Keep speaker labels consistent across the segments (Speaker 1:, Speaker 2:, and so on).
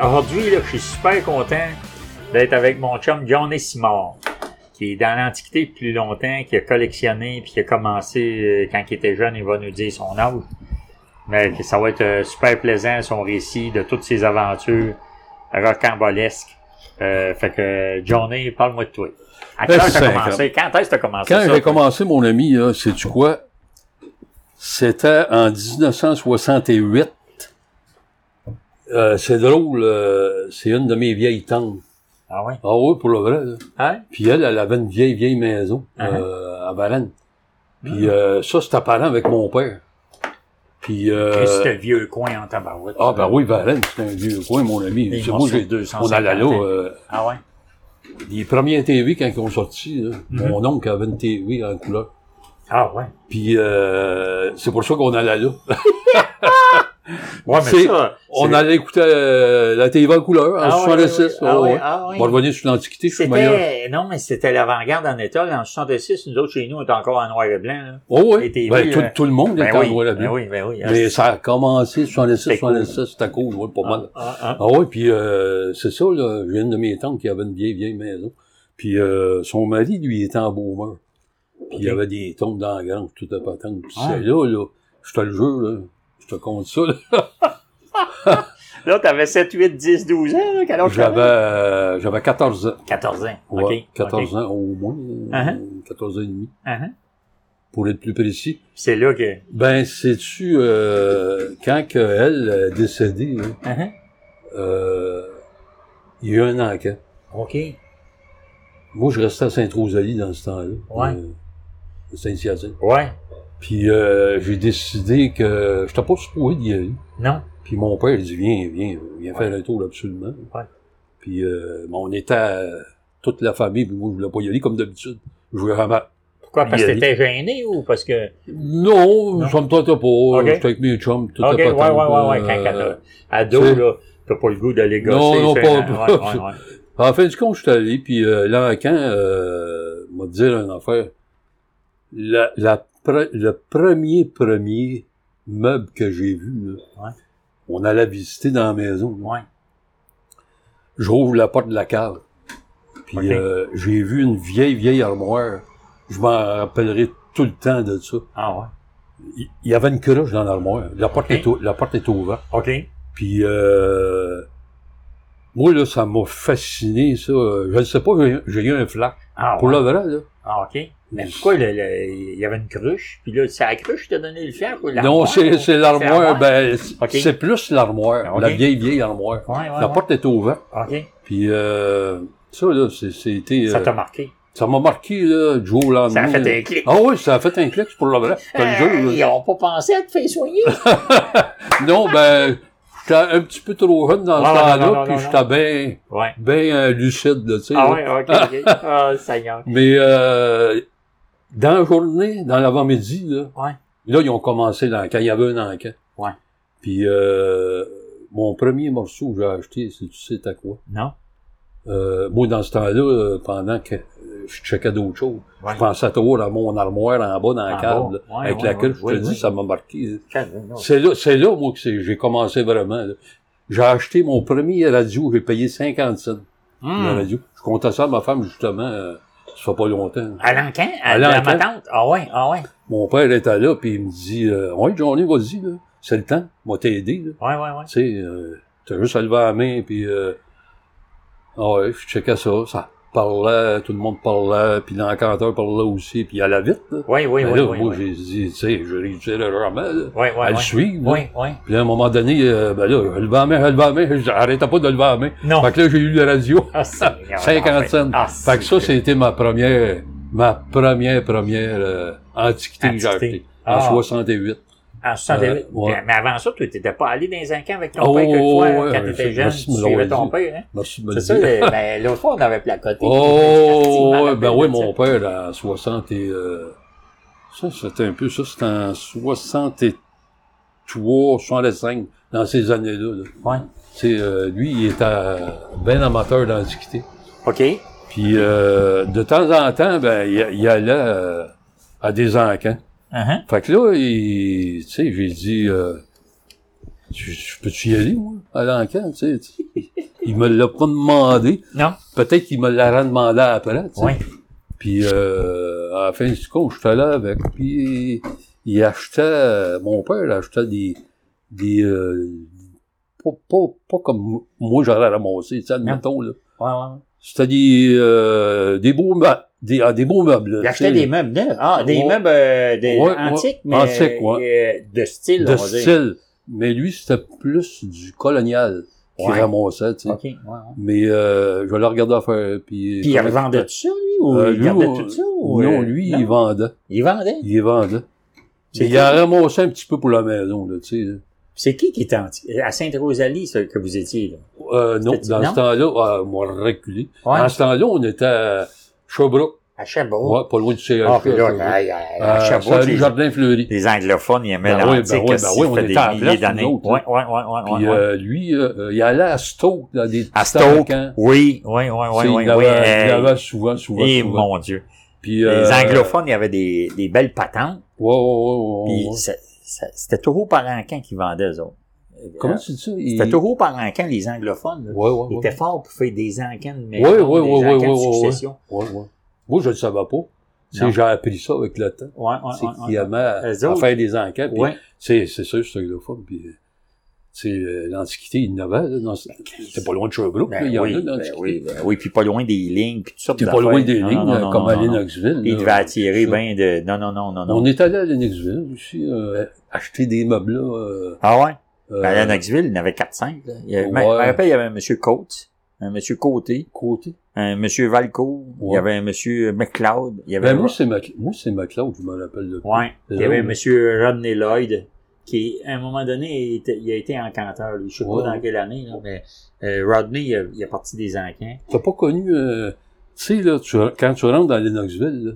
Speaker 1: Aujourd'hui, là, je suis super content d'être avec mon chum Johnny Simard, qui est dans l'Antiquité depuis longtemps, qui a collectionné, puis qui a commencé euh, quand il était jeune, il va nous dire son âge. Mais que ça va être euh, super plaisant, son récit de toutes ses aventures rocambolesques. Euh, fait que, Johnny, parle-moi de toi. À quelle
Speaker 2: Ben,
Speaker 1: heure
Speaker 2: c'est
Speaker 1: t'as
Speaker 2: incroyable.
Speaker 1: commencé? Quand est-ce que t'as commencé
Speaker 2: Quand
Speaker 1: ça?
Speaker 2: j'ai commencé, mon ami, là, sais-tu quoi? C'était en 1968. Euh, c'est drôle, euh, c'est une de mes vieilles tantes.
Speaker 1: Ah oui?
Speaker 2: Ah oui, pour le vrai. là.
Speaker 1: Hein?
Speaker 2: Puis elle, elle avait une vieille, vieille maison
Speaker 1: Ah
Speaker 2: euh, à Varennes. Puis euh, ça, c'était parent avec mon père. Puis... euh,
Speaker 1: Christ, c'est un vieux coin en tabarouette.
Speaker 2: ah ben oui, Varennes, c'est un vieux coin, mon ami.
Speaker 1: Ils
Speaker 2: C'est
Speaker 1: m'ont
Speaker 2: moi,
Speaker 1: sur
Speaker 2: j'ai-
Speaker 1: 250
Speaker 2: on allait là,
Speaker 1: ans.
Speaker 2: euh,
Speaker 1: Ah ouais?
Speaker 2: les premiers TV, quand ils ont sorti, là,
Speaker 1: Mhm.
Speaker 2: mon oncle avait une TV en couleur.
Speaker 1: Ah ouais?
Speaker 2: Puis euh, c'est pour ça qu'on allait là.
Speaker 1: Ouais, mais
Speaker 2: C'est-
Speaker 1: ça...
Speaker 2: On
Speaker 1: c'est-
Speaker 2: allait écouter euh, la TV en couleur en
Speaker 1: Ah oui,
Speaker 2: 66.
Speaker 1: oui, oui. Ah
Speaker 2: Oh, ouais,
Speaker 1: oui,
Speaker 2: ouais.
Speaker 1: ah oui.
Speaker 2: On va revenir sur l'Antiquité, je suis meilleur.
Speaker 1: C'était, non, mais c'était l'avant-garde en étoile. En 66, nous autres, chez nous, on est encore en noir et blanc. Là.
Speaker 2: Oh,
Speaker 1: les
Speaker 2: oui.
Speaker 1: TV,
Speaker 2: ben, tout,
Speaker 1: euh,
Speaker 2: tout le monde
Speaker 1: Ben
Speaker 2: était en
Speaker 1: oui,
Speaker 2: noir et
Speaker 1: ben
Speaker 2: blanc.
Speaker 1: oui, ben oui.
Speaker 2: Mais ça a commencé 66,
Speaker 1: C'était cool.
Speaker 2: 66, c'était cool, ouais, pas mal.
Speaker 1: Ah, ah, ah.
Speaker 2: Ah oui, puis euh, c'est ça, là, j'ai une de mes tantes qui avait une vieille, vieille maison. Puis euh, son mari, lui, était en Beaumeur. Puis il y
Speaker 1: Ok.
Speaker 2: avait des tombes dans la grange, tout à patente. Puis
Speaker 1: Ah.
Speaker 2: c'est là, là, je te le jure, là, je te compte ça, là.
Speaker 1: Là, t'avais 7, 8, 10, 12 ans, là, quel âge
Speaker 2: J'avais,
Speaker 1: t'avais?
Speaker 2: euh, j'avais 14 ans.
Speaker 1: 14 ans.
Speaker 2: Ouais,
Speaker 1: OK.
Speaker 2: 14
Speaker 1: OK.
Speaker 2: ans au moins, euh,
Speaker 1: Uh-huh.
Speaker 2: 14 ans et demi,
Speaker 1: Ah, ah.
Speaker 2: pour être plus précis.
Speaker 1: Puis C'est là que...
Speaker 2: Ben, sais-tu, euh, quand que elle est décédée, hein,
Speaker 1: Ah, ah.
Speaker 2: euh, il y a eu un enquête.
Speaker 1: OK.
Speaker 2: Moi, je restais à Sainte-Rosalie dans ce temps-là.
Speaker 1: Ouais.
Speaker 2: euh, à Saint-Hyacinthe.
Speaker 1: Ouais.
Speaker 2: Puis euh, j'ai décidé que je n'étais pas supposé d'y aller.
Speaker 1: Non.
Speaker 2: Puis mon père, il dit, viens, viens, viens
Speaker 1: Ouais.
Speaker 2: faire un tour absolument.
Speaker 1: Ouais.
Speaker 2: Puis euh, ben, on était euh, toute la famille, puis moi, je voulais pas y aller comme d'habitude. Je voulais vraiment
Speaker 1: Pourquoi? Parce que
Speaker 2: Il y a-
Speaker 1: t'étais gêné ou parce que...
Speaker 2: Non,
Speaker 1: Non?
Speaker 2: ça me tentait pas.
Speaker 1: Ok.
Speaker 2: J'étais avec mes chums, tout
Speaker 1: OK, ouais,
Speaker 2: à
Speaker 1: ouais, ouais,
Speaker 2: patente,
Speaker 1: ouais. Quand,
Speaker 2: euh,
Speaker 1: quand t'as- ado,
Speaker 2: c'est-
Speaker 1: là, t'as pas le goût d'aller gosser.
Speaker 2: Non, non,
Speaker 1: c'est-
Speaker 2: pas-
Speaker 1: Ouais, ouais, ouais.
Speaker 2: uh, En fin du compte, je suis allé, puis euh, là, quand, euh, m'a dit un affaire, la, la pre- le premier, premier meuble que j'ai vu, là,
Speaker 1: Ouais.
Speaker 2: on allait visiter dans la maison. là.
Speaker 1: Ouais.
Speaker 2: J'ouvre la porte de la cave, puis
Speaker 1: Ok.
Speaker 2: euh, j'ai vu une vieille, vieille armoire. Je m'en rappellerai tout le temps de ça.
Speaker 1: Ah ouais.
Speaker 2: Il il y avait une croche dans l'armoire. La porte,
Speaker 1: Ok.
Speaker 2: est, au- la porte est ouverte.
Speaker 1: OK.
Speaker 2: Puis, euh, moi, là, ça m'a fasciné, ça. Euh, Je ne sais pas, j'ai- j'ai eu un flash.
Speaker 1: Ah
Speaker 2: Pour
Speaker 1: ouais.
Speaker 2: le vrai, là.
Speaker 1: Ah, OK. Mais pourquoi le- le- il y avait une cruche? Puis là, c'est la cruche qui t'a donné le fer ou l'armoire?
Speaker 2: Non, c'est c'est l'armoire. Ben, c'est
Speaker 1: Ok.
Speaker 2: c'est plus l'armoire.
Speaker 1: Ok.
Speaker 2: La vieille, vieille armoire.
Speaker 1: Ouais, ouais,
Speaker 2: La
Speaker 1: ouais.
Speaker 2: porte était ouverte.
Speaker 1: OK.
Speaker 2: Puis, euh, ça, là, c'est- c'était...
Speaker 1: Ça
Speaker 2: euh,
Speaker 1: t'a marqué.
Speaker 2: Ça m'a marqué, là, du jour au
Speaker 1: Ça
Speaker 2: lendemain.
Speaker 1: a fait un clic.
Speaker 2: Ah oui, ça a fait un clic, c'est pour le vrai. Je te le
Speaker 1: Ah,
Speaker 2: jure, là.
Speaker 1: ils n'ont pas pensé à te faire soigner.
Speaker 2: Non, ben, j'étais un petit peu trop jeune dans
Speaker 1: Non,
Speaker 2: ce
Speaker 1: non, non, non,
Speaker 2: temps-là,
Speaker 1: non,
Speaker 2: puis j'étais bien
Speaker 1: ouais.
Speaker 2: ben, euh, lucide, là, tu sais.
Speaker 1: Ah
Speaker 2: là.
Speaker 1: ouais, OK, OK. Ah, Seigneur.
Speaker 2: Mais euh, dans la journée, dans l'avant-midi, là,
Speaker 1: Ouais.
Speaker 2: là, ils ont commencé l'enquête. Il y avait un enquête.
Speaker 1: Ouais.
Speaker 2: Puis euh, mon premier morceau que j'ai acheté, c'est tu sais à quoi?
Speaker 1: Non?
Speaker 2: Euh, moi, dans ce temps-là, euh, pendant que euh, je checkais d'autres choses,
Speaker 1: Ouais.
Speaker 2: je pensais toujours à mon armoire en bas dans la
Speaker 1: En
Speaker 2: cave,
Speaker 1: bas.
Speaker 2: là,
Speaker 1: Ouais,
Speaker 2: avec
Speaker 1: ouais,
Speaker 2: laquelle
Speaker 1: ouais, oui,
Speaker 2: je te dis,
Speaker 1: oui.
Speaker 2: ça m'a marqué. là.
Speaker 1: Calme, non.
Speaker 2: C'est là, c'est là, moi, que c'est- j'ai commencé vraiment. là. J'ai acheté mon premier radio, j'ai payé 50 cents pour la
Speaker 1: Hum.
Speaker 2: radio. Je comptais ça à ma femme, justement, euh, ça fait pas longtemps.
Speaker 1: À l'encan? À,
Speaker 2: À
Speaker 1: la
Speaker 2: l'encan.
Speaker 1: ma tante? Ah ouais, ah ouais.
Speaker 2: Mon père était là, puis il me dit euh, Oui, Johnny, vas-y, là. c'est le temps, moi t'aider. là.
Speaker 1: Ouais, ouais, ouais.
Speaker 2: Tu sais, euh, t'as juste à lever la main, puis euh, ah ouais, je checkais ça, ça parlait, tout le monde parlait, puis l'encanteur parlait aussi, puis à la vite. Là.
Speaker 1: Oui, oui,
Speaker 2: Ben
Speaker 1: oui,
Speaker 2: là,
Speaker 1: oui.
Speaker 2: moi,
Speaker 1: Oui,
Speaker 2: j'ai dit, tu sais, je réussirais jamais là,
Speaker 1: oui,
Speaker 2: à
Speaker 1: oui.
Speaker 2: le suivre. là.
Speaker 1: Oui, oui.
Speaker 2: Puis là, à un moment donné, euh, ben là, je levais la main, je levais la main, j'arrêtais pas de lever la main.
Speaker 1: Non.
Speaker 2: Fait que là, j'ai eu la radio.
Speaker 1: Ah, Seigneur.
Speaker 2: 50 cents.
Speaker 1: Ah,
Speaker 2: Fait que ça, c'était ma première, ma première, première euh, antiquité que j'ai
Speaker 1: Antiquité.
Speaker 2: achetée. En
Speaker 1: Ah.
Speaker 2: 68.
Speaker 1: En 68.
Speaker 2: Euh, ouais.
Speaker 1: ben Mais avant ça, tu n'étais pas allé dans les encans avec ton
Speaker 2: Oh,
Speaker 1: père quelquefois
Speaker 2: ouais, ouais,
Speaker 1: quand tu étais
Speaker 2: je-
Speaker 1: jeune.
Speaker 2: merci
Speaker 1: Tu
Speaker 2: de me
Speaker 1: suivais
Speaker 2: l'avoir
Speaker 1: ton père, hein?
Speaker 2: Merci de me
Speaker 1: C'est
Speaker 2: le
Speaker 1: ça,
Speaker 2: dire.
Speaker 1: le- ben, l'autre fois, on avait placoté.
Speaker 2: Oh,
Speaker 1: Je me
Speaker 2: ouais, ben
Speaker 1: rappelle
Speaker 2: oui,
Speaker 1: de
Speaker 2: mon
Speaker 1: ça.
Speaker 2: père, en 60 et... Euh, ça, c'était un peu ça, c'était en 63, 65, dans ces années-là. là.
Speaker 1: Ouais.
Speaker 2: C'est euh, lui, il était bien amateur d'antiquité.
Speaker 1: OK.
Speaker 2: Puis euh, de temps en temps, ben, il, il allait euh, à des encans.
Speaker 1: Uh-huh.
Speaker 2: Fait que là, il- tu sais, j'ai dit, euh, Je, je peux-tu y aller, moi, à l'encan, tu sais? Il me l'a pas demandé.
Speaker 1: Non?
Speaker 2: Peut-être qu'il me l'aura demandé après, tu sais.
Speaker 1: Oui.
Speaker 2: Puis, euh, à la fin du compte, j'étais là avec, puis il achetait, mon père achetait des, des, euh, pas, pas, pas comme moi j'aurais ramassé, tu sais, admettons, là.
Speaker 1: Ouais, ouais.
Speaker 2: C'était des, euh, des beaux, meubles, des, ah, des beaux meubles.
Speaker 1: Il
Speaker 2: là,
Speaker 1: achetait
Speaker 2: tu sais.
Speaker 1: des meubles neufs. Ah, des
Speaker 2: Ouais.
Speaker 1: meubles euh, des-
Speaker 2: Ouais, ouais.
Speaker 1: antiques, mais
Speaker 2: Antiques,
Speaker 1: euh, de style,
Speaker 2: de
Speaker 1: on va dire.
Speaker 2: style. Mais lui, c'était plus du colonial qu'il
Speaker 1: Ouais.
Speaker 2: ramassait, tu sais.
Speaker 1: OK, ouais, ouais.
Speaker 2: Mais euh, je le regardais faire. Puis,
Speaker 1: Puis il revendait tout ça, lui, ou
Speaker 2: Euh,
Speaker 1: il
Speaker 2: lui,
Speaker 1: gardait
Speaker 2: on-
Speaker 1: tout ça? Ou,
Speaker 2: Non,
Speaker 1: euh,
Speaker 2: lui, il vendait.
Speaker 1: Il vendait.
Speaker 2: Il les vendait.
Speaker 1: C'est
Speaker 2: Mais il en ramassait un petit peu pour la maison, là, tu sais. là.
Speaker 1: C'est qui qui était anti- À Sainte-Rosalie, ce que vous étiez, là?
Speaker 2: Euh, non,
Speaker 1: C'était-
Speaker 2: dans
Speaker 1: non?
Speaker 2: ce temps-là, euh, moi, reculé.
Speaker 1: Ouais.
Speaker 2: Dans ce temps-là, on était à Sherbrooke,
Speaker 1: À Sherbrooke.
Speaker 2: ouais, pas loin du CHU.
Speaker 1: Ah, puis là,
Speaker 2: Sherbrooke.
Speaker 1: aïe, aïe, à
Speaker 2: Euh,
Speaker 1: Sherbrooke,
Speaker 2: salut,
Speaker 1: les-
Speaker 2: Jardin Fleuri.
Speaker 1: les anglophones, ils aimaient
Speaker 2: Ben oui,
Speaker 1: l'antique,
Speaker 2: ben oui,
Speaker 1: qu'est-ce
Speaker 2: ben
Speaker 1: qu'il
Speaker 2: oui, on
Speaker 1: fait
Speaker 2: était
Speaker 1: des
Speaker 2: à la
Speaker 1: milliers
Speaker 2: place, nous
Speaker 1: d'années.
Speaker 2: autres,
Speaker 1: Ouais, ouais, ouais, ouais,
Speaker 2: Puis
Speaker 1: ouais, ouais.
Speaker 2: euh, lui, euh, euh, il allait à Stoke, dans des
Speaker 1: À
Speaker 2: petits
Speaker 1: Stoke,
Speaker 2: camps.
Speaker 1: oui, oui, oui, oui,
Speaker 2: Tu sais,
Speaker 1: oui,
Speaker 2: il
Speaker 1: oui.
Speaker 2: avait, il
Speaker 1: hey,
Speaker 2: avait souvent, souvent,
Speaker 1: eh,
Speaker 2: souvent.
Speaker 1: mon Dieu.
Speaker 2: Puis,
Speaker 1: Les
Speaker 2: euh,
Speaker 1: anglophones, il y avait des, des belles patentes,
Speaker 2: Ouais, ouais, ouais, ouais,
Speaker 1: puis
Speaker 2: ouais.
Speaker 1: ça- ça- c'était toujours par an qui vendaient, eux autres.
Speaker 2: Comment
Speaker 1: Euh,
Speaker 2: tu dis ça?
Speaker 1: C'était
Speaker 2: Il-
Speaker 1: toujours par an les anglophones. là.
Speaker 2: Ouais, ouais,
Speaker 1: Ils
Speaker 2: ouais.
Speaker 1: étaient forts pour faire des encans de
Speaker 2: Ouais,
Speaker 1: maison,
Speaker 2: ouais,
Speaker 1: des
Speaker 2: ouais,
Speaker 1: encans
Speaker 2: ouais,
Speaker 1: de
Speaker 2: ouais,
Speaker 1: succession.
Speaker 2: Ouais, ouais. Moi, je ne le savais pas. Tu sais,
Speaker 1: Non.
Speaker 2: j'ai appris ça avec le temps.
Speaker 1: Ouais,
Speaker 2: C'est
Speaker 1: ouais,
Speaker 2: qu'il
Speaker 1: ouais,
Speaker 2: aimait à,
Speaker 1: Eux
Speaker 2: à
Speaker 1: autres.
Speaker 2: faire des enquêtes.
Speaker 1: ouais. Ouais.
Speaker 2: C'est sûr, c'est anglophone. Puis, euh, tu sais, euh, l'Antiquité innovait. là, dans ce- C'était pas loin de Sherbrooke. là,
Speaker 1: Ben
Speaker 2: il y en
Speaker 1: oui,
Speaker 2: a
Speaker 1: ben
Speaker 2: dans l'Antiquité.
Speaker 1: oui, ben oui, puis pas loin des lignes, puis tout ça.
Speaker 2: T'es
Speaker 1: puis
Speaker 2: pas loin
Speaker 1: d'affaires.
Speaker 2: des
Speaker 1: Non,
Speaker 2: lignes,
Speaker 1: non,
Speaker 2: là,
Speaker 1: non,
Speaker 2: comme
Speaker 1: non,
Speaker 2: à
Speaker 1: non, non.
Speaker 2: Lennoxville.
Speaker 1: Il
Speaker 2: là.
Speaker 1: devait attirer
Speaker 2: ça.
Speaker 1: bien de... Non, non, non, non, non.
Speaker 2: On est allé à Lennoxville aussi, euh, acheter des meubles. là, euh,
Speaker 1: Ah ouais? Ben, à
Speaker 2: euh,
Speaker 1: Lennoxville, il y en avait 4-5. là. Il y avait-
Speaker 2: Ouais.
Speaker 1: mais Je me rappelle, il y avait un monsieur Coates, un monsieur Côté,
Speaker 2: côté.
Speaker 1: un monsieur Valcourt, il y
Speaker 2: Ouais.
Speaker 1: avait un monsieur euh, McLeod, il y avait...
Speaker 2: Ben, moi, c'est ma, moi, c'est McLeod, je me rappelle. le plus.
Speaker 1: ouais, il y avait un
Speaker 2: Là,
Speaker 1: monsieur Rodney Lloyd, qui, à un moment donné, il, était- il a été encanteur, lui. Je sais
Speaker 2: Ouais.
Speaker 1: pas dans quelle année, là, mais euh, Rodney, il a, il a parti des encans.
Speaker 2: T'as pas connu, euh, tu sais, là, tu- quand tu rentres dans Lennoxville, là,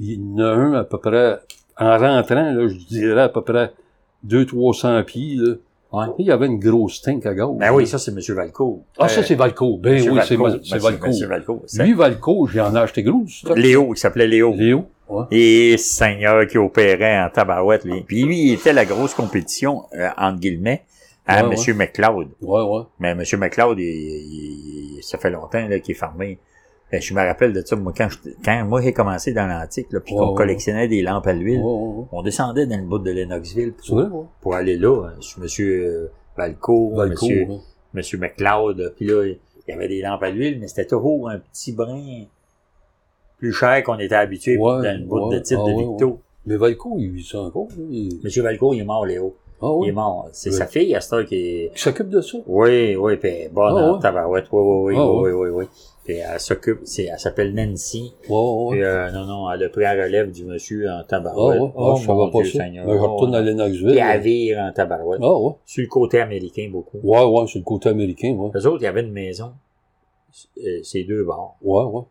Speaker 2: il y en a un à peu près, en rentrant, là, je dirais à peu près 200-300 pieds, là.
Speaker 1: Ouais.
Speaker 2: Il y avait une grosse tank à gauche.
Speaker 1: Ben oui, ça, c'est monsieur Euh, Valcourt.
Speaker 2: Ah, ça, c'est Valco. Ben oui, c'est Ma- c'est Valco.
Speaker 1: Monsieur Valcourt. c'est-
Speaker 2: Lui, Valco, j'en ai acheté gros du stock.
Speaker 1: Léo, il s'appelait Léo.
Speaker 2: Léo. Ouais.
Speaker 1: Et Seigneur qui opérait en tabarouette. lui. Puis lui, il était la grosse compétition, euh, entre guillemets, à
Speaker 2: Ouais,
Speaker 1: Monsieur McLeod.
Speaker 2: Ouais, ouais.
Speaker 1: Mais Monsieur McLeod, il, il- ça fait longtemps là, qu'il est fermé. Ben, je me rappelle de ça, moi, quand, je- quand moi j'ai commencé dans l'antique, là, puis
Speaker 2: Ouais,
Speaker 1: qu'on
Speaker 2: ouais.
Speaker 1: collectionnait des lampes à
Speaker 2: ouais,
Speaker 1: l'huile,
Speaker 2: ouais, ouais.
Speaker 1: on descendait dans le bout de Lennoxville
Speaker 2: C'est
Speaker 1: pour,
Speaker 2: vrai, ouais.
Speaker 1: pour aller là, hein, sur Monsieur euh, Valcourt,
Speaker 2: Valco.
Speaker 1: Monsieur,
Speaker 2: ouais.
Speaker 1: Monsieur McLeod. là. Puis là, il y avait des lampes à l'huile, mais c'était toujours un petit brin plus cher qu'on était habitué
Speaker 2: Ouais,
Speaker 1: dans le bout
Speaker 2: ouais,
Speaker 1: de titre
Speaker 2: ah
Speaker 1: de
Speaker 2: ouais,
Speaker 1: Victo.
Speaker 2: Mais Valco, il vit ça encore. là, il-
Speaker 1: Monsieur Valcourt, il est mort, Léo. Il
Speaker 2: Ah ouais.
Speaker 1: est mort. C'est
Speaker 2: Oui.
Speaker 1: sa fille, à cette heure, qui est...
Speaker 2: Il s'occupe de ça.
Speaker 1: Oui, oui, puis elle est bonne
Speaker 2: Ah,
Speaker 1: en
Speaker 2: ouais.
Speaker 1: tabarouette. Oui, oui, oui,
Speaker 2: Ah,
Speaker 1: oui, oui, oui. Puis elle s'occupe, c'est, elle s'appelle Nancy.
Speaker 2: Ouais, ouais, ouais.
Speaker 1: Puis, euh, non, non, elle a pris la relève du monsieur en
Speaker 2: Ah ouais.
Speaker 1: tabarouette. Oh,
Speaker 2: Ah, je savais pas ça.
Speaker 1: Seigneur. Oh,
Speaker 2: Ben, Je retourne à
Speaker 1: Puis
Speaker 2: Lennoxville.
Speaker 1: elle vire en tabarouette.
Speaker 2: Ah ouais.
Speaker 1: Sur le côté américain, beaucoup.
Speaker 2: Ouais, ouais, c'est le côté américain, ouais.
Speaker 1: Eux autres, il y avait une maison. euh, ces deux bords.
Speaker 2: Ouais, ouais.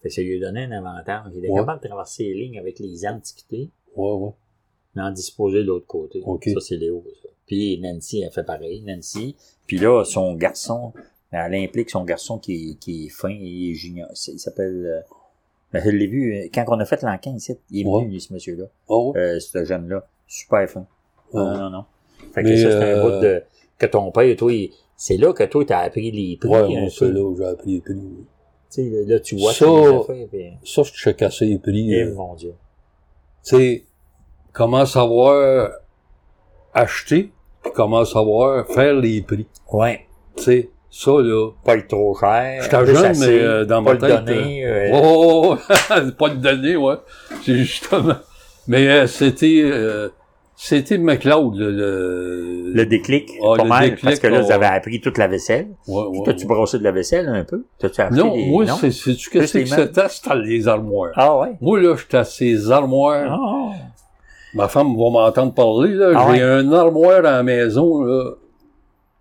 Speaker 1: Fait que ça lui donnait un avantage. Il était
Speaker 2: Ouais.
Speaker 1: capable de traverser les lignes avec les antiquités,
Speaker 2: Ouais, ouais.
Speaker 1: mais en disposer de l'autre côté.
Speaker 2: Ok.
Speaker 1: Ça, c'est Léo. ça. Puis Nancy, elle fait pareil, Nancy. Puis là, son garçon, elle implique son garçon qui, est- qui est fin, il est junior. C'est- Il s'appelle... euh, ben, je l'ai vu, euh, quand on a fait l'enquête ici, il est
Speaker 2: Ouais.
Speaker 1: venu, lui, ce monsieur-là,
Speaker 2: Ah ouais. Ah.
Speaker 1: euh, ce jeune-là. Super fin.
Speaker 2: Ouais.
Speaker 1: Non, non, non. Fait que
Speaker 2: Mais,
Speaker 1: ça, c'est un
Speaker 2: euh,
Speaker 1: bout de... Que ton père, toi, il- c'est là que toi, t'as appris les prix. hein,
Speaker 2: Ouais,
Speaker 1: un
Speaker 2: ouais,
Speaker 1: peu.
Speaker 2: c'est là où j'ai appris les prix.
Speaker 1: Tu sais, là, tu vois
Speaker 2: Ça-
Speaker 1: toutes les affaires, puis-
Speaker 2: Ça, je te cassais les prix.
Speaker 1: Eh,
Speaker 2: euh,
Speaker 1: mon Dieu.
Speaker 2: tu sais, comment savoir acheter, puis comment savoir faire les prix.
Speaker 1: Ouais.
Speaker 2: Tu sais, ça, là.
Speaker 1: Pas être trop cher.
Speaker 2: J'étais
Speaker 1: en plus,
Speaker 2: jeune,
Speaker 1: assez,
Speaker 2: mais, euh, dans
Speaker 1: pas
Speaker 2: ma
Speaker 1: le
Speaker 2: tête,
Speaker 1: donner, euh,
Speaker 2: Oh, oh, oh, pas de données, ouais. C'est justement. Mais euh, c'était, euh, c'était McLeod, le, le...
Speaker 1: Le déclic,
Speaker 2: Ah,
Speaker 1: pas
Speaker 2: le
Speaker 1: mal,
Speaker 2: déclic,
Speaker 1: parce que là,
Speaker 2: on-
Speaker 1: vous avez appris toute la vaisselle.
Speaker 2: Ouais, ouais,
Speaker 1: T'as-tu
Speaker 2: ouais.
Speaker 1: brossé de la vaisselle un peu? T'as-tu acheté
Speaker 2: Non,
Speaker 1: des...
Speaker 2: moi, c'est, sais-tu qu'est-ce
Speaker 1: Juste
Speaker 2: que
Speaker 1: les mêmes.
Speaker 2: c'était? C'était les armoires.
Speaker 1: Ah ouais?
Speaker 2: Moi, là, j'étais à ces armoires.
Speaker 1: Ah.
Speaker 2: Ma femme va m'entendre parler, là.
Speaker 1: Ah
Speaker 2: J'ai un armoire à la maison, là.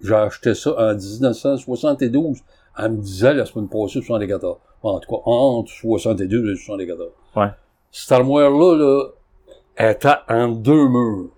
Speaker 2: J'ai acheté ça en 1972. Elle me disait la semaine passée, 74. En tout cas, entre 72 et 74.
Speaker 1: Ouais.
Speaker 2: Cette armoire-là, là, elle était en deux murs.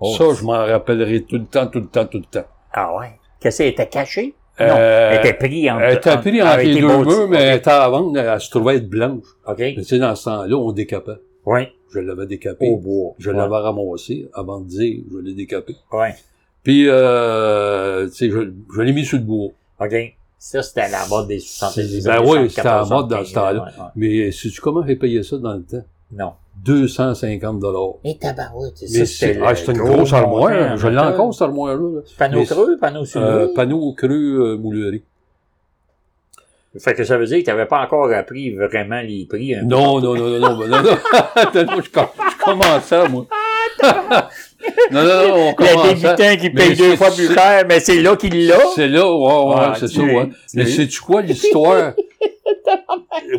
Speaker 1: Oh.
Speaker 2: Ça, je m'en rappellerai tout le temps, tout le temps, tout le temps.
Speaker 1: Ah ouais? Qu'est-ce qu'elle était cachée? Non,
Speaker 2: Euh,
Speaker 1: elle était prise entre...
Speaker 2: elle était prise
Speaker 1: ah,
Speaker 2: entre
Speaker 1: elle
Speaker 2: les
Speaker 1: était
Speaker 2: deux
Speaker 1: bâtie.
Speaker 2: murs, mais elle était à vendre, elle se trouvait être blanche.
Speaker 1: OK.
Speaker 2: Mais tu sais, dans ce temps-là, on décapait.
Speaker 1: Ouais.
Speaker 2: Je l'avais décapé.
Speaker 1: Au bois.
Speaker 2: Je
Speaker 1: ouais.
Speaker 2: l'avais ramassé avant de dire je l'ai décapé.
Speaker 1: Ouais.
Speaker 2: Puis, euh, tu sais, je, je l'ai mis sur le bois.
Speaker 1: OK. Ça, c'était la mode des 70
Speaker 2: Ben oui, c'était la mode dans ce temps-là. Mais sais-tu comment j'ai payé ça dans le temps?
Speaker 1: Non.
Speaker 2: 250 dollars.
Speaker 1: Et tabarouette, c'est
Speaker 2: Mais c'est ah, c'était une grosse armoire. hein. Je l'ai encore, cette armoire-là. là.
Speaker 1: Panneau
Speaker 2: mais-
Speaker 1: creux, panneau sur
Speaker 2: Euh, panneau creux euh, moulerie.
Speaker 1: Fait que ça veut dire que t'avais pas encore appris vraiment les prix. hein.
Speaker 2: Non, non, non, non, non, non, non. Attends, moi, je, com- je commence à, moi. non, non, non, on
Speaker 1: Le
Speaker 2: commence à.
Speaker 1: débutant qui
Speaker 2: Mais
Speaker 1: paye deux
Speaker 2: c'est-
Speaker 1: fois plus
Speaker 2: c'est-
Speaker 1: cher, mais c'est là qu'il l'a.
Speaker 2: C'est là, ouais, ouais,
Speaker 1: Ah,
Speaker 2: c'est
Speaker 1: tu
Speaker 2: ça,
Speaker 1: l'as eu,
Speaker 2: ouais.
Speaker 1: tu l'as
Speaker 2: Mais
Speaker 1: eu.
Speaker 2: sais-tu quoi, l'histoire?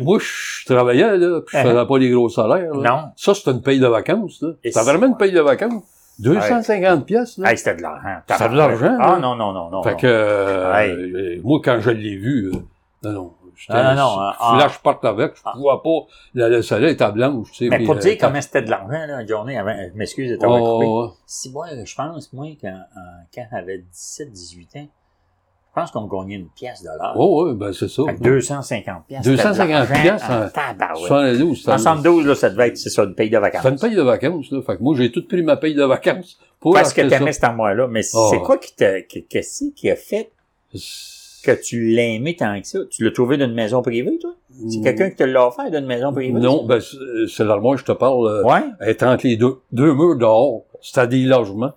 Speaker 2: moi, je travaillais, là, puis je faisais pas des gros salaires, là.
Speaker 1: Non.
Speaker 2: Ça, c'était une paye de vacances, là.
Speaker 1: Et
Speaker 2: C'était
Speaker 1: c'est-
Speaker 2: vraiment une paye de vacances. 250 pièces, là.
Speaker 1: Hey, c'était de l'argent.
Speaker 2: C'était de l'argent,
Speaker 1: Ah
Speaker 2: là.
Speaker 1: non, non, non, non.
Speaker 2: Fait
Speaker 1: non.
Speaker 2: que, euh,
Speaker 1: Hey.
Speaker 2: euh, moi, quand je l'ai vu, euh, non, non. j'étais-
Speaker 1: Ah, non, non,
Speaker 2: je-
Speaker 1: ah,
Speaker 2: je- Là,
Speaker 1: ah.
Speaker 2: je parte avec, je pouvais pas la laisser là, elle était blanche, tu sais.
Speaker 1: mais
Speaker 2: puis,
Speaker 1: pour
Speaker 2: euh, Oh,
Speaker 1: dire
Speaker 2: t'as-
Speaker 1: comment c'était de l'argent, là, une journée avant, je m'excuse de
Speaker 2: Ouais,
Speaker 1: t'avoir coupé.
Speaker 2: ouais, ouais.
Speaker 1: Si moi, je pense, moi, quand, en- quand j'avais 17, 18 ans, je pense qu'on gagnait une pièce de l'heure.
Speaker 2: Ouais, ouais, ben, c'est ça.
Speaker 1: Fait que 250 pièces.
Speaker 2: 250 pièces,
Speaker 1: En
Speaker 2: hein.
Speaker 1: tabarouette.
Speaker 2: 72, c'était une-
Speaker 1: 72, là, ça devait être, c'est ça, une paye de vacances.
Speaker 2: c'était une paye de vacances, là. Fait que moi, j'ai tout pris ma paye de vacances pour
Speaker 1: Parce que
Speaker 2: acheter
Speaker 1: t'aimais cet armoire-là. Mais
Speaker 2: Oh.
Speaker 1: c'est quoi qui t'a, que- qu'est-ce qui a fait
Speaker 2: ça.
Speaker 1: que tu l'aimais tant que ça? Tu l'as trouvé d'une maison privée, toi? C'est
Speaker 2: Mm.
Speaker 1: quelqu'un qui te l'a offert d'une maison privée?
Speaker 2: Non, ben, c'est c'est l'armoire, je te parle, euh,
Speaker 1: Ouais?
Speaker 2: elle est entre les deux, deux murs dehors. C'était des logements.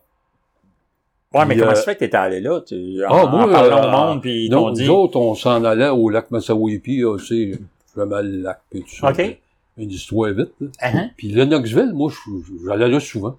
Speaker 1: Ouais, mais
Speaker 2: Puis,
Speaker 1: comment
Speaker 2: euh,
Speaker 1: ça fait que t'es allé là? Tu, en,
Speaker 2: Ah,
Speaker 1: en
Speaker 2: moi,
Speaker 1: parlant
Speaker 2: euh,
Speaker 1: au monde, puis ils t'ont
Speaker 2: Donc,
Speaker 1: dit...
Speaker 2: nous autres, on s'en allait au lac Massawipi, là, ah, c'est vraiment le lac, puis tout ça.
Speaker 1: OK.
Speaker 2: Une histoire vite, là.
Speaker 1: Ah, hein?
Speaker 2: Puis le Knoxville, moi, je- j'allais là souvent.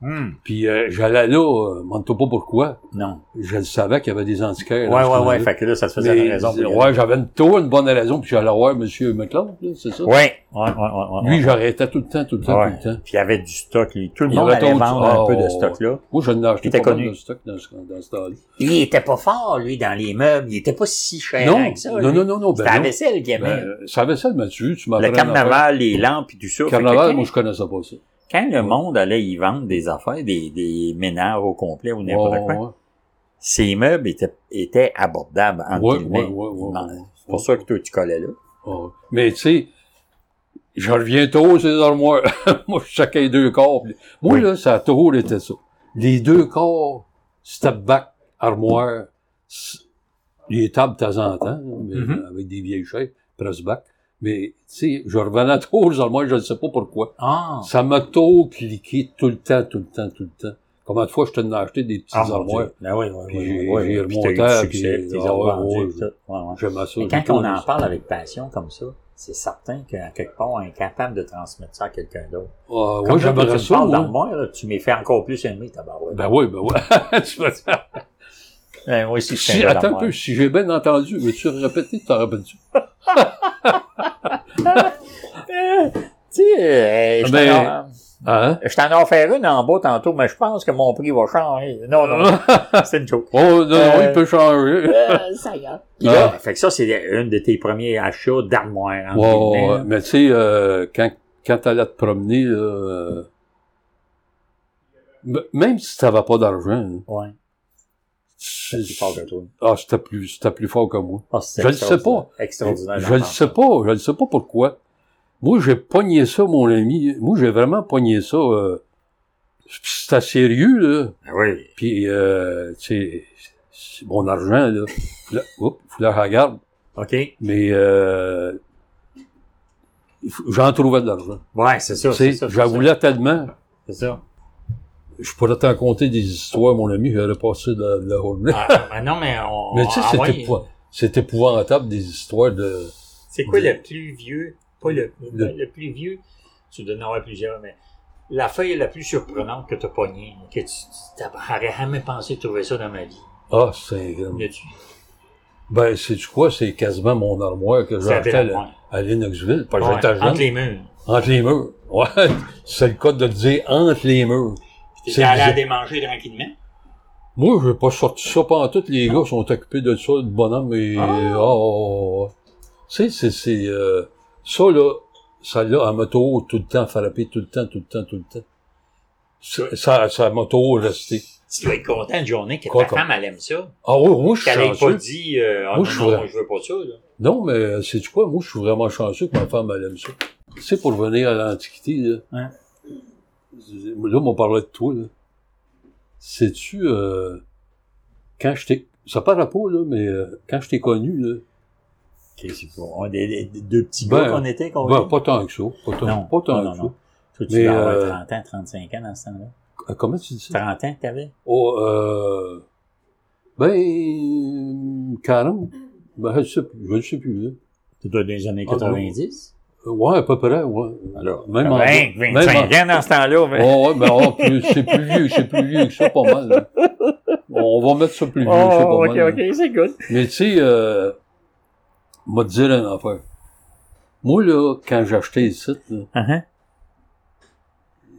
Speaker 1: Hmm,
Speaker 2: Puis euh, j'allais là, euh, m'en pas pourquoi,
Speaker 1: Non.
Speaker 2: je le savais qu'il y avait des antiquaires.
Speaker 1: Ouais,
Speaker 2: là, à ce
Speaker 1: ouais, ouais.
Speaker 2: moment-là.
Speaker 1: Fait que là, ça te faisait
Speaker 2: Mais,
Speaker 1: une raison. pour y aller.
Speaker 2: ouais, j'avais une tour, une bonne raison, puis j'allais voir M. McLeod, là, c'est ça?
Speaker 1: Ouais, ouais, ouais, ouais. ouais,
Speaker 2: Lui, j'arrêtais tout le temps, tout le temps,
Speaker 1: Ouais.
Speaker 2: tout le temps.
Speaker 1: Puis il y Oh. avait du stock, lui. Tout le
Speaker 2: Il
Speaker 1: monde
Speaker 2: avait
Speaker 1: allait
Speaker 2: ton-
Speaker 1: vendre un
Speaker 2: Ah,
Speaker 1: peu de
Speaker 2: ouais,
Speaker 1: stock-là.
Speaker 2: Moi, je n'ai
Speaker 1: Il
Speaker 2: acheté
Speaker 1: était
Speaker 2: pas mal
Speaker 1: connu.
Speaker 2: de stock dans ce, dans ce temps-là.
Speaker 1: Lui, il était pas fort, lui, dans les meubles. Il était pas si cher
Speaker 2: Non,
Speaker 1: que Ben, ça.
Speaker 2: non, non, non, non,
Speaker 1: C'était la
Speaker 2: ben non.
Speaker 1: vaisselle qu'il aimait.
Speaker 2: Ben, ça avait ça, Mathieu, tu m'as
Speaker 1: le carnaval, les lampes, et tout ça. Fait que
Speaker 2: Carnaval,
Speaker 1: quand-
Speaker 2: moi, je connaissais pas ça.
Speaker 1: quand le monde allait y vendre des affaires, des, des ménages au complet ou n'importe
Speaker 2: Ouais,
Speaker 1: quoi,
Speaker 2: ouais.
Speaker 1: ces meubles étaient, étaient abordables en
Speaker 2: Ouais, ouais, ouais, ouais, ouais.
Speaker 1: C'est pour ça que toi, tu collais là.
Speaker 2: Ah, Mais tu sais, je reviens tôt ces armoires. Moi, chacun deux corps. Moi,
Speaker 1: Oui.
Speaker 2: là, ça a toujours été ça. Les deux corps, step back, armoire, s- les tables de temps en temps, mais
Speaker 1: Mhm.
Speaker 2: avec des vieilles chaises, press back. Mais tu sais, je revenais tôt aux armoires, je ne sais pas pourquoi.
Speaker 1: Ah!
Speaker 2: Ça m'a tôt cliqué tout le temps, tout le temps, tout le temps. Combien de fois je t'en ai acheté des petites
Speaker 1: Ah, mon
Speaker 2: armoires?
Speaker 1: Dieu. Ben oui, oui,
Speaker 2: Puis j'ai-
Speaker 1: oui. oui,
Speaker 2: j'ai
Speaker 1: oui. Puis t'as eu
Speaker 2: remonté,
Speaker 1: du succès,
Speaker 2: puis-
Speaker 1: puis t'es
Speaker 2: ah, ouais,
Speaker 1: revendu,
Speaker 2: ouais,
Speaker 1: puis tout. Ouais, ouais.
Speaker 2: J'aimais ça.
Speaker 1: Mais
Speaker 2: j'ai Ah,
Speaker 1: quand on
Speaker 2: toujours aimé
Speaker 1: en
Speaker 2: ça.
Speaker 1: parle avec passion comme ça, c'est certain qu'à quelque part, on est capable de transmettre ça à quelqu'un d'autre.
Speaker 2: Ah,
Speaker 1: Comme
Speaker 2: ouais,
Speaker 1: là, quand
Speaker 2: j'aimerais
Speaker 1: tu me
Speaker 2: ça.
Speaker 1: parles
Speaker 2: moi.
Speaker 1: d'armoire, là, tu m'es fait encore plus aimer, tabarouette.
Speaker 2: Ben oui, ben oui. Tu me-
Speaker 1: Ben oui, si,
Speaker 2: Si, attends un peu, si j'ai bien entendu, veux-tu répéter, t'en rappelles-tu?
Speaker 1: Ah, Tu sais, euh, je
Speaker 2: Ben,
Speaker 1: t'en-
Speaker 2: Hein?
Speaker 1: Je t'en ai offert une en bas tantôt, mais je pense que mon prix va changer. Non, non, non, c'est une joke.
Speaker 2: Oh, non, non,
Speaker 1: Euh,
Speaker 2: il peut changer.
Speaker 1: Euh, ça y est. Puis
Speaker 2: Ah.
Speaker 1: là, fait que ça, c'est une de tes premiers achats d'armoire.
Speaker 2: Ouais,
Speaker 1: entre
Speaker 2: ouais,
Speaker 1: guillemets,
Speaker 2: ouais.
Speaker 1: là.
Speaker 2: mais tu sais, euh, quand, quand t'allais te promener, là, euh, m- même si t'avais pas d'argent, là,
Speaker 1: Ouais.
Speaker 2: c'est-
Speaker 1: C'est plus fort que toi.
Speaker 2: ah, c'était plus, c'était plus fort que moi.
Speaker 1: Ah, c'est
Speaker 2: Je le sais
Speaker 1: extraordinaire. Extraordinaire.
Speaker 2: Je le sais pas, je le sais pas pourquoi. Moi, j'ai pogné ça, mon ami. Moi, j'ai vraiment pogné ça. euh, c'était sérieux, là.
Speaker 1: Ah Oui.
Speaker 2: Puis, euh, tu sais, c'est mon argent, là, Faut la- oups, faut la regarde.
Speaker 1: OK.
Speaker 2: Mais, euh, il faut- j'en trouvais de l'argent.
Speaker 1: Ouais, c'est ça.
Speaker 2: Tu sais,
Speaker 1: c'est ça, c'est
Speaker 2: j'en
Speaker 1: ça.
Speaker 2: voulais tellement.
Speaker 1: C'est ça.
Speaker 2: Je pourrais t'en compter des histoires, mon ami, j'aurais passé de, de la journée.
Speaker 1: Ah, ben non, mais on.
Speaker 2: Mais tu sais,
Speaker 1: ah
Speaker 2: c'est
Speaker 1: ouais.
Speaker 2: épou- c'est épouvantable, des histoires de...
Speaker 1: C'est quoi le plus vieux? Pas le,
Speaker 2: Le-
Speaker 1: le plus vieux. Tu dois en avoir plusieurs, mais la feuille la plus surprenante que t'as pognée, que tu, tu t'aurais jamais pensé trouver ça dans ma vie.
Speaker 2: Ah, c'est...
Speaker 1: Y a-tu-
Speaker 2: Ben, c'est du quoi? C'est quasiment mon armoire que
Speaker 1: Ça fait
Speaker 2: j'achetais
Speaker 1: la
Speaker 2: à,
Speaker 1: pointe.
Speaker 2: à Lennoxville. Parce que
Speaker 1: Ouais,
Speaker 2: j'étais jeune.
Speaker 1: entre les murs.
Speaker 2: Entre les murs. Ouais, c'est le cas de le dire, entre les murs.
Speaker 1: T'es
Speaker 2: C'est
Speaker 1: allé à
Speaker 2: bizarre.
Speaker 1: démanger tranquillement.
Speaker 2: Moi, j'ai pas sorti ça pendant tout. Les gars sont occupés de ça, de bonhomme et...
Speaker 1: Ah.
Speaker 2: Ah, ah, ah. Tu sais, c'est... c'est, euh, ça, là, ça, là, à moto, tout le temps, frappé, tout le temps, tout le temps, tout le temps. Ça, ça, ça moto resté.
Speaker 1: Tu dois être content une journée que
Speaker 2: Quoi,
Speaker 1: ta
Speaker 2: quoi?
Speaker 1: femme, elle aime ça.
Speaker 2: Ah oui, moi, je suis
Speaker 1: Qu'elle ait pas
Speaker 2: chanceux.
Speaker 1: dit, euh, ah,
Speaker 2: Moi,
Speaker 1: non,
Speaker 2: je
Speaker 1: non,
Speaker 2: voudrais-
Speaker 1: moi, je veux pas ça, là.
Speaker 2: Non, mais euh, sais-tu quoi? Moi, je suis vraiment chanceux que ma femme, elle aime ça. Tu sais, pour revenir à l'Antiquité, là...
Speaker 1: Hein?
Speaker 2: Là, on parlait de toi, là. sais-tu, euh, quand je t'ai, ça paraît pas, là, mais euh, quand je t'ai connu, là,
Speaker 1: Ok, c'est pas- on est des- des- deux petits
Speaker 2: Ben,
Speaker 1: gars qu'on était, qu'on
Speaker 2: ben,
Speaker 1: dit.
Speaker 2: pas tant que ça, pas tant,
Speaker 1: Oh, Non,
Speaker 2: pas tant
Speaker 1: non,
Speaker 2: que
Speaker 1: non, non. Toi, tu
Speaker 2: mais,
Speaker 1: dois avoir
Speaker 2: euh,
Speaker 1: 30 ans, 35 ans dans ce temps-là.
Speaker 2: ça. Euh, Comment tu dis ça?
Speaker 1: 30 ans que t'avais?
Speaker 2: Oh, euh, ben, 40, ben, je sais plus, je ne sais plus, là.
Speaker 1: Tu dois être dans les années
Speaker 2: Ah, ben, non.
Speaker 1: 90?
Speaker 2: Euh, Ouais, à peu près, ouais.
Speaker 1: Alors,
Speaker 2: même en-
Speaker 1: 20, 25 Ben, ans dans ce temps-là, mais-
Speaker 2: Oh, ouais, ben, oh, plus- c'est plus vieux, c'est plus vieux que ça, pas mal. là. On va mettre ça plus vieux, c'est pas
Speaker 1: Oh, ok,
Speaker 2: mal. là.
Speaker 1: ok, c'est good.
Speaker 2: Mais tu sais, euh, m'a te dire un affaire. Moi, là, quand j'ai acheté le site, là,
Speaker 1: Uh-huh.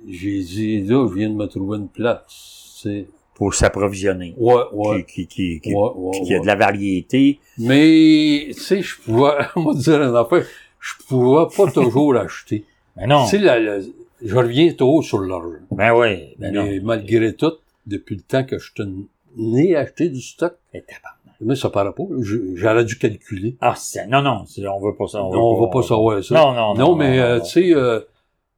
Speaker 2: j'ai dit, là, je viens de me trouver une place. tu sais.
Speaker 1: Pour s'approvisionner.
Speaker 2: Ouais, ouais,
Speaker 1: Qui, qui, qui, qui,
Speaker 2: ouais, ouais,
Speaker 1: qui a
Speaker 2: ouais.
Speaker 1: de la variété.
Speaker 2: Mais, tu sais, je pouvais, m'a te dire un affaire, je pouvais pas toujours l'acheter.
Speaker 1: Mais Ben non.
Speaker 2: Tu sais, la- la- je reviens trop sur l'argent.
Speaker 1: Ben oui, ben non.
Speaker 2: mais malgré tout, depuis le temps que je te n'ai acheté du stock,
Speaker 1: Mais tabarnak.
Speaker 2: mais ça paraît pas, là, je- j'aurais dû calculer.
Speaker 1: Ah, c'est, non, non, c'est- on veut pas ça.
Speaker 2: On, va pas savoir ça.
Speaker 1: Non, non, non.
Speaker 2: Non, mais
Speaker 1: non,
Speaker 2: euh,
Speaker 1: non.
Speaker 2: tu sais, euh,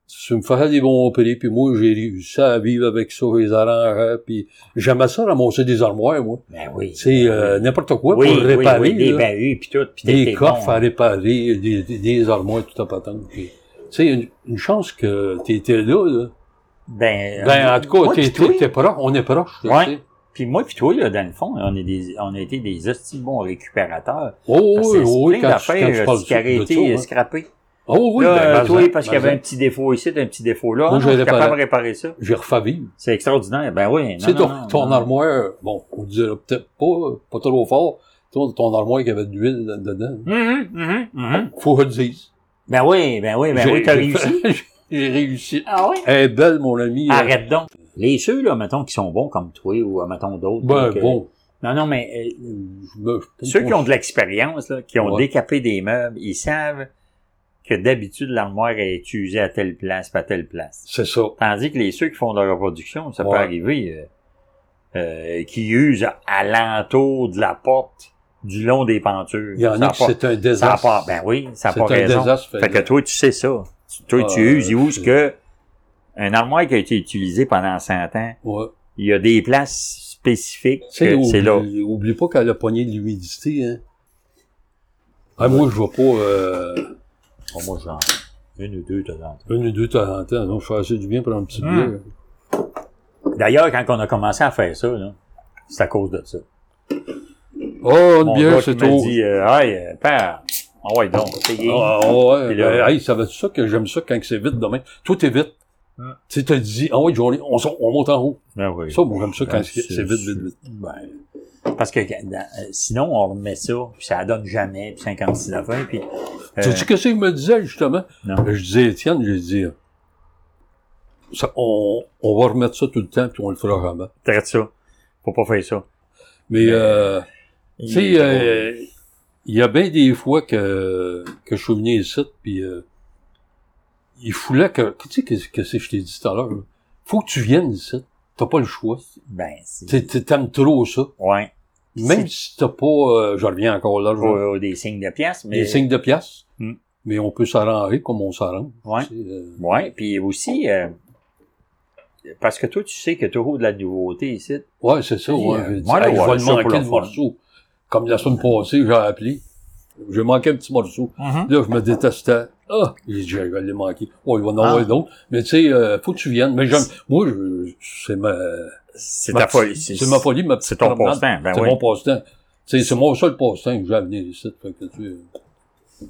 Speaker 2: tu me faisais des bons prix, puis moi, j'ai réussi à vivre avec ça, les arrangements, puis j'aimais ça ramasser des armoires, moi.
Speaker 1: Ben oui.
Speaker 2: Tu sais, euh, n'importe quoi
Speaker 1: oui,
Speaker 2: pour réparer,
Speaker 1: oui, oui, des
Speaker 2: là.
Speaker 1: bahuts, puis tout, puis
Speaker 2: des
Speaker 1: t'étais
Speaker 2: coffres
Speaker 1: bon.
Speaker 2: à réparer, des, des- des armoires tout à patente. puis- Tu sais, une, une chance que t'étais là, là.
Speaker 1: Ben,
Speaker 2: Ben, en tout cas,
Speaker 1: moi,
Speaker 2: t'es,
Speaker 1: puis toi,
Speaker 2: t'es- t'es proche, on est proche, là,
Speaker 1: Ouais.
Speaker 2: tu sais.
Speaker 1: Puis moi, puis toi, là, dans le fond, on, est des, on a été des hostiles bons récupérateurs.
Speaker 2: Oh,
Speaker 1: Parce que
Speaker 2: oui,
Speaker 1: Ah, c'est
Speaker 2: oui,
Speaker 1: plein
Speaker 2: quand, tu- quand tu
Speaker 1: d'affaires,
Speaker 2: parles
Speaker 1: euh, qui auraient
Speaker 2: de- de
Speaker 1: été euh,
Speaker 2: ça, hein.
Speaker 1: scrappées.
Speaker 2: Oh, oui, ben,
Speaker 1: là, euh,
Speaker 2: ben,
Speaker 1: toi,
Speaker 2: ben,
Speaker 1: parce qu'il y
Speaker 2: ben,
Speaker 1: avait un petit défaut ici, un petit défaut là.
Speaker 2: Moi,
Speaker 1: Ah,
Speaker 2: je
Speaker 1: non, je suis
Speaker 2: réparais.
Speaker 1: capable de réparer ça.
Speaker 2: J'ai refavi.
Speaker 1: C'est extraordinaire. Ben oui.
Speaker 2: Tu sais,
Speaker 1: non,
Speaker 2: ton,
Speaker 1: non, non,
Speaker 2: ton
Speaker 1: non.
Speaker 2: armoire, bon, on dirait peut-être pas, pas trop fort, ton, ton armoire qui avait de l'huile là- dedans.
Speaker 1: Mhm, mhm, mhm.
Speaker 2: Faut que je le dise.
Speaker 1: Ben oui, ben oui, ben
Speaker 2: J'ai-
Speaker 1: oui, t'as
Speaker 2: j'ai fait-
Speaker 1: réussi.
Speaker 2: J'ai réussi.
Speaker 1: Ah oui?
Speaker 2: Elle est belle, mon ami.
Speaker 1: Arrête donc. Les ceux, là, mettons, qui sont bons comme toi ou, euh, mettons, d'autres. là,
Speaker 2: Ben,
Speaker 1: que-
Speaker 2: bon.
Speaker 1: Non, non, mais euh,
Speaker 2: je me- je-
Speaker 1: Ceux qui ont de l'expérience, là, qui ont
Speaker 2: Ouais.
Speaker 1: décapé des meubles, ils savent que d'habitude l'armoire est usée à telle place, pas à telle place.
Speaker 2: C'est ça.
Speaker 1: Tandis que les ceux qui font de la reproduction, ça
Speaker 2: Ouais.
Speaker 1: peut arriver, euh, euh, qui usent à l'entour de la porte, du long des pentures.
Speaker 2: Il y en
Speaker 1: Ça
Speaker 2: a
Speaker 1: a
Speaker 2: qui
Speaker 1: pas-
Speaker 2: c'est un
Speaker 1: ça a
Speaker 2: désastre.
Speaker 1: pas- ben oui, ça n'a pas
Speaker 2: c'est un
Speaker 1: raison.
Speaker 2: désastre.
Speaker 1: Fait que toi, tu sais ça. Tu- Toi, tu
Speaker 2: Euh,
Speaker 1: uses, ils usent
Speaker 2: je-
Speaker 1: que un armoire qui a été utilisé pendant 100 ans,
Speaker 2: Ouais.
Speaker 1: il y a des places spécifiques
Speaker 2: Tu sais,
Speaker 1: que c'est là.
Speaker 2: oublie, oublie pas qu'elle a pogné de l'humidité, hein. Ah, moi, je vois pas, euh,
Speaker 1: Oh, moi, j'en une ou deux, t'as dans
Speaker 2: une ou deux temps en temps. Donc, je fais assez du bien pour un petit
Speaker 1: Hmm.
Speaker 2: bière.
Speaker 1: D'ailleurs, quand on a commencé à faire ça, là, c'est à cause de ça.
Speaker 2: Oh, une
Speaker 1: Mon
Speaker 2: bière,
Speaker 1: gars
Speaker 2: c'est
Speaker 1: qui m'a
Speaker 2: trop.
Speaker 1: dit, euh, hey, euh, père, ah ouais donc, essayez.
Speaker 2: Ah, ah, ouais.
Speaker 1: Puis là-
Speaker 2: Ben, hey, ça va être ça que j'aime ça quand c'est vite demain. Tout est vite.
Speaker 1: Hum.
Speaker 2: Tu sais, t'as dit, ah ouais, journée, on, s'en- on monte en haut.
Speaker 1: Ben oui.
Speaker 2: Ça, moi, j'aime ça quand
Speaker 1: Ben,
Speaker 2: c'est
Speaker 1: c'est-
Speaker 2: c'est vite, vite, vite.
Speaker 1: Ben, parce que quand- dans- euh, sinon, on remet ça, puis ça donne jamais, puis 56 à fin, puis... euh,
Speaker 2: Sais-tu qu'est-ce qu'il me disait, justement?
Speaker 1: Non.
Speaker 2: Je disais, Étienne, je dis, ça, on, on va remettre ça tout le temps, puis on le fera jamais.
Speaker 1: traite ça. Faut pas faire ça.
Speaker 2: Mais,
Speaker 1: Mais-
Speaker 2: euh,
Speaker 1: Il
Speaker 2: Tu sais,
Speaker 1: est
Speaker 2: euh, il y a bien des fois que, que je suis venu ici, puis euh, il foulait que... Tu sais, qu'est-ce que c'est que je t'ai dit tout à l'heure? là? Faut que tu viennes ici. T'as pas le choix.
Speaker 1: drôle. Ben, c'est...
Speaker 2: T'es- t'es- T'aimes trop ça.
Speaker 1: Ouais.
Speaker 2: Même si t'as pas... euh, je reviens encore là.
Speaker 1: Faut,
Speaker 2: genre,
Speaker 1: euh, des signes de pièces, mais...
Speaker 2: Des signes de pièces.
Speaker 1: Hmm.
Speaker 2: Mais on peut s'arranger comme on s'arrange.
Speaker 1: Ouais.
Speaker 2: tu sais, euh,
Speaker 1: Ouais, puis aussi... euh, parce que toi, tu sais que tu as de la nouveauté ici.
Speaker 2: ouais, c'est ça.
Speaker 1: Oui,
Speaker 2: Ouais,
Speaker 1: euh,
Speaker 2: J'ai dit,
Speaker 1: moi, là,
Speaker 2: hey, je
Speaker 1: ouais,
Speaker 2: vais le
Speaker 1: ça pour
Speaker 2: manquer
Speaker 1: le
Speaker 2: le
Speaker 1: fun.
Speaker 2: morceau. Comme la semaine passée, j'ai appelé. J'ai manqué un petit morceau. Là, je me détestais. Ah, j'ai dit, je vais les manquer. Ouais, il va en avoir
Speaker 1: Ah.
Speaker 2: d'autres. Mais tu sais, euh, faut que tu viennes. Mais j'aime, moi, je, c'est ma,
Speaker 1: C'est
Speaker 2: ma
Speaker 1: ta
Speaker 2: petite-
Speaker 1: folie.
Speaker 2: C'est ma folie, ma petite
Speaker 1: C'est ton
Speaker 2: promenade.
Speaker 1: passe-temps. Ben
Speaker 2: C'est
Speaker 1: oui.
Speaker 2: mon passe-temps. Tu sais, c'est mon seul passe-temps que j'ai amené ici. Fait que tu,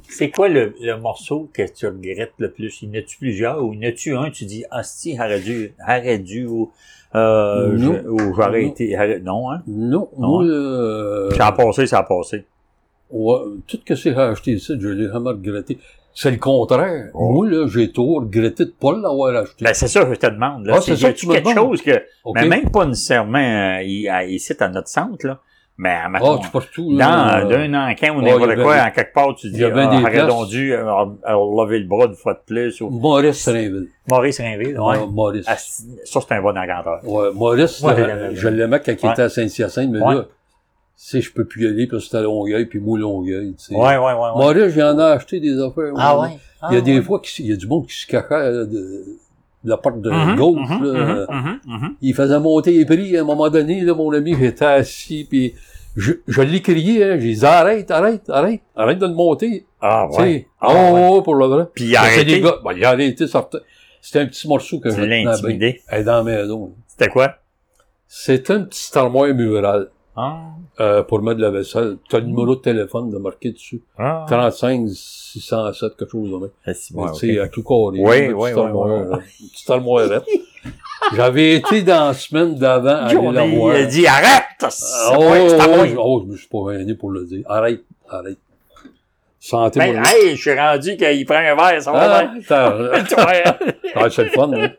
Speaker 1: C'est quoi le, le morceau que tu regrettes le plus? Y en a-tu plusieurs ou y en a-tu un, tu dis, ah, si, j'aurais dû, j'aurais dû, ou, euh,
Speaker 2: Non.
Speaker 1: je- ou j'aurais
Speaker 2: Non.
Speaker 1: été, j'aurais- non, hein?
Speaker 2: non,
Speaker 1: Non,
Speaker 2: moi,
Speaker 1: hein.
Speaker 2: euh,
Speaker 1: Ça a passé, ça a passé.
Speaker 2: ouais, tout ce que j'ai acheté ici, je l'ai jamais regretté. C'est le contraire.
Speaker 1: Oh.
Speaker 2: Moi, là, j'ai toujours regretté de pas l'avoir acheté.
Speaker 1: Ben, c'est ça que je te demande, là.
Speaker 2: Ah,
Speaker 1: c'est
Speaker 2: c'est ça
Speaker 1: y
Speaker 2: que tu
Speaker 1: a-tu
Speaker 2: me
Speaker 1: quelque
Speaker 2: demandes?
Speaker 1: chose que,
Speaker 2: OK?
Speaker 1: mais même pas nécessairement, euh, i- à- ici, à notre centre, là, mais à ma
Speaker 2: ah, tu passes tout, là,
Speaker 1: dans
Speaker 2: euh,
Speaker 1: d'un encan ou
Speaker 2: oh, il y
Speaker 1: n'importe
Speaker 2: avait-
Speaker 1: quoi, en quelque part, tu
Speaker 2: il y
Speaker 1: dis,
Speaker 2: avait
Speaker 1: ah,
Speaker 2: des
Speaker 1: j'aurais
Speaker 2: places.
Speaker 1: donc dû, euh, euh, lever le bras une fois de plus, ou
Speaker 2: Maurice Rainville.
Speaker 1: Maurice Rainville, ouais.
Speaker 2: Ah, Maurice.
Speaker 1: Ah, ça, c'est un bon encanteur.
Speaker 2: Ouais, Maurice,
Speaker 1: Ouais,
Speaker 2: euh,
Speaker 1: la- la-
Speaker 2: je l'aimais quand il
Speaker 1: Ouais.
Speaker 2: était à Saint-Hyacinthe, mais
Speaker 1: Ouais.
Speaker 2: là, tu sais, je peux plus y aller parce que c'était à Longueuil, puis moi, Longueuil, tu sais.
Speaker 1: Ouais, ouais, ouais, ouais.
Speaker 2: Maurice, j'en ai acheté des affaires.
Speaker 1: Ah
Speaker 2: moi.
Speaker 1: ouais?
Speaker 2: Il y a
Speaker 1: Ah
Speaker 2: des
Speaker 1: ouais.
Speaker 2: fois qu'il y a du monde qui se cachait euh, de, la porte de
Speaker 1: Mhm,
Speaker 2: gauche.
Speaker 1: mhm,
Speaker 2: là,
Speaker 1: mhm,
Speaker 2: euh,
Speaker 1: mhm, mhm.
Speaker 2: Il faisait monter les prix. À un moment donné, là, mon ami, j'étais assis, puis je, je l'ai crié, hein, j'ai dit arrête, arrête, arrête, arrête de le monter.
Speaker 1: Ah
Speaker 2: Tu sais,
Speaker 1: ouais.
Speaker 2: en
Speaker 1: Ah, ouais.
Speaker 2: haut, pour le vrai.
Speaker 1: Puis il a
Speaker 2: Mais c'est des
Speaker 1: arrêté.
Speaker 2: gars, euh, ben, il a arrêté, sorti- C'était un petit morceau que
Speaker 1: Tu
Speaker 2: je
Speaker 1: l'as
Speaker 2: tenais à bain.
Speaker 1: intimidé.
Speaker 2: Elle est dans la maison.
Speaker 1: C'était quoi?
Speaker 2: C'est un petit armoire murale
Speaker 1: Ah,
Speaker 2: euh, pour mettre de la vaisselle. T'as le numéro de téléphone de marqué dessus.
Speaker 1: Mm. ah.
Speaker 2: 35 607, quelque chose de même.
Speaker 1: Ah, si,
Speaker 2: Mais
Speaker 1: ouais,
Speaker 2: tu
Speaker 1: ok.
Speaker 2: sais, euh, à tout corps.
Speaker 1: Oui,
Speaker 2: une petite
Speaker 1: oui, oui,
Speaker 2: armoire,
Speaker 1: oui, oui.
Speaker 2: là, Une petite armoirette. J'avais été dans la semaine d'avant à aller
Speaker 1: Johnny,
Speaker 2: la voir.
Speaker 1: il a dit arrête!
Speaker 2: Ah,
Speaker 1: C'est
Speaker 2: oh,
Speaker 1: pas- c'est pas
Speaker 2: oh,
Speaker 1: moi.
Speaker 2: je- oh, je me suis pas gêné pour le dire. Arrête, arrête. Santé,
Speaker 1: Ben,
Speaker 2: mon
Speaker 1: hey, je suis rendu qu'il prend un verre, ça va
Speaker 2: Ah, t'as-
Speaker 1: bien.
Speaker 2: ah, c'est le fun, hein.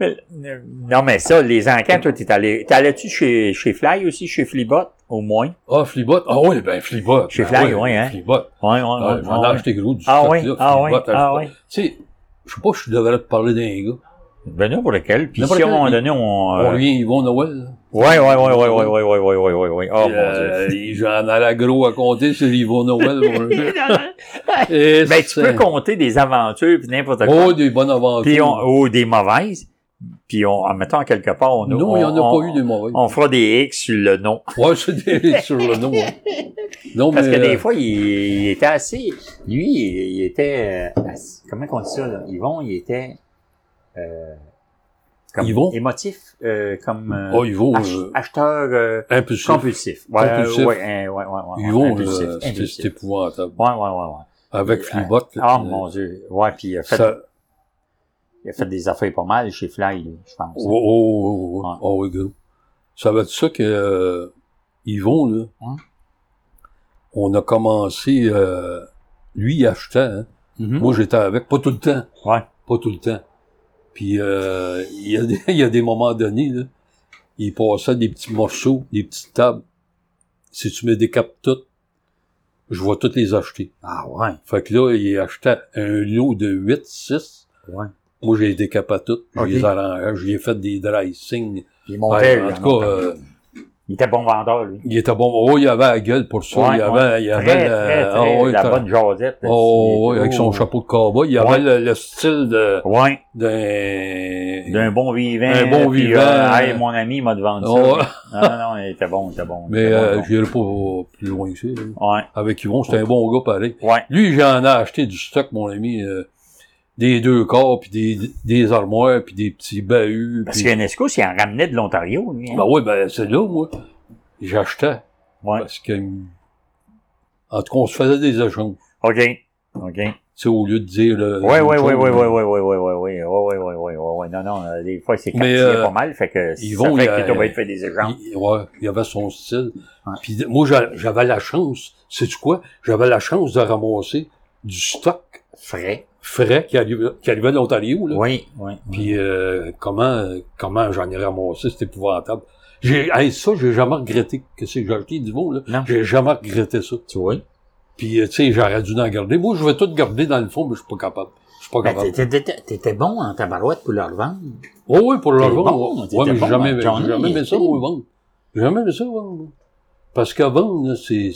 Speaker 1: Mais, euh, Non, mais ça, les enquêtes, toi, t'es allé. T'allais-tu chez, chez Fly aussi, chez Flibot, au moins?
Speaker 2: Ah, Flibot. Ah oui, ben Flibot.
Speaker 1: Chez
Speaker 2: Ben
Speaker 1: Fly,
Speaker 2: oui,
Speaker 1: oui, hein.
Speaker 2: Flibot.
Speaker 1: Ouais, ouais,
Speaker 2: Ah,
Speaker 1: ouais,
Speaker 2: J'en ai
Speaker 1: ouais.
Speaker 2: acheté gros du
Speaker 1: Ah
Speaker 2: stock,
Speaker 1: oui,
Speaker 2: là,
Speaker 1: ah oui,
Speaker 2: Flibot,
Speaker 1: ah
Speaker 2: hein,
Speaker 1: oui.
Speaker 2: Tu sais, je sais pas si je devrais te parler d'un gars.
Speaker 1: Ben, n'importe lequel. Puis
Speaker 2: N'importe
Speaker 1: si à un
Speaker 2: lequel,
Speaker 1: moment
Speaker 2: il-
Speaker 1: donné, on...
Speaker 2: On
Speaker 1: euh,
Speaker 2: revient, ils vont à Noël. là.
Speaker 1: Ouais, ouais, ouais, ouais, ouais, ouais, ouais, ouais, ouais, ouais, ouais. Oh,
Speaker 2: Puis, euh, ils- J'en allais gros à compter sur Yvon Noël. mon
Speaker 1: mon Dieu.
Speaker 2: Dieu. Et
Speaker 1: ben, tu
Speaker 2: c'est-
Speaker 1: peux compter des aventures, puis n'importe quoi.
Speaker 2: Oh, des bonnes aventures.
Speaker 1: Puis on, ou des mauvaises. Puis on, en mettant quelque part, on...
Speaker 2: non,
Speaker 1: on-
Speaker 2: il n'y en a
Speaker 1: on-
Speaker 2: pas eu des mauvais.
Speaker 1: On fera des X sur le nom.
Speaker 2: Ouais, c'est des sur le nom. hein. Non,
Speaker 1: Parce que
Speaker 2: mais,
Speaker 1: des
Speaker 2: euh,
Speaker 1: fois, il, il était assez... Lui, il, il était... euh, assis- comment on dit ça, là? Yvon, il était... Euh, comme
Speaker 2: Yvon?
Speaker 1: Émotif, euh, comme... euh,
Speaker 2: oh, ils vont,
Speaker 1: ach-
Speaker 2: euh,
Speaker 1: acheteur... euh,
Speaker 2: impulsif.
Speaker 1: Compulsif. Ouais,
Speaker 2: Compulsif.
Speaker 1: euh, ouais, hein, ouais, ouais, ouais,
Speaker 2: Ils
Speaker 1: ouais,
Speaker 2: vont,
Speaker 1: impulsif,
Speaker 2: là, c'était-
Speaker 1: impulsif.
Speaker 2: c'était épouvantable.
Speaker 1: Ouais, ouais, ouais, ouais.
Speaker 2: Avec
Speaker 1: Ah,
Speaker 2: Flibot.
Speaker 1: Ah,
Speaker 2: là,
Speaker 1: mon Dieu. Ouais, puis il a fait,
Speaker 2: ça-
Speaker 1: il a fait des affaires pas mal chez Fly, lui, je pense.
Speaker 2: Oh, oh, oh, oh,
Speaker 1: Ouais.
Speaker 2: oh, oui, gros. Ça veut dire ça que euh, Yvon, là,
Speaker 1: Ouais.
Speaker 2: on a commencé, euh, lui, il achetait. hein.
Speaker 1: Mhm.
Speaker 2: Moi, j'étais avec, pas tout le temps.
Speaker 1: Ouais.
Speaker 2: Pas tout le temps. Puis, euh, il, y a des, il y a des moments donnés, là, il passait des petits morceaux, des petites tables. Si tu me décapes toutes, je vais toutes les acheter.
Speaker 1: Ah, ouais.
Speaker 2: Fait que là, il achetait un lot de 8, 6.
Speaker 1: Ouais.
Speaker 2: Moi, j'ai les à toutes. Je
Speaker 1: Ok.
Speaker 2: les arrangeais, je lui ai fait des dressings.
Speaker 1: Puis il montait,
Speaker 2: Ouais,
Speaker 1: lui,
Speaker 2: en tout cas,
Speaker 1: montant.
Speaker 2: euh,
Speaker 1: Il était bon vendeur, lui.
Speaker 2: il était bon. Oh, il avait la gueule pour ça.
Speaker 1: Ouais,
Speaker 2: il avait, il
Speaker 1: Très,
Speaker 2: avait
Speaker 1: très,
Speaker 2: la,
Speaker 1: très,
Speaker 2: oh, il
Speaker 1: la
Speaker 2: était-
Speaker 1: bonne jasette. là,
Speaker 2: oh,
Speaker 1: il-
Speaker 2: oui, avec son
Speaker 1: oh.
Speaker 2: chapeau de cowboy. Il
Speaker 1: Ouais.
Speaker 2: avait le, le style de,
Speaker 1: Ouais,
Speaker 2: d'un,
Speaker 1: d'un bon vivant.
Speaker 2: Un bon
Speaker 1: puis,
Speaker 2: vivant.
Speaker 1: euh, hey, mon ami m'a vendu
Speaker 2: Oh.
Speaker 1: ça. Non, non, non, il était bon, il était bon. il
Speaker 2: mais,
Speaker 1: était
Speaker 2: euh,
Speaker 1: bon,
Speaker 2: j'irai pas plus loin que ça, là.
Speaker 1: bon. Ouais,
Speaker 2: Avec Yvon, c'était un bon gars, pareil.
Speaker 1: ouais.
Speaker 2: Lui, j'en ai acheté du stock, mon ami, euh, des deux corps, puis des, des armoires, puis des petits bahuts.
Speaker 1: Parce
Speaker 2: puis-
Speaker 1: qu'Unesco, il en ramenait de l'Ontario, lui. hein.
Speaker 2: Ben oui, ben c'est là, moi. J'achetais.
Speaker 1: Ouais.
Speaker 2: Parce que. En tout cas, on se faisait des échanges.
Speaker 1: OK. OK.
Speaker 2: Tu sais, au lieu de dire. là,
Speaker 1: Oui,
Speaker 2: une
Speaker 1: oui,
Speaker 2: chose,
Speaker 1: oui, oui, oui,
Speaker 2: là,
Speaker 1: oui, oui, oui, oui, oui, oui, oui, oui, oui, oui, oui, non, non, euh, des fois, c'est
Speaker 2: Mais,
Speaker 1: quartier
Speaker 2: euh,
Speaker 1: pas mal, fait que
Speaker 2: ils
Speaker 1: ça
Speaker 2: vont,
Speaker 1: fait
Speaker 2: il y a-
Speaker 1: que t'as pas fait des échanges.
Speaker 2: Il, ouais, il avait son style.
Speaker 1: Ouais.
Speaker 2: Puis de- moi, j'a- j'avais la chance. Sais-tu quoi? J'avais la chance de ramasser du stock
Speaker 1: Frais.
Speaker 2: frais qui arrivait, qui arrivait de l'Ontario. là.
Speaker 1: Oui, oui.
Speaker 2: Puis euh, comment comment j'en ai ramassé, c'était épouvantable. J'ai hey, ça, j'ai jamais regretté que c'est que j'ai acheté du bon, là.
Speaker 1: Non.
Speaker 2: J'ai jamais regretté ça.
Speaker 1: Tu vois?
Speaker 2: Puis, euh, tu sais, j'aurais dû en garder. Moi, je vais tout garder dans le fond, mais je suis pas capable. Je suis pas
Speaker 1: Ben,
Speaker 2: capable.
Speaker 1: t'étais- t'étais t'étais bon en tabarouette pour leur vendre.
Speaker 2: Oh oui, pour le
Speaker 1: t'es
Speaker 2: vendre.
Speaker 1: bon,
Speaker 2: ouais.
Speaker 1: t'étais
Speaker 2: ouais, mais
Speaker 1: bon,
Speaker 2: j'ai jamais,
Speaker 1: hein,
Speaker 2: j'ai
Speaker 1: Johnny,
Speaker 2: jamais aimé ça,
Speaker 1: t'es-
Speaker 2: moi, vendre. J'ai jamais aimé ça, vendre. Parce que vendre, là, c'est,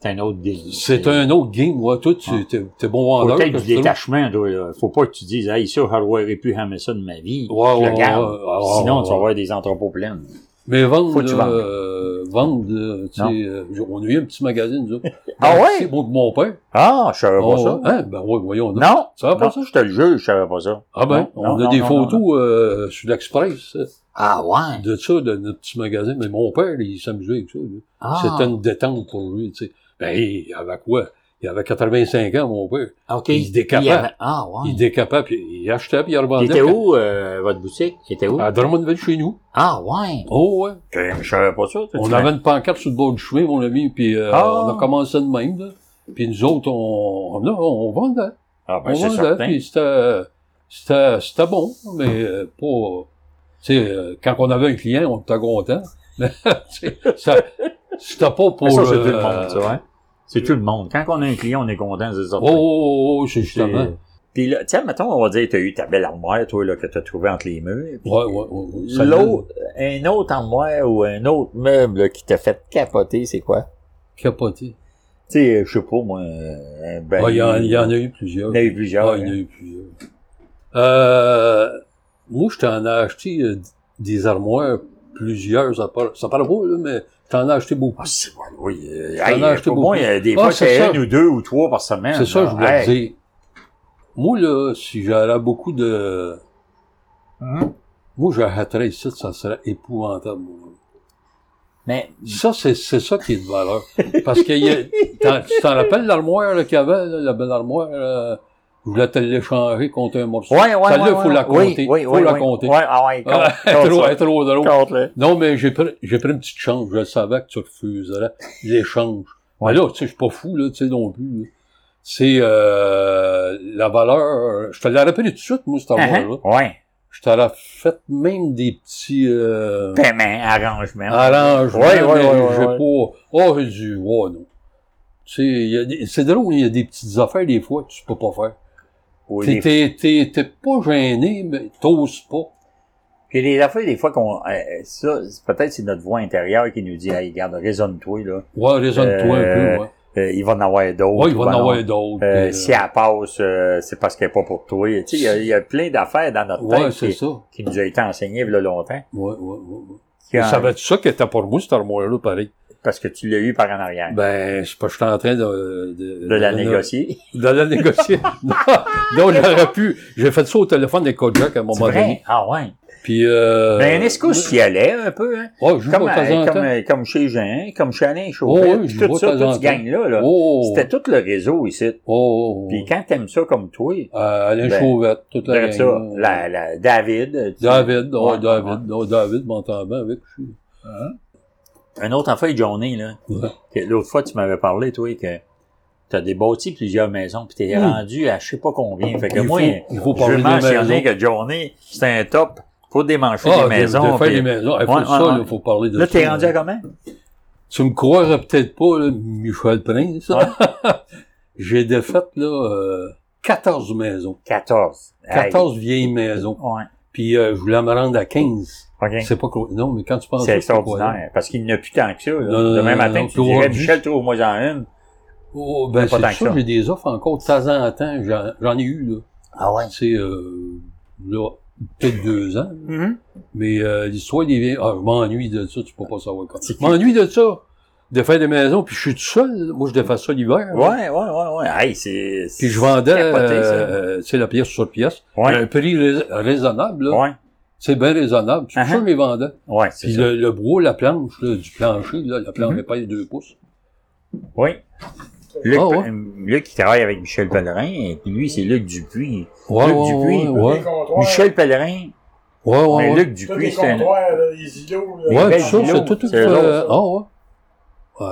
Speaker 1: C'est un autre délit.
Speaker 2: c'est un autre game, ouais. Toi, tu,
Speaker 1: Ouais.
Speaker 2: t'es, t'es bon
Speaker 1: Faut
Speaker 2: vendeur.
Speaker 1: peut-être
Speaker 2: parce
Speaker 1: du
Speaker 2: que-
Speaker 1: détachement, toi, là. Faut pas que tu dises, hey, ça, j'aurais pu ramener ça de ma vie.
Speaker 2: Ouais,
Speaker 1: Je
Speaker 2: ouais,
Speaker 1: le garde.
Speaker 2: ouais, ouais,
Speaker 1: Sinon,
Speaker 2: ouais,
Speaker 1: tu vas
Speaker 2: ouais.
Speaker 1: avoir des entrepôts pleins.
Speaker 2: Mais vendre,
Speaker 1: Faut que tu
Speaker 2: là,
Speaker 1: vendes.
Speaker 2: euh, vendre, là, tu sais,
Speaker 1: Non.
Speaker 2: euh, on a eu un petit magazine, nous autres.
Speaker 1: Ah
Speaker 2: Dans le
Speaker 1: ouais?
Speaker 2: petit bout de mon père.
Speaker 1: Ah, je savais pas
Speaker 2: Oh,
Speaker 1: ça.
Speaker 2: hein, ben ouais, voyons. donc.
Speaker 1: Non.
Speaker 2: Ça va pas,
Speaker 1: Non,
Speaker 2: ça?
Speaker 1: je te le jure, je savais pas ça.
Speaker 2: Ah ben,
Speaker 1: Non,
Speaker 2: on
Speaker 1: non,
Speaker 2: a des
Speaker 1: non,
Speaker 2: photos euh, sur l'Express euh,
Speaker 1: Ah ouais?
Speaker 2: de ça, de notre petit magazine. Mais mon père, il s'amusait avec ça. là.
Speaker 1: Ah.
Speaker 2: C'était une détente pour lui, tu sais. Ben, il avait quoi? Il avait 85 ans, mon père.
Speaker 1: OK.
Speaker 2: il se décapait.
Speaker 1: Il y avait- Ah ouais.
Speaker 2: Il décapait, puis il achetait, puis il
Speaker 1: Il
Speaker 2: revendait.
Speaker 1: était où, euh, votre boutique? Il était où?
Speaker 2: À Drummondville, chez nous.
Speaker 1: Ah, ouais.
Speaker 2: Oh, ouais.
Speaker 1: Je savais pas ça.
Speaker 2: On avait une pancarte sur le bord du chemin, mon ami, puis euh,
Speaker 1: Ah.
Speaker 2: on a commencé de même, là. Puis nous autres, on, on, on vendait.
Speaker 1: Ah,
Speaker 2: on
Speaker 1: ben, c'est
Speaker 2: vendait,
Speaker 1: certain.
Speaker 2: puis c'était, c'était, c'était bon, mais euh, pas... Tu sais, euh, quand on avait un client, on était content. Mais, tu sais, ça- c'était pas pour...
Speaker 1: Mais ça, c'est
Speaker 2: euh,
Speaker 1: tout le monde, ça, hein? C'est tout le monde. Quand on a un client, on est content, c'est ça.
Speaker 2: Oh, oh, oh, c'est justement...
Speaker 1: Puis là, tiens, mettons, on va dire, t'as eu ta belle armoire, toi, là, que t'as trouvée entre les murs.
Speaker 2: Ouais, ouais, ouais. Ça
Speaker 1: L'autre, un autre armoire ou un autre meuble là, qui t'a fait capoter, c'est quoi?
Speaker 2: l'a
Speaker 1: Tu
Speaker 2: Capoté.
Speaker 1: sais, je sais pas, moi, un
Speaker 2: Ah,
Speaker 1: ben,
Speaker 2: Il y, en- il y en a eu plusieurs. hein.
Speaker 1: Il y en a eu plusieurs.
Speaker 2: Ah, il y en a eu plusieurs. Euh, moi, je t'en ai acheté euh, des armoires, plusieurs, ça parle, ça parle pas, là, mais je t'en ai acheté beaucoup.
Speaker 1: Ah, c'est bon, oui. euh,
Speaker 2: Ça en
Speaker 1: hey,
Speaker 2: a acheté
Speaker 1: pour moi,
Speaker 2: beaucoup.
Speaker 1: il y a des
Speaker 2: Ah,
Speaker 1: fois,
Speaker 2: c'est
Speaker 1: c'est
Speaker 2: ça.
Speaker 1: une ou deux ou trois par semaine.
Speaker 2: C'est ça,
Speaker 1: là.
Speaker 2: je voulais
Speaker 1: Hey.
Speaker 2: te dire. Moi, là, si j'allais beaucoup de...
Speaker 1: Hum.
Speaker 2: Moi, j'achèterais ici, ça serait épouvantable. moi.
Speaker 1: Mais,
Speaker 2: Ça, c'est, c'est ça qui est de valeur. Parce que, il y a- t'en- tu t'en rappelles l'armoire là, qu'il y avait, là, la belle armoire, là, je voulais te l'échanger contre un morceau.
Speaker 1: ouais, ouais, ouais.
Speaker 2: Celle-là,
Speaker 1: ouais,
Speaker 2: faut la
Speaker 1: ouais.
Speaker 2: compter.
Speaker 1: Oui, oui,
Speaker 2: Faut
Speaker 1: oui,
Speaker 2: la
Speaker 1: oui.
Speaker 2: compter.
Speaker 1: Ouais, ah, ouais, compte,
Speaker 2: Ah, elle est
Speaker 1: compte
Speaker 2: trop,
Speaker 1: ça.
Speaker 2: elle est trop drôle.
Speaker 1: Compte, là.
Speaker 2: Non, mais j'ai pris, j'ai pris une petite chance. Je savais que tu refuserais l'échange. Mais là, tu sais, je suis pas fou, là, tu sais, non plus. là. C'est euh, la valeur. Je te l'aurais pris tout de suite, moi, cette
Speaker 1: Uh-huh.
Speaker 2: armoire-là.
Speaker 1: Ouais.
Speaker 2: Je t'aurais fait même des petits euh,
Speaker 1: Paiement, arrangement.
Speaker 2: arrangements.
Speaker 1: Ouais, ouais,
Speaker 2: mais
Speaker 1: ouais, ouais,
Speaker 2: j'ai
Speaker 1: ouais.
Speaker 2: pas. Oh, j'ai dit, oh non. Tu sais, il y a des- c'est drôle, il y a des petites affaires, des fois, que tu peux pas faire.
Speaker 1: Oui,
Speaker 2: T'es-
Speaker 1: des-
Speaker 2: T'es t'es- t'es pas gêné, mais t'oses pas.
Speaker 1: Puis les affaires, des fois, qu'on, euh, euh, ça, c'est- peut-être c'est notre voix intérieure qui nous dit, hey, regarde, raisonne-toi, là.
Speaker 2: Ouais, raisonne-toi un
Speaker 1: Euh,
Speaker 2: peu, ouais.
Speaker 1: Euh, il va en avoir d'autres.
Speaker 2: Ouais, il va en
Speaker 1: ou
Speaker 2: avoir
Speaker 1: non.
Speaker 2: d'autres.
Speaker 1: Euh,
Speaker 2: puis,
Speaker 1: si elle passe, euh, c'est parce qu'elle n'est pas pour toi. Tu sais, il y a- il y, a plein d'affaires dans notre
Speaker 2: Ouais,
Speaker 1: tête
Speaker 2: c'est
Speaker 1: qui,
Speaker 2: ça.
Speaker 1: qui nous a été enseignées il y a longtemps.
Speaker 2: Ouais, ouais, ouais.
Speaker 1: Qui en-
Speaker 2: Ça va être ça qui était pour moi, cette armoire-là, pareil.
Speaker 1: Parce que tu l'as eu par en arrière.
Speaker 2: Ben, je sais pas, je suis en train de... De,
Speaker 1: de la négocier.
Speaker 2: De la négocier. non, non, j'aurais pu... J'ai fait ça au téléphone des Kojak à un
Speaker 1: C'est
Speaker 2: moment
Speaker 1: vrai?
Speaker 2: donné.
Speaker 1: Ah ouais.
Speaker 2: Puis, euh...
Speaker 1: ben, Nesco s'y allait un peu, hein.
Speaker 2: Ouais, je joue de
Speaker 1: Comme,
Speaker 2: temps
Speaker 1: euh,
Speaker 2: en
Speaker 1: comme,
Speaker 2: temps.
Speaker 1: euh, comme chez Jean, comme chez Alain
Speaker 2: Oh,
Speaker 1: Chauvin,
Speaker 2: oui,
Speaker 1: puis
Speaker 2: je
Speaker 1: tout
Speaker 2: vois
Speaker 1: ça,
Speaker 2: de temps en
Speaker 1: toute cette
Speaker 2: temps.
Speaker 1: gang-là, là.
Speaker 2: Oh,
Speaker 1: C'était tout le réseau ici.
Speaker 2: oh, oh,
Speaker 1: Puis quand t'aimes ça comme toi,
Speaker 2: Euh, Alain
Speaker 1: Ben,
Speaker 2: Chauvette, toute la
Speaker 1: regarde ça,
Speaker 2: gang.
Speaker 1: la, la, David. tu-
Speaker 2: David, oh,
Speaker 1: Ouais, ouais.
Speaker 2: David, oh, David m'entend bien avec. je suis-
Speaker 1: Un autre affaire, Johnny, là.
Speaker 2: Ouais.
Speaker 1: que L'autre fois, tu m'avais parlé, toi, que t'as débâti plusieurs maisons, puis t'es
Speaker 2: Mm.
Speaker 1: rendu à je sais pas combien. Fait que
Speaker 2: Il
Speaker 1: moi,
Speaker 2: faut- il faut
Speaker 1: je veux
Speaker 2: parler des
Speaker 1: mentionner
Speaker 2: maisons.
Speaker 1: que Johnny, c'est un top. Faut démancher
Speaker 2: Ah,
Speaker 1: des
Speaker 2: de-
Speaker 1: maisons.
Speaker 2: De faire
Speaker 1: puis-
Speaker 2: des maisons. Il faut
Speaker 1: Ouais,
Speaker 2: ça,
Speaker 1: ouais,
Speaker 2: là,
Speaker 1: ouais.
Speaker 2: faut parler de
Speaker 1: Là,
Speaker 2: ça.
Speaker 1: t'es rendu à comment?
Speaker 2: Tu me croirais peut-être pas, là, Michel Prince. J'ai défait, là, euh, 14 maisons.
Speaker 1: 14. Hey.
Speaker 2: 14 vieilles maisons.
Speaker 1: Ouais.
Speaker 2: Puis euh, je voulais me rendre à 15.
Speaker 1: OK.
Speaker 2: C'est pas quoi. Non, mais quand tu penses...
Speaker 1: C'est
Speaker 2: ça, pas croyable.
Speaker 1: extraordinaire. Parce qu'il n'y en a plus tant que ça. là.
Speaker 2: Non, non,
Speaker 1: Demain
Speaker 2: non,
Speaker 1: matin,
Speaker 2: non,
Speaker 1: tu
Speaker 2: puis
Speaker 1: dirais,
Speaker 2: aujourd'hui-
Speaker 1: Michel, trouve-moi en une.
Speaker 2: Oh, ben,
Speaker 1: Pas
Speaker 2: c'est
Speaker 1: tant que ça.
Speaker 2: ça, j'ai des offres encore de temps en temps. J'en j'en ai eu, là.
Speaker 1: Ah ouais?
Speaker 2: C'est, euh, là, peut-être deux ans.
Speaker 1: Mm-hmm.
Speaker 2: Mais euh, l'histoire des vieilles... Ah, je m'ennuie de ça, tu peux pas savoir quand. Je m'ennuie de ça. De faire des maisons, puis je suis tout seul. Moi, je défais ça l'hiver. là.
Speaker 1: Ah Ouais, ouais, ouais, ouais. Hey, c'est...
Speaker 2: Puis je vendais,
Speaker 1: c'est capoté, ça.
Speaker 2: euh, tu sais, la pièce sur pièce.
Speaker 1: Ouais.
Speaker 2: à un prix rais- raisonnable, là.
Speaker 1: Ouais.
Speaker 2: C'est bien raisonnable. C'est pour
Speaker 1: Uh-huh.
Speaker 2: ça que je les vendais.
Speaker 1: Ouais, c'est
Speaker 2: Puis
Speaker 1: ça. Mm-hmm.
Speaker 2: le, le bois, la planche, là, du plancher, là, la planche n'est pas les deux pouces.
Speaker 1: Oui. Luc,
Speaker 2: Ah, ouais.
Speaker 1: Luc, qui travaille avec Michel Pellerin, et puis lui, c'est Luc Dupuis.
Speaker 2: Ouais,
Speaker 1: Luc
Speaker 2: ouais,
Speaker 1: Dupuis,
Speaker 2: ouais,
Speaker 1: il
Speaker 2: ouais.
Speaker 1: Michel Pellerin,
Speaker 2: Ouais, ouais,
Speaker 1: mais
Speaker 2: ouais.
Speaker 1: Luc
Speaker 3: Tous les
Speaker 1: Dupuis, c'est un...
Speaker 3: comptoirs, là, les îlots, là,
Speaker 1: les
Speaker 2: Ouais,
Speaker 1: belles
Speaker 2: tout ça,
Speaker 1: vidéos,
Speaker 2: c'est tout, tout,
Speaker 1: c'est eux
Speaker 2: euh,
Speaker 3: autres,
Speaker 2: ah, ouais. Ouais.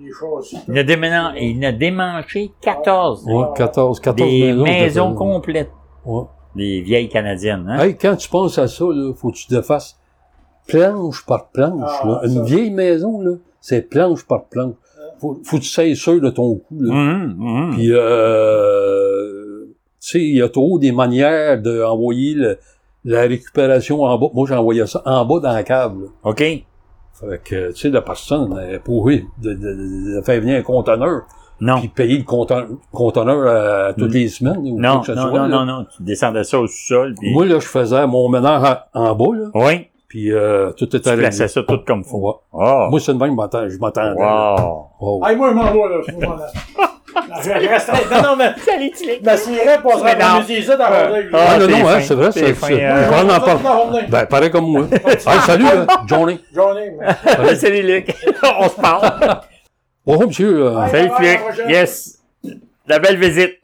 Speaker 3: les choses.
Speaker 1: Il a, déménan- il a démanché 14
Speaker 2: Ouais, 14, 14
Speaker 1: des
Speaker 2: maisons.
Speaker 1: maisons
Speaker 2: j'avais-
Speaker 1: complètes
Speaker 2: Ouais.
Speaker 1: des vieilles Canadiennes. Hein?
Speaker 2: Hey, quand tu penses à ça, là, faut que tu défasses planche par planche,
Speaker 3: Ah,
Speaker 2: là.
Speaker 3: ça.
Speaker 2: Une vieille maison, là, c'est planche par planche. Faut, faut que tu sois sûr de ton coup, là.
Speaker 1: Mhm, mhm.
Speaker 2: Puis, euh, tu sais, il y a trop des manières d'envoyer le- la récupération en bas. Moi, j'envoyais ça en bas dans la cave. là.
Speaker 1: OK.
Speaker 2: Fait que, tu sais, la personne est pourrie de, de, de- de faire venir un conteneur,
Speaker 1: Non. Hmm.
Speaker 2: puis payer le conten- conteneur euh, toutes les semaines. ou quoi
Speaker 1: Non,
Speaker 2: que ce
Speaker 1: non,
Speaker 2: soit,
Speaker 1: non,
Speaker 2: là.
Speaker 1: non, non. Tu descendais ça au sous-sol, puis...
Speaker 2: Moi, là, je faisais mon ménage en, en bas, là,
Speaker 1: Oui,
Speaker 2: puis euh, tout était
Speaker 1: tu
Speaker 2: réglé.
Speaker 1: plaçais ça tout comme faut.
Speaker 2: Ouais.
Speaker 1: Oh,
Speaker 2: Moi, c'est le même, je m'attends- je m'attendais. là.
Speaker 1: wow.
Speaker 2: Oh.
Speaker 3: Hey, moi, je m'en vais, là, je m'en vais. Je resterai- Non, non, mais
Speaker 1: Salut,
Speaker 3: je m'assirais pour
Speaker 1: Mais
Speaker 3: faire
Speaker 1: non.
Speaker 3: la musique dans la rondelle.
Speaker 1: Ah,
Speaker 2: Ah, non,
Speaker 1: t'es
Speaker 2: non,
Speaker 1: fin.
Speaker 2: hein, c'est vrai,
Speaker 1: T'es
Speaker 2: c'est...
Speaker 1: fin,
Speaker 2: c'est-
Speaker 1: euh,
Speaker 2: je vais en parle.
Speaker 3: Dans la rondelle.
Speaker 2: Ben, pareil comme moi. hey, salut, là, Johnny.
Speaker 3: Journée, moi.
Speaker 1: Salut, Luc. On se parle.
Speaker 2: Bonjour, monsieur. euh,
Speaker 3: Ouais.
Speaker 1: Salut,
Speaker 3: bye, à la
Speaker 1: Flic.
Speaker 3: prochaine.
Speaker 1: Yes. La belle visite.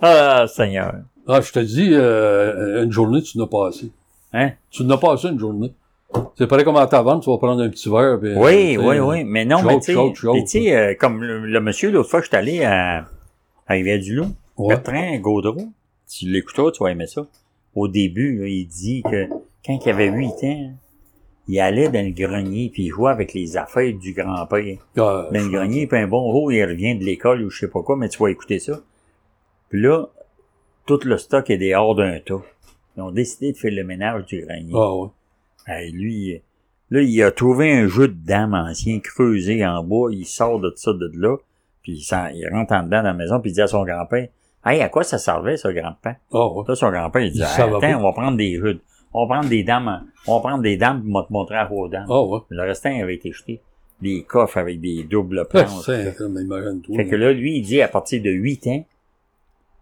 Speaker 1: ah, Seigneur.
Speaker 2: Ah, je te dis, euh, une journée, tu n'as pas assez.
Speaker 1: Hein?
Speaker 2: Tu n'as pas assez une journée. C'est pareil comme à ta vente, tu vas prendre un petit verre. puis,
Speaker 1: Oui,
Speaker 2: euh,
Speaker 1: oui, oui. Mais non,
Speaker 2: Choke,
Speaker 1: mais tu sais,
Speaker 2: choke, choke.
Speaker 1: puis tu sais, euh, comme le, le monsieur, l'autre fois, je suis allé à, à Rivière-du-Loup,
Speaker 2: euh, Ouais.
Speaker 1: Bertrand Gaudreau, tu l'écouteras, tu vas aimer ça. Au début, là, il dit que quand il avait 8 ans, il allait dans le grenier puis il jouait avec les affaires du grand-père. Dans
Speaker 2: Euh,
Speaker 1: le grenier, puis un bon jour, il revient de l'école ou je sais pas quoi, mais tu vas écouter ça. Puis là, tout le stock est dehors d'un tas. Ils ont décidé de faire le ménage du grenier.
Speaker 2: Ah, ouais.
Speaker 1: Hey, lui, euh, là, il a trouvé un jeu de dames ancien creusé en bas. Il sort de ça, de là. Puis il, s'en- il rentre en dedans dans la maison. Puis il dit à son grand-père, Hey, à quoi ça servait, ce grand-père?
Speaker 2: Ah, ouais.
Speaker 1: Là, son grand-père, il disait,
Speaker 2: Ça va
Speaker 1: attends,
Speaker 2: pas.
Speaker 1: on va prendre des rudes. On va prendre des dames, on va prendre des dames pour te montrer à vos dames.
Speaker 2: Ah, ouais.
Speaker 1: Le restant avait été jeté. Des coffres avec des doubles
Speaker 2: Ah,
Speaker 1: planches.
Speaker 2: c'est, mais
Speaker 1: ben,
Speaker 2: imagine-toi.
Speaker 1: Fait que là, lui, il dit à partir de 8 ans,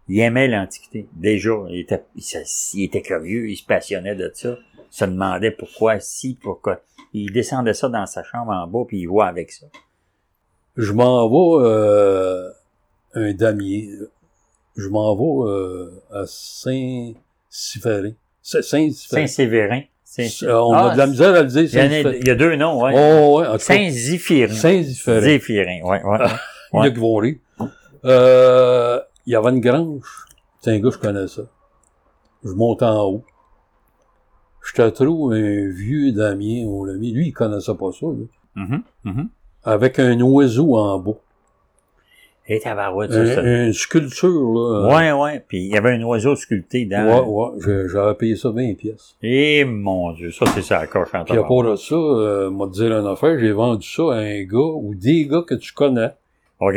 Speaker 1: il aimait l'Antiquité. Déjà, il était, il, se- il était curieux, il se passionnait de ça. Il se demandait pourquoi, si, pourquoi. Il descendait ça dans sa chambre en bas, puis il voit avec ça.
Speaker 2: Je m'en vais euh, un damier. Je m'en vais euh, à Saint-Siféré. Saint-Siféré.
Speaker 1: Saint-Sévérin. Saint-
Speaker 2: Euh, on
Speaker 1: Ah,
Speaker 2: a de la misère à le dire.
Speaker 1: Il y, en a,
Speaker 2: Saint-Siféré.
Speaker 1: il y a deux noms, ouais.
Speaker 2: Oh, ouais, en tout cas, Ah.
Speaker 1: Saint-Zéphirin.
Speaker 2: Saint-Siféré.
Speaker 1: Zéphirin, ouais, ouais. ouais.
Speaker 2: Il y en a qui vont rire. Euh, il y avait une grange. C'est un gars, je connais ça. Je monte en haut. Je te trouve un vieux damier, on l'a mis. Lui, il connaissait pas ça, là.
Speaker 1: Mhm, mhm.
Speaker 2: Avec un oiseau en bas.
Speaker 1: Et tabarouette, ça, ça.
Speaker 2: Un- une sculpture, là.
Speaker 1: Ouais, ouais. Puis il y avait un oiseau sculpté
Speaker 2: euh, Ouais,
Speaker 1: dans.
Speaker 2: ouais, je- j'avais payé ça 20 pièces.
Speaker 1: Eh mon Dieu, ça c'est ça la coche en
Speaker 2: Puis à
Speaker 1: tabarouette.
Speaker 2: part de ça, euh, m'a dit une affaire, j'ai vendu ça à un gars ou des gars que tu connais.
Speaker 1: OK?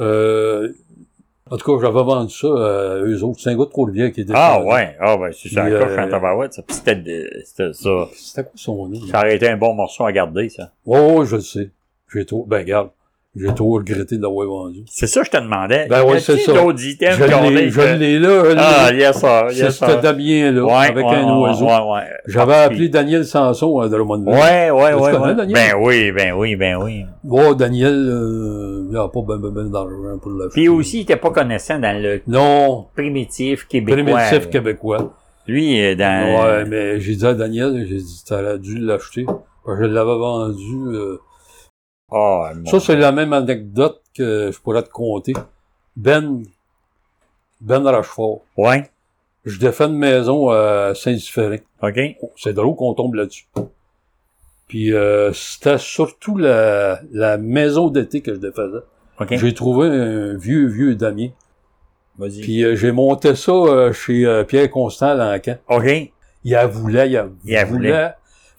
Speaker 2: Euh, en tout cas, j'avais vendu ça à eux autres. C'est un gars de Trois-Rivières qui était...
Speaker 1: Ah ouais, ah ben c'est ça
Speaker 2: Puis,
Speaker 1: la coche en
Speaker 2: euh,
Speaker 1: tabarouette, ça. Puis c'était de- c'était ça.
Speaker 2: C'était quoi son nom?
Speaker 1: Ça aurait été un bon morceau à garder, ça.
Speaker 2: Oh, je le sais. J'ai trop, ben, regarde, j'ai trop regretté de l'avoir vendu.
Speaker 1: C'est ça que je te demandais.
Speaker 2: Ben ouais,
Speaker 1: Y a-t-il
Speaker 2: c'est ça.
Speaker 1: d'autres items
Speaker 2: Je
Speaker 1: qu'on ait
Speaker 2: l'ai, je
Speaker 1: que-
Speaker 2: l'ai là, je l'ai.
Speaker 1: Ah, yes, sir,
Speaker 2: c'est
Speaker 1: yes,
Speaker 2: ce
Speaker 1: sir.
Speaker 2: damier-là,
Speaker 1: Ouais,
Speaker 2: avec
Speaker 1: ouais,
Speaker 2: un
Speaker 1: ouais,
Speaker 2: oiseau.
Speaker 1: ouais, ouais.
Speaker 2: J'avais appelé Daniel Sanson à Drummondville.
Speaker 1: Ouais, ouais,
Speaker 2: Tu
Speaker 1: ouais,
Speaker 2: connais,
Speaker 1: ouais.
Speaker 2: Daniel?
Speaker 1: Ben oui, ben oui, ben oui.
Speaker 2: Oh, Daniel, euh, il a pas ben, ben, ben d'argent pour l'acheter.
Speaker 1: Puis aussi, il était pas connaissant dans le
Speaker 2: Non,
Speaker 1: primitif québécois. euh,
Speaker 2: primitif
Speaker 1: là.
Speaker 2: québécois.
Speaker 1: Lui, euh, dans...
Speaker 2: Ouais, mais j'ai dit à Daniel, j'ai dit, t'aurais dû l'acheter. Parce que je l'avais vendu. euh.
Speaker 1: Ah, mon-
Speaker 2: Ça, c'est la même anecdote que je pourrais te conter. Ben, Ben Rochefort.
Speaker 1: Ouais,
Speaker 2: Je défends une maison à Saint-Différin.
Speaker 1: OK.
Speaker 2: C'est drôle qu'on tombe là-dessus. Puis euh, c'était surtout la, la maison d'été que je défaisais.
Speaker 1: OK,
Speaker 2: J'ai trouvé un vieux, vieux damier.
Speaker 1: vas-y.
Speaker 2: Puis euh, j'ai monté ça euh, chez euh, Pierre Constant Lancan.
Speaker 1: OK,
Speaker 2: Il en voulait, il en
Speaker 1: Il en voulait.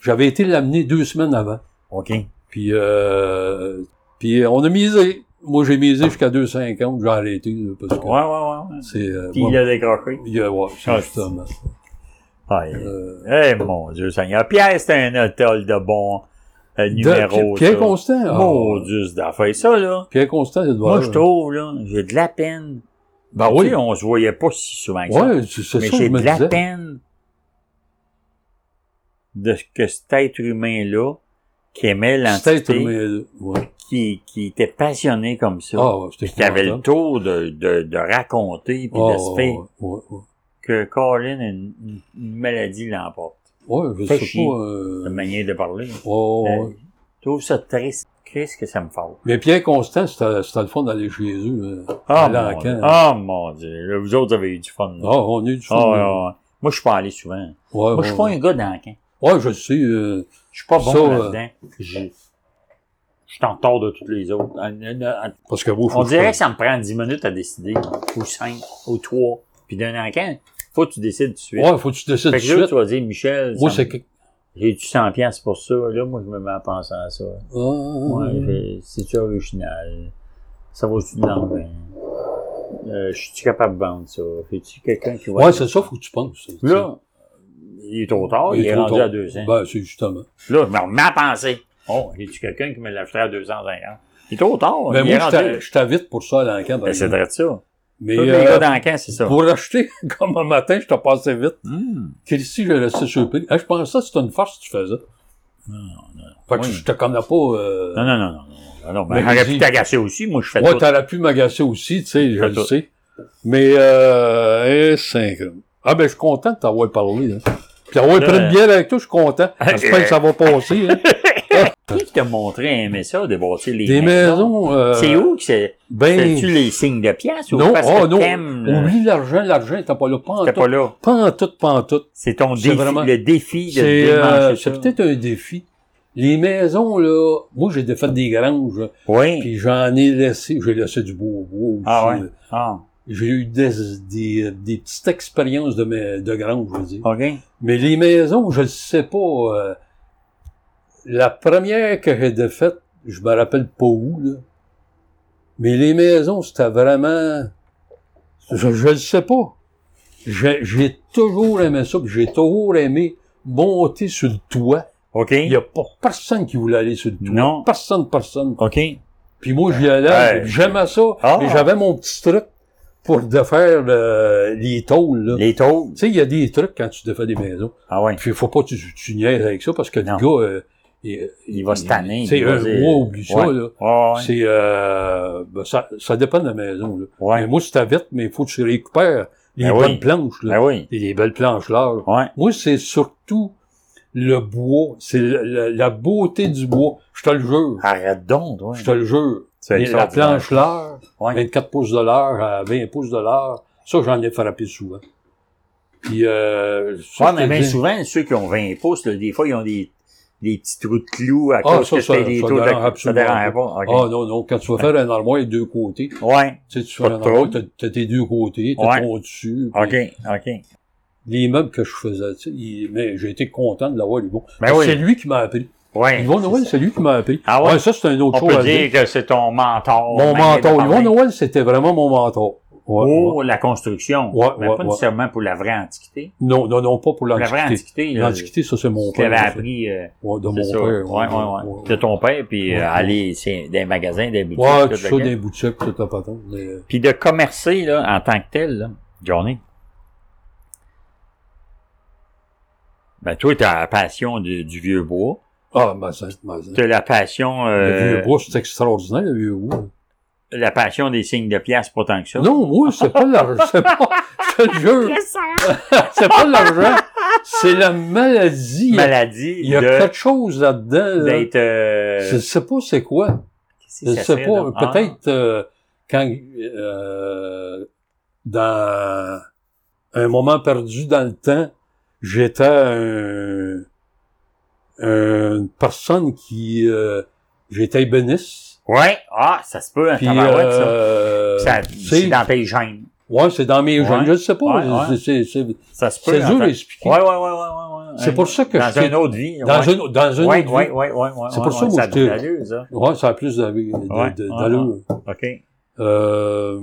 Speaker 2: J'avais été l'amener deux semaines avant.
Speaker 1: OK.
Speaker 2: Puis, euh, puis euh, on a misé. Moi, j'ai misé jusqu'à 2,50. J'ai arrêté là, parce que
Speaker 1: Ouais, ouais, ouais. ouais.
Speaker 2: c'est... euh,
Speaker 1: Puis
Speaker 2: moi-
Speaker 1: il a décroché.
Speaker 2: il a- ouais, c'est
Speaker 1: Ah,
Speaker 2: justement.
Speaker 1: Ah, il-
Speaker 2: Euh,
Speaker 1: Eh mon Dieu Seigneur. Pierre, c'est un atoll de bon euh, numéro.
Speaker 2: de- Pierre
Speaker 1: ça.
Speaker 2: Constant. ah.
Speaker 1: Mon Dieu, c'est d'affaire. Ça, là.
Speaker 2: Pierre Constant, c'est de
Speaker 1: Moi,
Speaker 2: valeur.
Speaker 1: je trouve, là, j'ai de la peine.
Speaker 2: Ben
Speaker 1: Tu
Speaker 2: oui.
Speaker 1: sais, on se voyait pas si souvent que ça.
Speaker 2: Ouais, c'est c'est
Speaker 1: mais
Speaker 2: ça que
Speaker 1: j'ai
Speaker 2: je
Speaker 1: de
Speaker 2: me
Speaker 1: la
Speaker 2: disais.
Speaker 1: peine de ce que cet être humain-là, qui aimait
Speaker 2: C'était
Speaker 1: l'entité,
Speaker 2: mais- ouais.
Speaker 1: qui, qui était passionné comme ça,
Speaker 2: Ah, ouais, c'était
Speaker 1: puis qui avait le
Speaker 2: épouvantable.
Speaker 1: tour de, de, de raconter, puis de se
Speaker 2: Ah,
Speaker 1: faire,
Speaker 2: ouais, ouais, ouais.
Speaker 1: que Colin, une, une- une maladie l'emporte.
Speaker 2: Ouais, je
Speaker 1: Fait
Speaker 2: sais
Speaker 1: chier.
Speaker 2: pas.
Speaker 1: C'est
Speaker 2: euh,
Speaker 1: une manière de parler.
Speaker 2: ouais, ouais.
Speaker 1: Euh, Je trouve ça triste. Qu'est-ce que ça me fait?
Speaker 2: Mais Pierre Constant, c'était c'était le fun d'aller chez eux. euh,
Speaker 1: Ah,
Speaker 2: à
Speaker 1: mon
Speaker 2: Lancan.
Speaker 1: Dieu. Ah, mon Dieu. Là, Vous autres avez eu du fun. là.
Speaker 2: Ah, on a eu du fun.
Speaker 1: Ah, ouais,
Speaker 2: là.
Speaker 1: ouais, ouais. Moi, je suis pas allé souvent.
Speaker 2: Ouais,
Speaker 1: Moi, je suis
Speaker 2: Ah, ouais,
Speaker 1: pas un gars d'enquin.
Speaker 2: ouais. Ouais, je sais. euh,
Speaker 1: Je suis pas bon
Speaker 2: Ça, euh,
Speaker 1: là-dedans. Je je suis en retard de tous les autres. En- en- en-
Speaker 2: parce que moi, faut
Speaker 1: On
Speaker 2: que
Speaker 1: dirait que
Speaker 2: je-
Speaker 1: ça me prend 10 minutes à décider. Ou 5, ou 3. Puis d'un enquin, faut que tu décides tout de suite.
Speaker 2: Ouais, faut que tu décides tout
Speaker 1: fait que
Speaker 2: de
Speaker 1: là,
Speaker 2: suite.
Speaker 1: tu vas dire, Michel,
Speaker 2: Moi,
Speaker 1: ça
Speaker 2: c'est
Speaker 1: me-
Speaker 2: que.
Speaker 1: j'ai-tu 100 piastres pour ça? Là, moi, je me mets à penser à ça.
Speaker 2: Ah,
Speaker 1: Ouais,
Speaker 2: Mhm.
Speaker 1: j'ai- c'est-tu original? Ça vaut-tu de l'envers? Euh, je suis capable de vendre ça? Fais-tu quelqu'un qui va...
Speaker 2: Ouais, c'est ça, faut que tu penses.
Speaker 1: Là, il est trop tard, il, est
Speaker 2: trop
Speaker 1: rendu
Speaker 2: tard.
Speaker 1: à 200.
Speaker 2: Ben, c'est justement.
Speaker 1: Là, je me remets à penser. Oh, j'ai-tu quelqu'un qui me l'achèterait à 250? Il est trop tard,
Speaker 2: Mais
Speaker 1: il est
Speaker 2: Ben, moi, je
Speaker 1: rendu.
Speaker 2: t'a- je t'invite pour ça à Lancan. par
Speaker 1: Ben, c'est
Speaker 2: exemple.
Speaker 1: vrai de ça.
Speaker 2: Mais
Speaker 1: Tous les
Speaker 2: euh,
Speaker 1: gars dans le camp, c'est ça.
Speaker 2: pour acheter, comme un matin, je t'ai passé vite.
Speaker 1: Hmm.
Speaker 2: Christy, j'ai resté surpris. Ah, je pensais que c'était une farce que tu faisais. Fait que
Speaker 1: Oui.
Speaker 2: je te connais pas. Euh...
Speaker 1: Non, non, non, non. non, non ben,
Speaker 2: Mais
Speaker 1: j'aurais
Speaker 2: vas-y.
Speaker 1: pu t'agacer aussi, moi je fais
Speaker 2: Ouais,
Speaker 1: tout.
Speaker 2: t'aurais pu m'agacer aussi, tu sais, je
Speaker 1: Fais
Speaker 2: le
Speaker 1: tout.
Speaker 2: sais. Mais, euh, eh, cinq. Ah, ben, je suis content de t'avoir parlé, là. Puis d'avoir
Speaker 1: Là,
Speaker 2: pris
Speaker 1: euh,
Speaker 2: une bière avec toi, je suis content. J'espère que ça va passer, hein.
Speaker 1: Qui t'a montré aimer ça, de bâtir les
Speaker 2: Des maisons, euh,
Speaker 1: C'est où que c'est?
Speaker 2: Ben,
Speaker 1: C'est-tu les signes de pièces ou
Speaker 2: non,
Speaker 1: parce
Speaker 2: oh,
Speaker 1: que
Speaker 2: non.
Speaker 1: t'aimes? là?
Speaker 2: Oublie l'argent, l'argent, t'as pas là. Pas en
Speaker 1: T'es pas
Speaker 2: tout,
Speaker 1: là.
Speaker 2: pas en tout, pas en tout.
Speaker 1: C'est ton
Speaker 2: C'est
Speaker 1: défi,
Speaker 2: vraiment-
Speaker 1: le défi de
Speaker 2: C'est, euh,
Speaker 1: démancher
Speaker 2: c'est
Speaker 1: ça.
Speaker 2: peut-être un défi. Les maisons, là, moi, j'ai défait des granges,
Speaker 1: Oui.
Speaker 2: puis j'en ai laissé, j'ai laissé du beau bois aussi.
Speaker 1: Ah ouais.
Speaker 2: là.
Speaker 1: Ah,
Speaker 2: J'ai eu des, des, des petites expériences de, mes, de grange, je veux dire.
Speaker 1: OK.
Speaker 2: Mais les maisons, je ne sais pas. euh, la première que j'ai défaite, je me rappelle pas où, là. Mais les maisons, c'était vraiment. Je, je le sais pas. J'ai, j'ai toujours aimé ça, puis j'ai toujours aimé monter sur le toit.
Speaker 1: OK?
Speaker 2: Il y a pas personne qui voulait aller sur le toit.
Speaker 1: Non.
Speaker 2: Personne, personne.
Speaker 1: OK?
Speaker 2: Puis moi, j'y allais,
Speaker 1: Ouais.
Speaker 2: j'aimais ça,
Speaker 1: Ah.
Speaker 2: mais j'avais mon petit truc pour défaire euh, les tôles, là.
Speaker 1: Les taux.
Speaker 2: Tu sais, il y a des trucs quand tu défais des maisons.
Speaker 1: Ah ouais.
Speaker 2: Puis faut pas que tu, tu niaises avec ça, parce que
Speaker 1: Non.
Speaker 2: le gars... euh, il,
Speaker 1: Il va se tanner,
Speaker 2: Tu sais,
Speaker 1: il va
Speaker 2: un
Speaker 1: dire-
Speaker 2: mois, oublie ça,
Speaker 1: Ouais.
Speaker 2: là.
Speaker 1: Ah ouais.
Speaker 2: euh, C'est euh, ben, ça, ça dépend de la maison. Là.
Speaker 1: Ouais.
Speaker 2: Mais moi, c'était vite, mais il faut que tu récupères les
Speaker 1: Ben
Speaker 2: bonnes
Speaker 1: oui.
Speaker 2: planches, là.
Speaker 1: Ben oui.
Speaker 2: Et les belles planches larges.
Speaker 1: Ouais.
Speaker 2: Moi, c'est surtout le bois. C'est la, la- la beauté du bois. Je te le jure.
Speaker 1: Arrête donc, toi.
Speaker 2: Je te le jure.
Speaker 1: C'est
Speaker 2: Les- la
Speaker 1: extraordinaire.
Speaker 2: planche large,
Speaker 1: Ouais.
Speaker 2: 24 pouces de l'heure à 20 pouces de l'heure, ça, j'en ai frappé souvent. Puis, euh, ça,
Speaker 1: Ouais,
Speaker 2: je
Speaker 1: mais
Speaker 2: te
Speaker 1: bien
Speaker 2: dis-
Speaker 1: souvent, ceux qui ont 20 pouces, là, des fois, ils ont des, des petits trous de clous à
Speaker 2: Ah,
Speaker 1: cause
Speaker 2: ça,
Speaker 1: que
Speaker 2: ça,
Speaker 1: c'était des
Speaker 2: ça
Speaker 1: trous de
Speaker 2: dérange
Speaker 1: Ça
Speaker 2: absolument
Speaker 1: dérange pas.
Speaker 2: Ah
Speaker 1: OK.
Speaker 2: non, non, quand tu vas faire un armoire avec deux côtés,
Speaker 1: Ouais.
Speaker 2: Tu sais, tu
Speaker 1: Pas
Speaker 2: fais un
Speaker 1: de
Speaker 2: endroit, t'as,
Speaker 1: trouble.
Speaker 2: t'as tes deux côtés, t'as
Speaker 1: Ouais.
Speaker 2: ton dessus. puis
Speaker 1: OK. OK.
Speaker 2: Les meubles que je faisais, tu sais, il- mais j'ai été content de l'avoir, Yvon.
Speaker 1: Ben oui.
Speaker 2: C'est lui qui m'a appris.
Speaker 1: Ouais.
Speaker 2: Yvon Noël, c'est lui qui m'a appris.
Speaker 1: Ah ouais?
Speaker 2: ça, c'est un autre
Speaker 1: On
Speaker 2: chose
Speaker 1: peut
Speaker 2: à dire.
Speaker 1: dire que c'est ton mentor.
Speaker 2: Mon
Speaker 1: même
Speaker 2: mentor.
Speaker 1: de
Speaker 2: Yvon
Speaker 1: parler.
Speaker 2: Noël, c'était vraiment mon mentor. Ouais, ouais.
Speaker 1: Pour la construction.
Speaker 2: Ouais,
Speaker 1: mais
Speaker 2: ouais,
Speaker 1: pas
Speaker 2: ouais.
Speaker 1: nécessairement pour la vraie antiquité.
Speaker 2: Non, non, non, pas pour
Speaker 1: Pour la vraie
Speaker 2: l'Antiquité.
Speaker 1: antiquité, là,
Speaker 2: L'Antiquité, ça, c'est mon
Speaker 1: tu
Speaker 2: père.
Speaker 1: l'avais
Speaker 2: ça.
Speaker 1: appris euh,
Speaker 2: Ouais, de
Speaker 1: c'est
Speaker 2: mon
Speaker 1: ça.
Speaker 2: père.
Speaker 1: ouais, ouais, ouais. De ton père, puis euh, aller c'est, dans les magasins, des boutiques.
Speaker 2: Ouais,
Speaker 1: tout
Speaker 2: tout
Speaker 1: le
Speaker 2: ça,
Speaker 1: gang.
Speaker 2: des boutiques, tout un patron. mais, euh,
Speaker 1: Puis de commercer là, en tant que tel, là, Johnny. Ben toi, t'as la passion du, du vieux bois.
Speaker 2: Ah, ma zette, ma zette.
Speaker 1: T'as la passion
Speaker 2: Le
Speaker 1: euh,
Speaker 2: vieux bois, c'est extraordinaire, le vieux bois.
Speaker 1: la passion des signes de pièces pas tant que ça.
Speaker 2: Non, moi, c'est pas l'argent. C'est pas, je te le jure. c'est pas l'argent. C'est la maladie. Il y a,
Speaker 1: Maladie
Speaker 2: il y a
Speaker 1: de-
Speaker 2: quelque chose là-dedans. Là.
Speaker 1: d'être euh,
Speaker 2: Je sais pas c'est quoi.
Speaker 1: qu'est-ce que
Speaker 2: Je
Speaker 1: ça
Speaker 2: sais
Speaker 1: fait,
Speaker 2: pas.
Speaker 1: là? Ah.
Speaker 2: Euh, Peut-être euh, quand euh, dans un moment perdu dans le temps, j'étais un, une personne qui euh, j'étais ébéniste.
Speaker 1: Ouais, ah, ça se peut, un
Speaker 2: Puis,
Speaker 1: tabarouette, ça.
Speaker 2: euh,
Speaker 1: Ça-
Speaker 2: tu
Speaker 1: c'est
Speaker 2: sais,
Speaker 1: dans tes gènes.
Speaker 2: ouais, c'est dans mes jeunes.
Speaker 1: Ouais.
Speaker 2: Je ne sais pas.
Speaker 1: Ouais, ouais.
Speaker 2: C'est, c'est, c'est,
Speaker 1: Ça se peut.
Speaker 2: c'est dur
Speaker 1: en
Speaker 2: à
Speaker 1: fait.
Speaker 2: expliquer.
Speaker 1: Ouais, ouais, ouais, ouais, ouais, ouais.
Speaker 2: C'est pour ça que
Speaker 1: dans
Speaker 2: je t'ai-
Speaker 1: une autre vie.
Speaker 2: Dans
Speaker 1: ouais.
Speaker 2: une, dans une
Speaker 1: ouais,
Speaker 2: autre
Speaker 1: ouais,
Speaker 2: vie.
Speaker 1: ouais, ouais, ouais,
Speaker 2: C'est pour
Speaker 1: ouais,
Speaker 2: ça, moi,
Speaker 1: ça a
Speaker 2: je
Speaker 1: de
Speaker 2: te-
Speaker 1: l'allure, ça.
Speaker 2: Ouais, ça a plus d'avis- de-
Speaker 1: Ouais,
Speaker 2: de-
Speaker 1: ouais,
Speaker 2: d'allure.
Speaker 1: OK.
Speaker 2: Euh,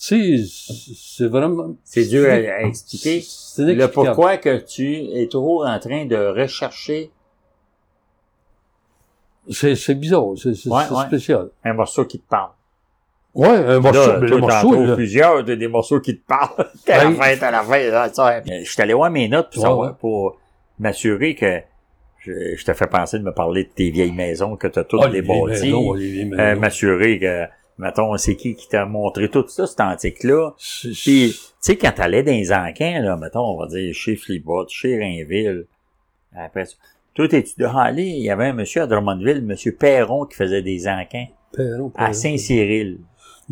Speaker 2: tu sais, c- c'est vraiment...
Speaker 1: C'est dur à, à expliquer.
Speaker 2: C'est
Speaker 1: Le
Speaker 2: inexplicable.
Speaker 1: pourquoi que tu es toujours en train de rechercher
Speaker 2: C'est, c'est bizarre, c'est, c'est,
Speaker 1: Ouais,
Speaker 2: c'est
Speaker 1: ouais.
Speaker 2: spécial.
Speaker 1: un morceau qui te parle.
Speaker 2: Ouais, un morceau,
Speaker 1: Là, toi,
Speaker 2: mais le
Speaker 1: t'en
Speaker 2: morceau,
Speaker 1: trouves
Speaker 2: là, Ben,
Speaker 1: plusieurs, t'as des morceaux qui te parlent. T'as la fin, t'as la fin. là, tu sais. Euh, Je suis allé voir mes notes pour,
Speaker 2: Ouais,
Speaker 1: savoir-
Speaker 2: ouais.
Speaker 1: pour m'assurer que je, je te fais penser de me parler de tes vieilles maisons que t'as toutes
Speaker 2: ah,
Speaker 1: les
Speaker 2: les
Speaker 1: bâties.
Speaker 2: maisons, les maisons.
Speaker 1: Euh, m'assurer que, mettons, c'est qui qui t'a montré tout ça, cet antique-là.
Speaker 2: C'est-
Speaker 1: Puis, tu sais, quand t'allais dans les encans, là, mettons, on va dire chez Flibot, chez Rainville, après ça, toi, t'es-tu de Halley? Il y avait un monsieur à Drummondville, monsieur Perron, qui faisait des encans
Speaker 2: Perron, Perron.
Speaker 1: à Saint-Cyril.
Speaker 2: Ben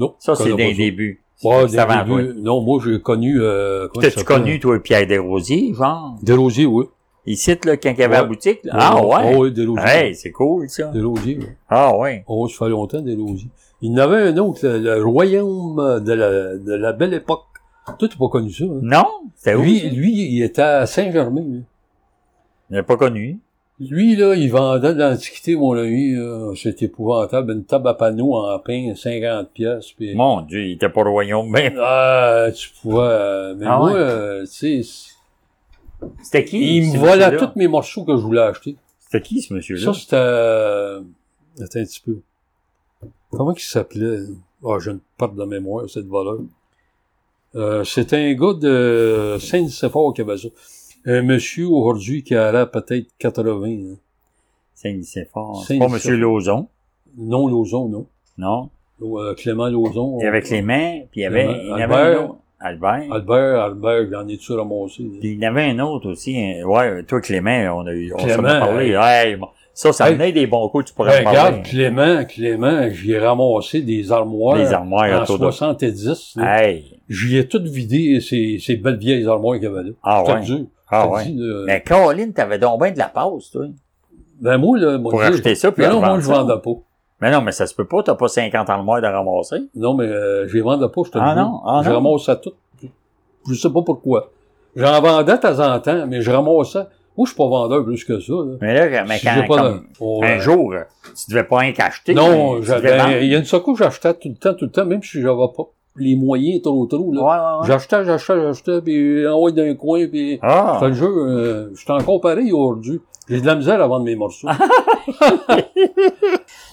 Speaker 2: Non,
Speaker 1: ah, Ça,
Speaker 2: je
Speaker 1: c'est
Speaker 2: connais
Speaker 1: d'un
Speaker 2: pas
Speaker 1: début.
Speaker 2: ça. Ouais,
Speaker 1: c'est
Speaker 2: des
Speaker 1: avant,
Speaker 2: débuts. Non, moi, j'ai connu... Euh, comment
Speaker 1: T'as-tu
Speaker 2: ça s'appelle?
Speaker 1: connu, toi, Pierre Desrosiers, genre?
Speaker 2: Desrosiers, oui.
Speaker 1: Ici, là, quand il y avait la
Speaker 2: Ouais.
Speaker 1: boutique, là? Ah, ouais?
Speaker 2: oui, Desrosiers.
Speaker 1: Hey, c'est cool, ça.
Speaker 2: Desrosiers, oui.
Speaker 1: Ah, ouais.
Speaker 2: Oh, ça fait longtemps, des Rosiers. Il y en avait un autre, le, le royaume de la, de la belle époque. Toi, t'as pas connu ça, hein?
Speaker 1: Non? C'était où?
Speaker 2: Lui,
Speaker 1: ça?
Speaker 2: lui, il était à Saint-Germain. Lui.
Speaker 1: Je l'ai pas connu.
Speaker 2: Lui, là, il vendait de l'antiquité, mon ami, là. c'est épouvantable, une table à panneaux en pain, 50 pièces, puis...
Speaker 1: Mon Dieu, il était pas au royaume, mais...
Speaker 2: Ah, tu pouvais... euh, Mais
Speaker 1: Ah
Speaker 2: moi,
Speaker 1: ouais?
Speaker 2: euh, tu sais, c-
Speaker 1: C'était qui?
Speaker 2: il
Speaker 1: ce
Speaker 2: me volait
Speaker 1: monsieur-là?
Speaker 2: tous mes morceaux que je voulais acheter.
Speaker 1: C'était qui, ce monsieur-là?
Speaker 2: Ça, c'était... euh, Attends un petit peu. Comment il s'appelait? Ah, j'ai une perte de mémoire, cette valeur. Euh, c'était un gars de Saint-Nicéphore qui avait ça. Un monsieur aujourd'hui qui a peut-être 80. hein.
Speaker 1: Saint-Nicéphore. C'est
Speaker 2: Saint-Nicéphore.
Speaker 1: pas monsieur Lauzon,
Speaker 2: Non, Lauzon, non.
Speaker 1: non?
Speaker 2: Euh, Clément Lauzon.
Speaker 1: Et avec les mains, puis il y avait,
Speaker 2: Clément-
Speaker 1: il y en avait
Speaker 2: Albert.
Speaker 1: un autre. Albert.
Speaker 2: Albert, Albert, j'en ai-tu ramassé? là?
Speaker 1: Puis il y en avait un autre aussi. un- Ouais, toi, Clément, on a eu, on s'en a
Speaker 2: Clément,
Speaker 1: parlé. Hey, bon, ça, ça
Speaker 2: Hey.
Speaker 1: venait des bons coups, tu pourrais
Speaker 2: Ben,
Speaker 1: en parler.
Speaker 2: regarde, Clément, Clément, j'ai ramassé des armoires
Speaker 1: Les armoires
Speaker 2: en
Speaker 1: autour de
Speaker 2: 70. là.
Speaker 1: Hey.
Speaker 2: J'y ai toutes vidé ces, ces belles vieilles armoires qu'il y avait là.
Speaker 1: Ah
Speaker 2: Je te
Speaker 1: ouais.
Speaker 2: le dis, je
Speaker 1: Ah
Speaker 2: te le
Speaker 1: ouais.
Speaker 2: dis, euh, là.
Speaker 1: Mais Caroline, t'avais donc bien de la passe, toi.
Speaker 2: Ben moi, là, moi,
Speaker 1: Pour
Speaker 2: je dis,
Speaker 1: acheter ça, puis
Speaker 2: ben non, moi,
Speaker 1: revendre
Speaker 2: je
Speaker 1: ça.
Speaker 2: vendais pas.
Speaker 1: Mais non, mais ça se peut pas, t'as pas 50 ans de moins de ramasser.
Speaker 2: Non, mais euh, je les vendais pas, je te le
Speaker 1: Ah
Speaker 2: dis.
Speaker 1: non, ah
Speaker 2: je
Speaker 1: non.
Speaker 2: ramassais tout. Je sais pas pourquoi. J'en vendais de temps en temps, mais je ramassais. Moi, je suis pas vendeur plus que ça. Là.
Speaker 1: Mais là, mais
Speaker 2: Si
Speaker 1: quand,
Speaker 2: j'ai pas
Speaker 1: comme,
Speaker 2: de- on,
Speaker 1: un
Speaker 2: euh,
Speaker 1: jour, tu devais pas rien qu'acheter.
Speaker 2: Non, ben,
Speaker 1: mais tu
Speaker 2: j'avais-
Speaker 1: devais vendre.
Speaker 2: il y a une secours que j'achetais tout le temps, tout le temps, même si j'avais pas. les moyens trop trop.
Speaker 1: Ouais,
Speaker 2: Là.
Speaker 1: ouais, ouais.
Speaker 2: J'achetais, j'achetais, j'achetais, puis euh, en haut d'un coin, puis
Speaker 1: Ah!
Speaker 2: je te le jure, euh, j'étais encore pareil aujourd'hui. J'ai de la misère à vendre mes morceaux.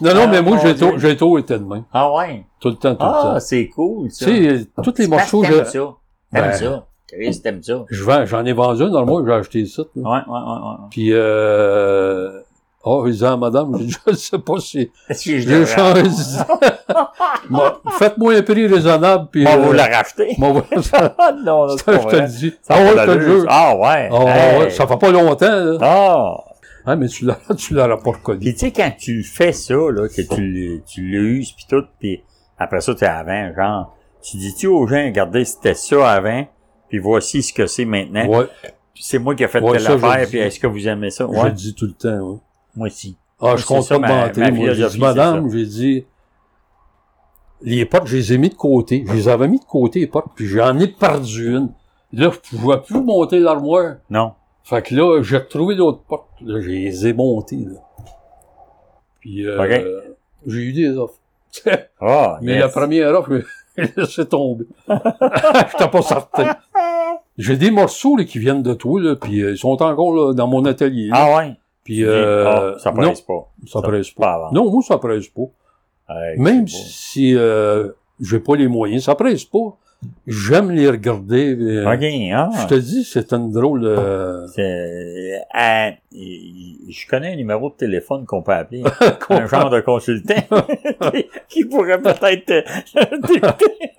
Speaker 2: non, non, mais moi,
Speaker 1: Ah, mon
Speaker 2: j'ai
Speaker 1: Dieu.
Speaker 2: tôt, j'ai tôt été de même.
Speaker 1: Ah ouais.
Speaker 2: Tout le temps, tout
Speaker 1: Ah,
Speaker 2: le temps.
Speaker 1: c'est cool,
Speaker 2: Tu
Speaker 1: ça.
Speaker 2: sais, euh, tous les
Speaker 1: C'est parce
Speaker 2: morceaux,
Speaker 1: que
Speaker 2: je,
Speaker 1: T'aimes ça. T'aimes
Speaker 2: Ben.
Speaker 1: ça. Chris, t'aimes ça. Ouais,
Speaker 2: je vends, j'en ai vendu un, normalement, j'ai acheté ça. là.
Speaker 1: ouais, ouais, ouais.
Speaker 2: Puis, euh, oh, ils à madame, j'ai dit, je sais pas si,
Speaker 1: Est-ce que je
Speaker 2: j'ai
Speaker 1: devrais-
Speaker 2: changé. Moi, Faites-moi un prix raisonnable, puis,
Speaker 1: On va vous
Speaker 2: euh,
Speaker 1: la racheter.
Speaker 2: moi, voilà, ça,
Speaker 1: Ah non, non,
Speaker 2: je
Speaker 1: c'est pas
Speaker 2: te
Speaker 1: vrai.
Speaker 2: le dis.
Speaker 1: Ça
Speaker 2: Ah ouais,
Speaker 1: fait
Speaker 2: je te le
Speaker 1: l'allure.
Speaker 2: jure.
Speaker 1: Ah ouais.
Speaker 2: Ah
Speaker 1: Hey.
Speaker 2: ouais, ça fait pas longtemps, là.
Speaker 1: Ah.
Speaker 2: Hein, mais tu l'as, tu l'auras pas reconnu.
Speaker 1: Puis tu sais, quand tu fais ça, là, que tu, le- tu l'uses, puis tout, puis après ça, t'es avant, genre, tu dis-tu aux gens, regardez, c'était ça avant, puis voici ce que c'est maintenant.
Speaker 2: Ouais,
Speaker 1: Puis C'est moi qui ai fait
Speaker 2: Ouais,
Speaker 1: telle
Speaker 2: ça, je le
Speaker 1: affaire,
Speaker 2: dis.
Speaker 1: puis est-ce que vous aimez ça?
Speaker 2: je le
Speaker 1: Ouais,
Speaker 2: dis tout le temps, ouais.
Speaker 1: moi aussi.
Speaker 2: Ah, je
Speaker 1: C'est
Speaker 2: compte
Speaker 1: ça,
Speaker 2: pas me
Speaker 1: ma- ma
Speaker 2: vanter, moi. J'ai
Speaker 1: philosophie,
Speaker 2: dit,
Speaker 1: c'est
Speaker 2: madame, j'ai dit, les potes, je les ai mis de côté. Je les avais mis de côté, les potes, puis j'en ai perdu une. Là, je pouvais plus monter l'armoire.
Speaker 1: Non.
Speaker 2: Fait que là, j'ai retrouvé d'autres portes. Là, je les ai montées. Là. Puis euh, j'ai eu des offres.
Speaker 1: Ah,
Speaker 2: Mais
Speaker 1: yes.
Speaker 2: la première offre, je laissé tomber. J'étais pas certain. J'ai des morceaux là, qui viennent de toi, là, puis euh, ils sont encore là, dans mon atelier. là.
Speaker 1: Ah ouais?
Speaker 2: puis euh,
Speaker 1: Ah, ça
Speaker 2: non,
Speaker 1: presse pas.
Speaker 2: ça presse pas.
Speaker 1: Pas avant.
Speaker 2: Non, moi, ça presse pas.
Speaker 1: Hey,
Speaker 2: Même
Speaker 1: c'est beau.
Speaker 2: si euh, j'ai pas les moyens, ça presse pas. J'aime les regarder. euh,
Speaker 1: OK, ah.
Speaker 2: Je te dis, c'est une drôle. euh,
Speaker 1: C'est- euh, je connais un numéro de téléphone qu'on peut appeler. un genre de consultant qui, qui pourrait peut-être te- t'écouter,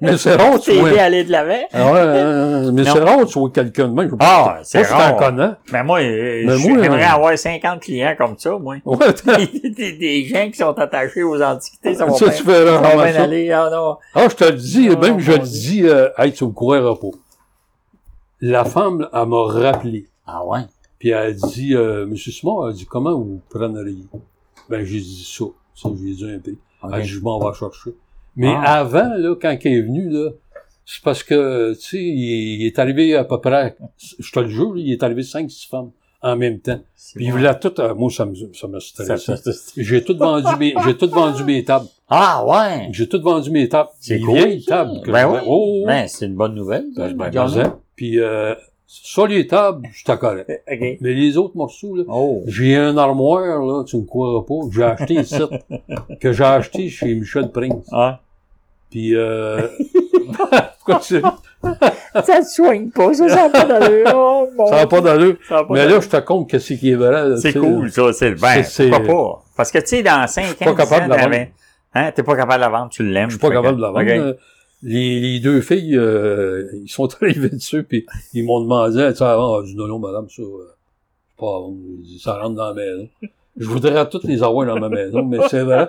Speaker 2: Mais c'est rare, tu vois.
Speaker 1: t'aider à aller de l'avant.
Speaker 2: Ah ouais, euh, mais
Speaker 1: Non.
Speaker 2: c'est rare, tu vois quelqu'un de même.
Speaker 1: Ah,
Speaker 2: Moi,
Speaker 1: c'est
Speaker 2: je t'en
Speaker 1: rare.
Speaker 2: connais.
Speaker 1: Mais moi, euh,
Speaker 2: Mais
Speaker 1: je-
Speaker 2: moi,
Speaker 1: j'aimerais
Speaker 2: euh,
Speaker 1: avoir 50 clients comme ça, moi.
Speaker 2: Ouais, t'as-
Speaker 1: des, des gens qui sont attachés aux antiquités, ça va
Speaker 2: ça,
Speaker 1: bien,
Speaker 2: tu
Speaker 1: ça
Speaker 2: fais
Speaker 1: va bien
Speaker 2: rarement ça.
Speaker 1: aller. Ah non.
Speaker 2: Ah, je te le dis,
Speaker 1: Ah,
Speaker 2: même je
Speaker 1: mon
Speaker 2: le dis, euh, hey, tu me croiras pas. La femme, elle m'a rappelé.
Speaker 1: Ah ouais?
Speaker 2: Puis elle a dit, euh, Monsieur Simon, elle a dit, comment vous prendriez? Ben, j'ai dit ça. Ça, j'ai dit un peu.
Speaker 1: Ok.
Speaker 2: Elle dit, je m'en vais chercher. Mais
Speaker 1: Ah.
Speaker 2: avant, là, quand il est venu, là, c'est parce que, tu sais, il, il est arrivé à peu près, je te le jure, il est arrivé cinq, six femmes en même temps. Puis il voulait tout, euh, moi, ça me, ça me
Speaker 1: Ça-
Speaker 2: stressait.
Speaker 1: ça- ça-
Speaker 2: J'ai tout vendu mes, j'ai tout vendu mes tables.
Speaker 1: Ah ouais!
Speaker 2: J'ai tout vendu mes tables.
Speaker 1: C'est
Speaker 2: Des
Speaker 1: cool,
Speaker 2: vieilles
Speaker 1: ça.
Speaker 2: tables. que
Speaker 1: Ben
Speaker 2: je-
Speaker 1: oui.
Speaker 2: Oh, oh.
Speaker 1: Ben, c'est une bonne nouvelle. ça,
Speaker 2: Ben, ben,
Speaker 1: Johnny.
Speaker 2: ben, Puis, euh, sur les tables, je t'accorde.
Speaker 1: OK.
Speaker 2: Mais les autres morceaux, là,
Speaker 1: Oh.
Speaker 2: j'ai un armoire, là, tu me croiras pas, que j'ai acheté ici, que j'ai acheté chez Michel Prince.
Speaker 1: Ah.
Speaker 2: Puis, euh... pourquoi tu-
Speaker 1: Ça se soigne pas, ça, ça n'a pas d'allure. Oh, mon
Speaker 2: ça n'a pas d'allure.
Speaker 1: Ça a pas
Speaker 2: Mais
Speaker 1: d'allure.
Speaker 2: là, je te compte que c'est qui est vrai. là,
Speaker 1: C'est
Speaker 2: tu sais.
Speaker 1: cool, ça, c'est le vert.
Speaker 2: c'est-
Speaker 1: Pourquoi pas? Parce que, tu sais, dans 5
Speaker 2: suis pas
Speaker 1: ans, 10
Speaker 2: capable
Speaker 1: ans,
Speaker 2: de la
Speaker 1: t'avais- hein, t'es pas capable de la vendre, tu l'aimes.
Speaker 2: Je suis pas capable de la vendre. là. Les, les deux filles, euh, ils sont arrivées dessus, puis ils m'ont demandé, tu sais, avant, ah, du non, non, madame, ça, euh, c'est pas, à vendre. Ils disent, ça rentre dans la maison. Je voudrais à toutes les avoir dans ma maison, mais c'est vrai.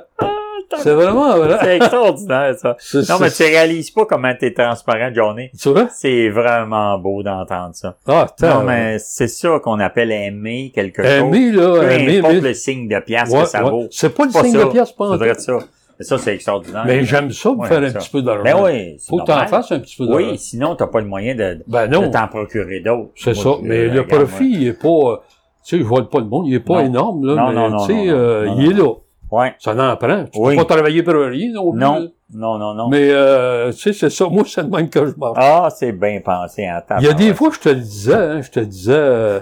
Speaker 2: C'est vraiment vrai.
Speaker 1: C'est extraordinaire, ça.
Speaker 2: C'est-
Speaker 1: Non,
Speaker 2: c'est-
Speaker 1: mais tu réalises pas comment t'es transparent, Johnny.
Speaker 2: Tu vois?
Speaker 1: C'est vraiment beau d'entendre ça.
Speaker 2: Ah, attends.
Speaker 1: Non, mais c'est ça qu'on appelle aimer quelque chose.
Speaker 2: Aimer, là,
Speaker 1: Peu
Speaker 2: aimer,
Speaker 1: importe
Speaker 2: mais...
Speaker 1: le signe de pièce
Speaker 2: Ouais,
Speaker 1: que ça
Speaker 2: ouais.
Speaker 1: vaut.
Speaker 2: C'est pas le
Speaker 1: Pas
Speaker 2: signe
Speaker 1: ça.
Speaker 2: de pièce, pas en
Speaker 1: C'est vrai de
Speaker 2: tout.
Speaker 1: ça. Mais ça, c'est extraordinaire.
Speaker 2: Mais j'aime ça, me
Speaker 1: Ouais,
Speaker 2: faire un
Speaker 1: ça.
Speaker 2: petit peu d'argent.
Speaker 1: Ben oui, c'est
Speaker 2: Faut que t'en
Speaker 1: normal.
Speaker 2: fasses un petit peu d'argent.
Speaker 1: Oui, sinon, t'as pas le moyen de,
Speaker 2: Ben
Speaker 1: de
Speaker 2: non,
Speaker 1: t'en procurer d'autres.
Speaker 2: c'est
Speaker 1: Moi,
Speaker 2: ça.
Speaker 1: je-
Speaker 2: Mais le
Speaker 1: regarde,
Speaker 2: profit, il est pas... euh, Tu sais, je vois pas le monde, il est pas
Speaker 1: Non.
Speaker 2: énorme, là,
Speaker 1: Non,
Speaker 2: mais
Speaker 1: non, non,
Speaker 2: tu sais,
Speaker 1: non, non,
Speaker 2: euh,
Speaker 1: non,
Speaker 2: il est là.
Speaker 1: moi. Ouais.
Speaker 2: Ça n'en prend. Tu
Speaker 1: Oui.
Speaker 2: peux pas travailler pour rien non plus. là.
Speaker 1: Non, non, non, non.
Speaker 2: Mais, euh, tu sais, c'est ça. Moi, c'est le même que je marche.
Speaker 1: Ah, c'est bien pensé en temps.
Speaker 2: Il y a des fois, je te le disais, hein, je te disais... euh,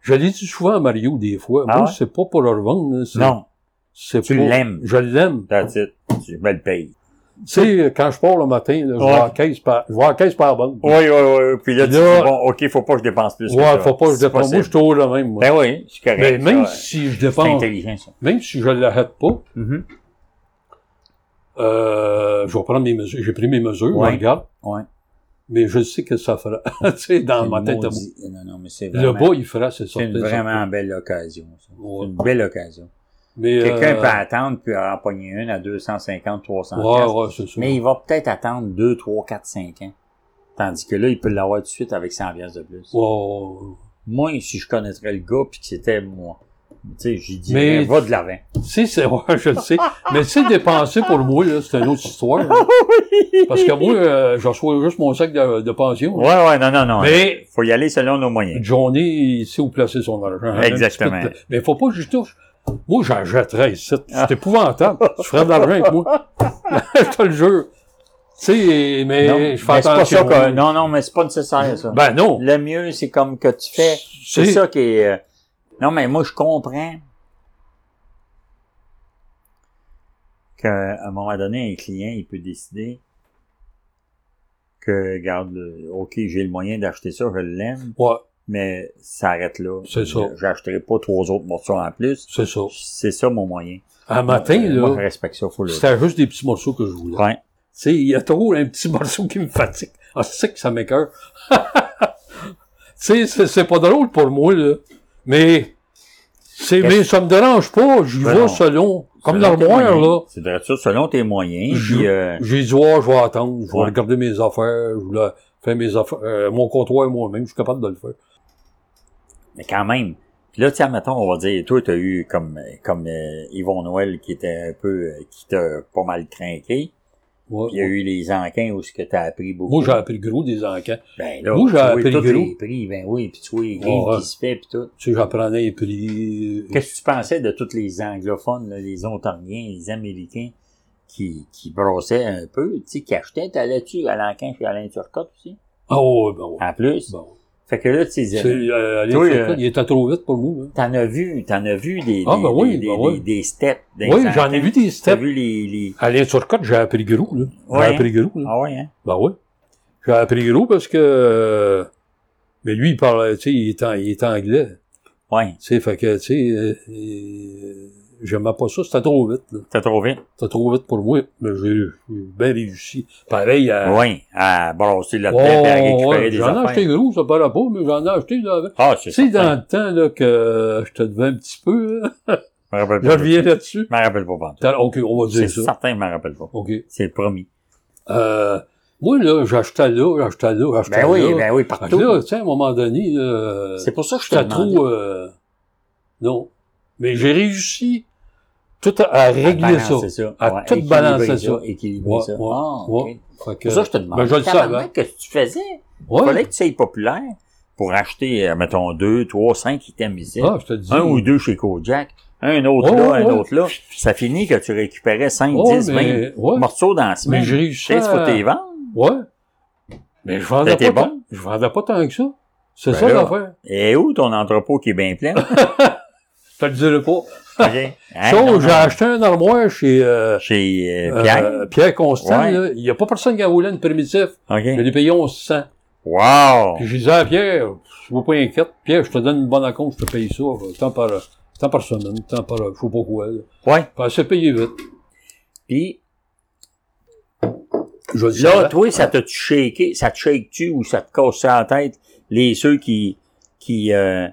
Speaker 2: je l'ai dit souvent à Mario, des fois.
Speaker 1: Ah
Speaker 2: Moi,
Speaker 1: ouais?
Speaker 2: c'est pas pour le revendre. là, c'est-
Speaker 1: Non,
Speaker 2: c'est
Speaker 1: tu
Speaker 2: pas-
Speaker 1: l'aimes.
Speaker 2: Je l'aime.
Speaker 1: that's it. Tu me le payes.
Speaker 2: Tu sais, quand je pars le matin, là, je
Speaker 1: Ouais.
Speaker 2: vais à la caisse par, je vais à la caisse par banque.
Speaker 1: Oui, oui, oui. Puis là, tu
Speaker 2: Là-
Speaker 1: dis, bon, OK, faut pas que je dépense plus. que
Speaker 2: Ouais,
Speaker 1: ça.
Speaker 2: faut pas que je
Speaker 1: C'est
Speaker 2: dépense. Moi, je
Speaker 1: possible.
Speaker 2: suis toujours le même, moi.
Speaker 1: Ben oui, c'est correct.
Speaker 2: Mais même
Speaker 1: ça.
Speaker 2: si je
Speaker 1: C'est
Speaker 2: dépense,
Speaker 1: intelligent, ça.
Speaker 2: même si je l'arrête pas,
Speaker 1: Mhm.
Speaker 2: euh, je vais prendre mes mesures. J'ai pris mes mesures,
Speaker 1: Ouais.
Speaker 2: je regarde.
Speaker 1: Ouais.
Speaker 2: Mais je sais que ça fera. tu sais, dans
Speaker 1: C'est
Speaker 2: ma tête, à moi.
Speaker 1: maudit. Non, non, mais c'est
Speaker 2: le
Speaker 1: vraiment-
Speaker 2: bas, il fera, c'est
Speaker 1: C'est
Speaker 2: sorti.
Speaker 1: une vraiment belle occasion. ça.
Speaker 2: Ouais.
Speaker 1: C'est une belle occasion.
Speaker 2: Mais,
Speaker 1: Quelqu'un
Speaker 2: euh,
Speaker 1: peut attendre puis en pogner une à 250, 300
Speaker 2: Ouais,
Speaker 1: piastres,
Speaker 2: ouais, c'est ça.
Speaker 1: mais il va peut-être attendre 2, 3, 4, 5 ans. Tandis que là, il peut l'avoir tout de suite avec 100 piastres de plus.
Speaker 2: Ouais, ouais, ouais.
Speaker 1: Moi, si je connaîtrais le gars puis que c'était moi, tu sais, j'y dirais,
Speaker 2: Mais-
Speaker 1: va de l'avant.
Speaker 2: Tu sais, c'est, ouais, je le sais. Mais tu sais, dépenser pour moi, là, c'est une autre histoire. là. Parce que moi, euh, je reçois juste mon sac de, de pension.
Speaker 1: Ouais, ouais, non, non, non.
Speaker 2: Mais-
Speaker 1: Faut y aller selon nos moyens.
Speaker 2: Johnny, il sait où placer son argent.
Speaker 1: Exactement.
Speaker 2: Un petit peu de- Mais faut pas que j'y touche. Moi, j'en jetterais ici. C'est épouvantable. Tu ferais de l'argent avec moi. je te le jure. sais, mais
Speaker 1: non,
Speaker 2: je fais
Speaker 1: mais c'est pas ça
Speaker 2: attention.
Speaker 1: que, non, non, mais c'est pas nécessaire, ça.
Speaker 2: Ben non.
Speaker 1: Le mieux, c'est comme que tu fais. C'est
Speaker 2: C'est-
Speaker 1: ça qui est. euh, Non, mais moi, je comprends qu'à un moment donné, un client, il peut décider que, regarde, le- OK, j'ai le moyen d'acheter ça, je l'aime,
Speaker 2: Ouais,
Speaker 1: mais ça arrête là.
Speaker 2: C'est ça.
Speaker 1: J'achèterai pas trois autres morceaux en plus.
Speaker 2: c'est ça.
Speaker 1: C'est ça mon moyen.
Speaker 2: Un matin,
Speaker 1: Euh, Moi, je
Speaker 2: là,
Speaker 1: respecte ça, faut le
Speaker 2: c'était juste des petits morceaux que je voulais.
Speaker 1: Ouais.
Speaker 2: Tu sais, il y a toujours un petit morceau qui me fatigue. Ah, c'est que ça m'écœure. tu sais, c'est, c'est pas drôle pour moi, là. Mais, c'est,
Speaker 1: Qu'est-ce-
Speaker 2: mais ça me dérange pas. J'y
Speaker 1: Ben
Speaker 2: vais
Speaker 1: non.
Speaker 2: selon, comme
Speaker 1: Selon tes
Speaker 2: l'armoire, là.
Speaker 1: moyens. C'est vrai, ça, selon tes moyens.
Speaker 2: Je-
Speaker 1: puis, euh,
Speaker 2: J'ai dit, ouais, je vais attendre, je vais
Speaker 1: Ouais.
Speaker 2: regarder mes affaires, je vais faire mes affaires, euh, mon comptoir moi-même, je suis capable de le faire.
Speaker 1: Mais quand même. Puis là, tiens, mettons, on va dire, toi, t'as eu comme comme euh, Yvon Noël qui était un peu euh, qui t'a pas mal craqué.
Speaker 2: Ouais.
Speaker 1: Puis il y a eu les enquins où ce que t'as appris beaucoup.
Speaker 2: Moi, j'ai appris le gros des encans.
Speaker 1: ben, là,
Speaker 2: moi, j'ai
Speaker 1: tu vois
Speaker 2: appris
Speaker 1: tous
Speaker 2: gros.
Speaker 1: les prix, ben oui, puis tu vois les games
Speaker 2: Ouais.
Speaker 1: qui se fait puis tout.
Speaker 2: Tu sais, j'apprenais les prix.
Speaker 1: Qu'est-ce que tu pensais de tous les anglophones, là, les Ontariens, les Américains qui qui brossaient un peu, tu sais, qui achetaient, t'allais-tu à l'enquin chez Alain Turcotte aussi?
Speaker 2: Ah, ouais, ben ouais.
Speaker 1: En plus.
Speaker 2: Bon.
Speaker 1: Fait que là, tu
Speaker 2: Tu sais,
Speaker 1: disais,
Speaker 2: euh, aller
Speaker 1: Toi,
Speaker 2: faire
Speaker 1: euh,
Speaker 2: ça, il était trop vite pour moi. hein.
Speaker 1: t'en as vu, t'en as vu des,
Speaker 2: Ah,
Speaker 1: des,
Speaker 2: ben oui,
Speaker 1: des,
Speaker 2: ben
Speaker 1: des-
Speaker 2: oui.
Speaker 1: des steps. des
Speaker 2: Oui, j'en
Speaker 1: encans.
Speaker 2: ai vu des
Speaker 1: T'as
Speaker 2: steps.
Speaker 1: vu les, les...
Speaker 2: Alain Turcotte, j'ai appris gros, là. J'ai
Speaker 1: Ouais,
Speaker 2: appris gros, là.
Speaker 1: Ah ouais, hein?
Speaker 2: Ben ouais. J'ai appris gros parce que, euh, mais lui, il parlait, tu sais, il est en- il est anglais.
Speaker 1: Ouais.
Speaker 2: Tu sais, fait que, tu sais, euh, euh, j'aimais pas ça, c'était trop vite, là.
Speaker 1: T'as trouvé?
Speaker 2: C'était trop vite pour moi, mais j'ai j'ai bien réussi. Pareil à...
Speaker 1: Oui. À brasser la
Speaker 2: Oh,
Speaker 1: tête et à récupérer
Speaker 2: Euh, ouais,
Speaker 1: des
Speaker 2: j'en ai
Speaker 1: affaires.
Speaker 2: acheté gros, ça paraît pas, mais j'en ai acheté, là.
Speaker 1: Ah, c'est
Speaker 2: Tu
Speaker 1: ça.
Speaker 2: sais, dans le temps, là, que je te devais un petit peu, là.
Speaker 1: Je me rappelle
Speaker 2: Je
Speaker 1: pas. Je
Speaker 2: reviens là-dessus.
Speaker 1: me rappelle pas, pantoute.
Speaker 2: T'as- OK, on va
Speaker 1: C'est
Speaker 2: dire ça.
Speaker 1: certain, que je me rappelle pas.
Speaker 2: OK.
Speaker 1: C'est promis.
Speaker 2: Euh, moi, là, j'achetais là, j'achetais là, j'achetais
Speaker 1: Ben oui,
Speaker 2: là.
Speaker 1: ben oui,
Speaker 2: Fait que là,
Speaker 1: partout.
Speaker 2: tu sais, à un moment donné, là,
Speaker 1: C'est pour ça que je te
Speaker 2: J'étais
Speaker 1: demandais.
Speaker 2: trop... euh, non. Mais j'ai réussi tout à, à
Speaker 1: À
Speaker 2: régler ça.
Speaker 1: balancer ça.
Speaker 2: À
Speaker 1: Ouais,
Speaker 2: tout
Speaker 1: équilibrer
Speaker 2: balancer ça.
Speaker 1: Équilibrer
Speaker 2: Ouais,
Speaker 1: ça.
Speaker 2: ouais,
Speaker 1: Ah, ok.
Speaker 2: ouais. Fait que-
Speaker 1: C'est pour ça que je te demande.
Speaker 2: Ben, je le savais.
Speaker 1: Qu'est-ce que tu faisais? Il
Speaker 2: Ouais.
Speaker 1: fallait que tu sois populaire pour acheter, euh, mettons, deux, trois, cinq items ici.
Speaker 2: Ah, je te dis.
Speaker 1: un ou deux chez Kojak, un autre
Speaker 2: Ouais,
Speaker 1: là,
Speaker 2: ouais,
Speaker 1: un
Speaker 2: ouais.
Speaker 1: autre là. Ça finit que tu récupérais 5,
Speaker 2: Ouais,
Speaker 1: 10, 20
Speaker 2: mais, ouais.
Speaker 1: morceaux dans la
Speaker 2: mais
Speaker 1: semaine.
Speaker 2: j'ai
Speaker 1: Tu
Speaker 2: réussi
Speaker 1: sais, faut
Speaker 2: à...
Speaker 1: t'y vendre.
Speaker 2: Ouais. Mais je vendais
Speaker 1: C'était
Speaker 2: pas
Speaker 1: bon.
Speaker 2: tant. Je vendais pas tant que ça. C'est
Speaker 1: Ben
Speaker 2: ça
Speaker 1: là.
Speaker 2: l'affaire.
Speaker 1: Et où ton entrepôt qui est bien plein?
Speaker 2: Je te le dirai pas.
Speaker 1: OK. Hein,
Speaker 2: ça,
Speaker 1: non, non.
Speaker 2: j'ai acheté un armoire chez, euh,
Speaker 1: Chez euh,
Speaker 2: euh,
Speaker 1: Pierre.
Speaker 2: Pierre Constant,
Speaker 1: Ouais.
Speaker 2: là. Il y a pas personne qui a voulu une primitif. Je
Speaker 1: OK.
Speaker 2: l'ai payé 1100.
Speaker 1: Wow!
Speaker 2: Puis j'ai dit à Pierre, je ne pas inquiète, Pierre, je te donne une bonne compte, je te paye ça, euh, tant par, tant par semaine, tant par, je sais pas quoi. là.
Speaker 1: Ouais.
Speaker 2: Puis elle s'est payée vite.
Speaker 1: Puis
Speaker 2: Je dis
Speaker 1: là, toi, ça t'a shaké, ça te shake-tu ou ça te casse ça la tête? Les ceux qui qui, euh,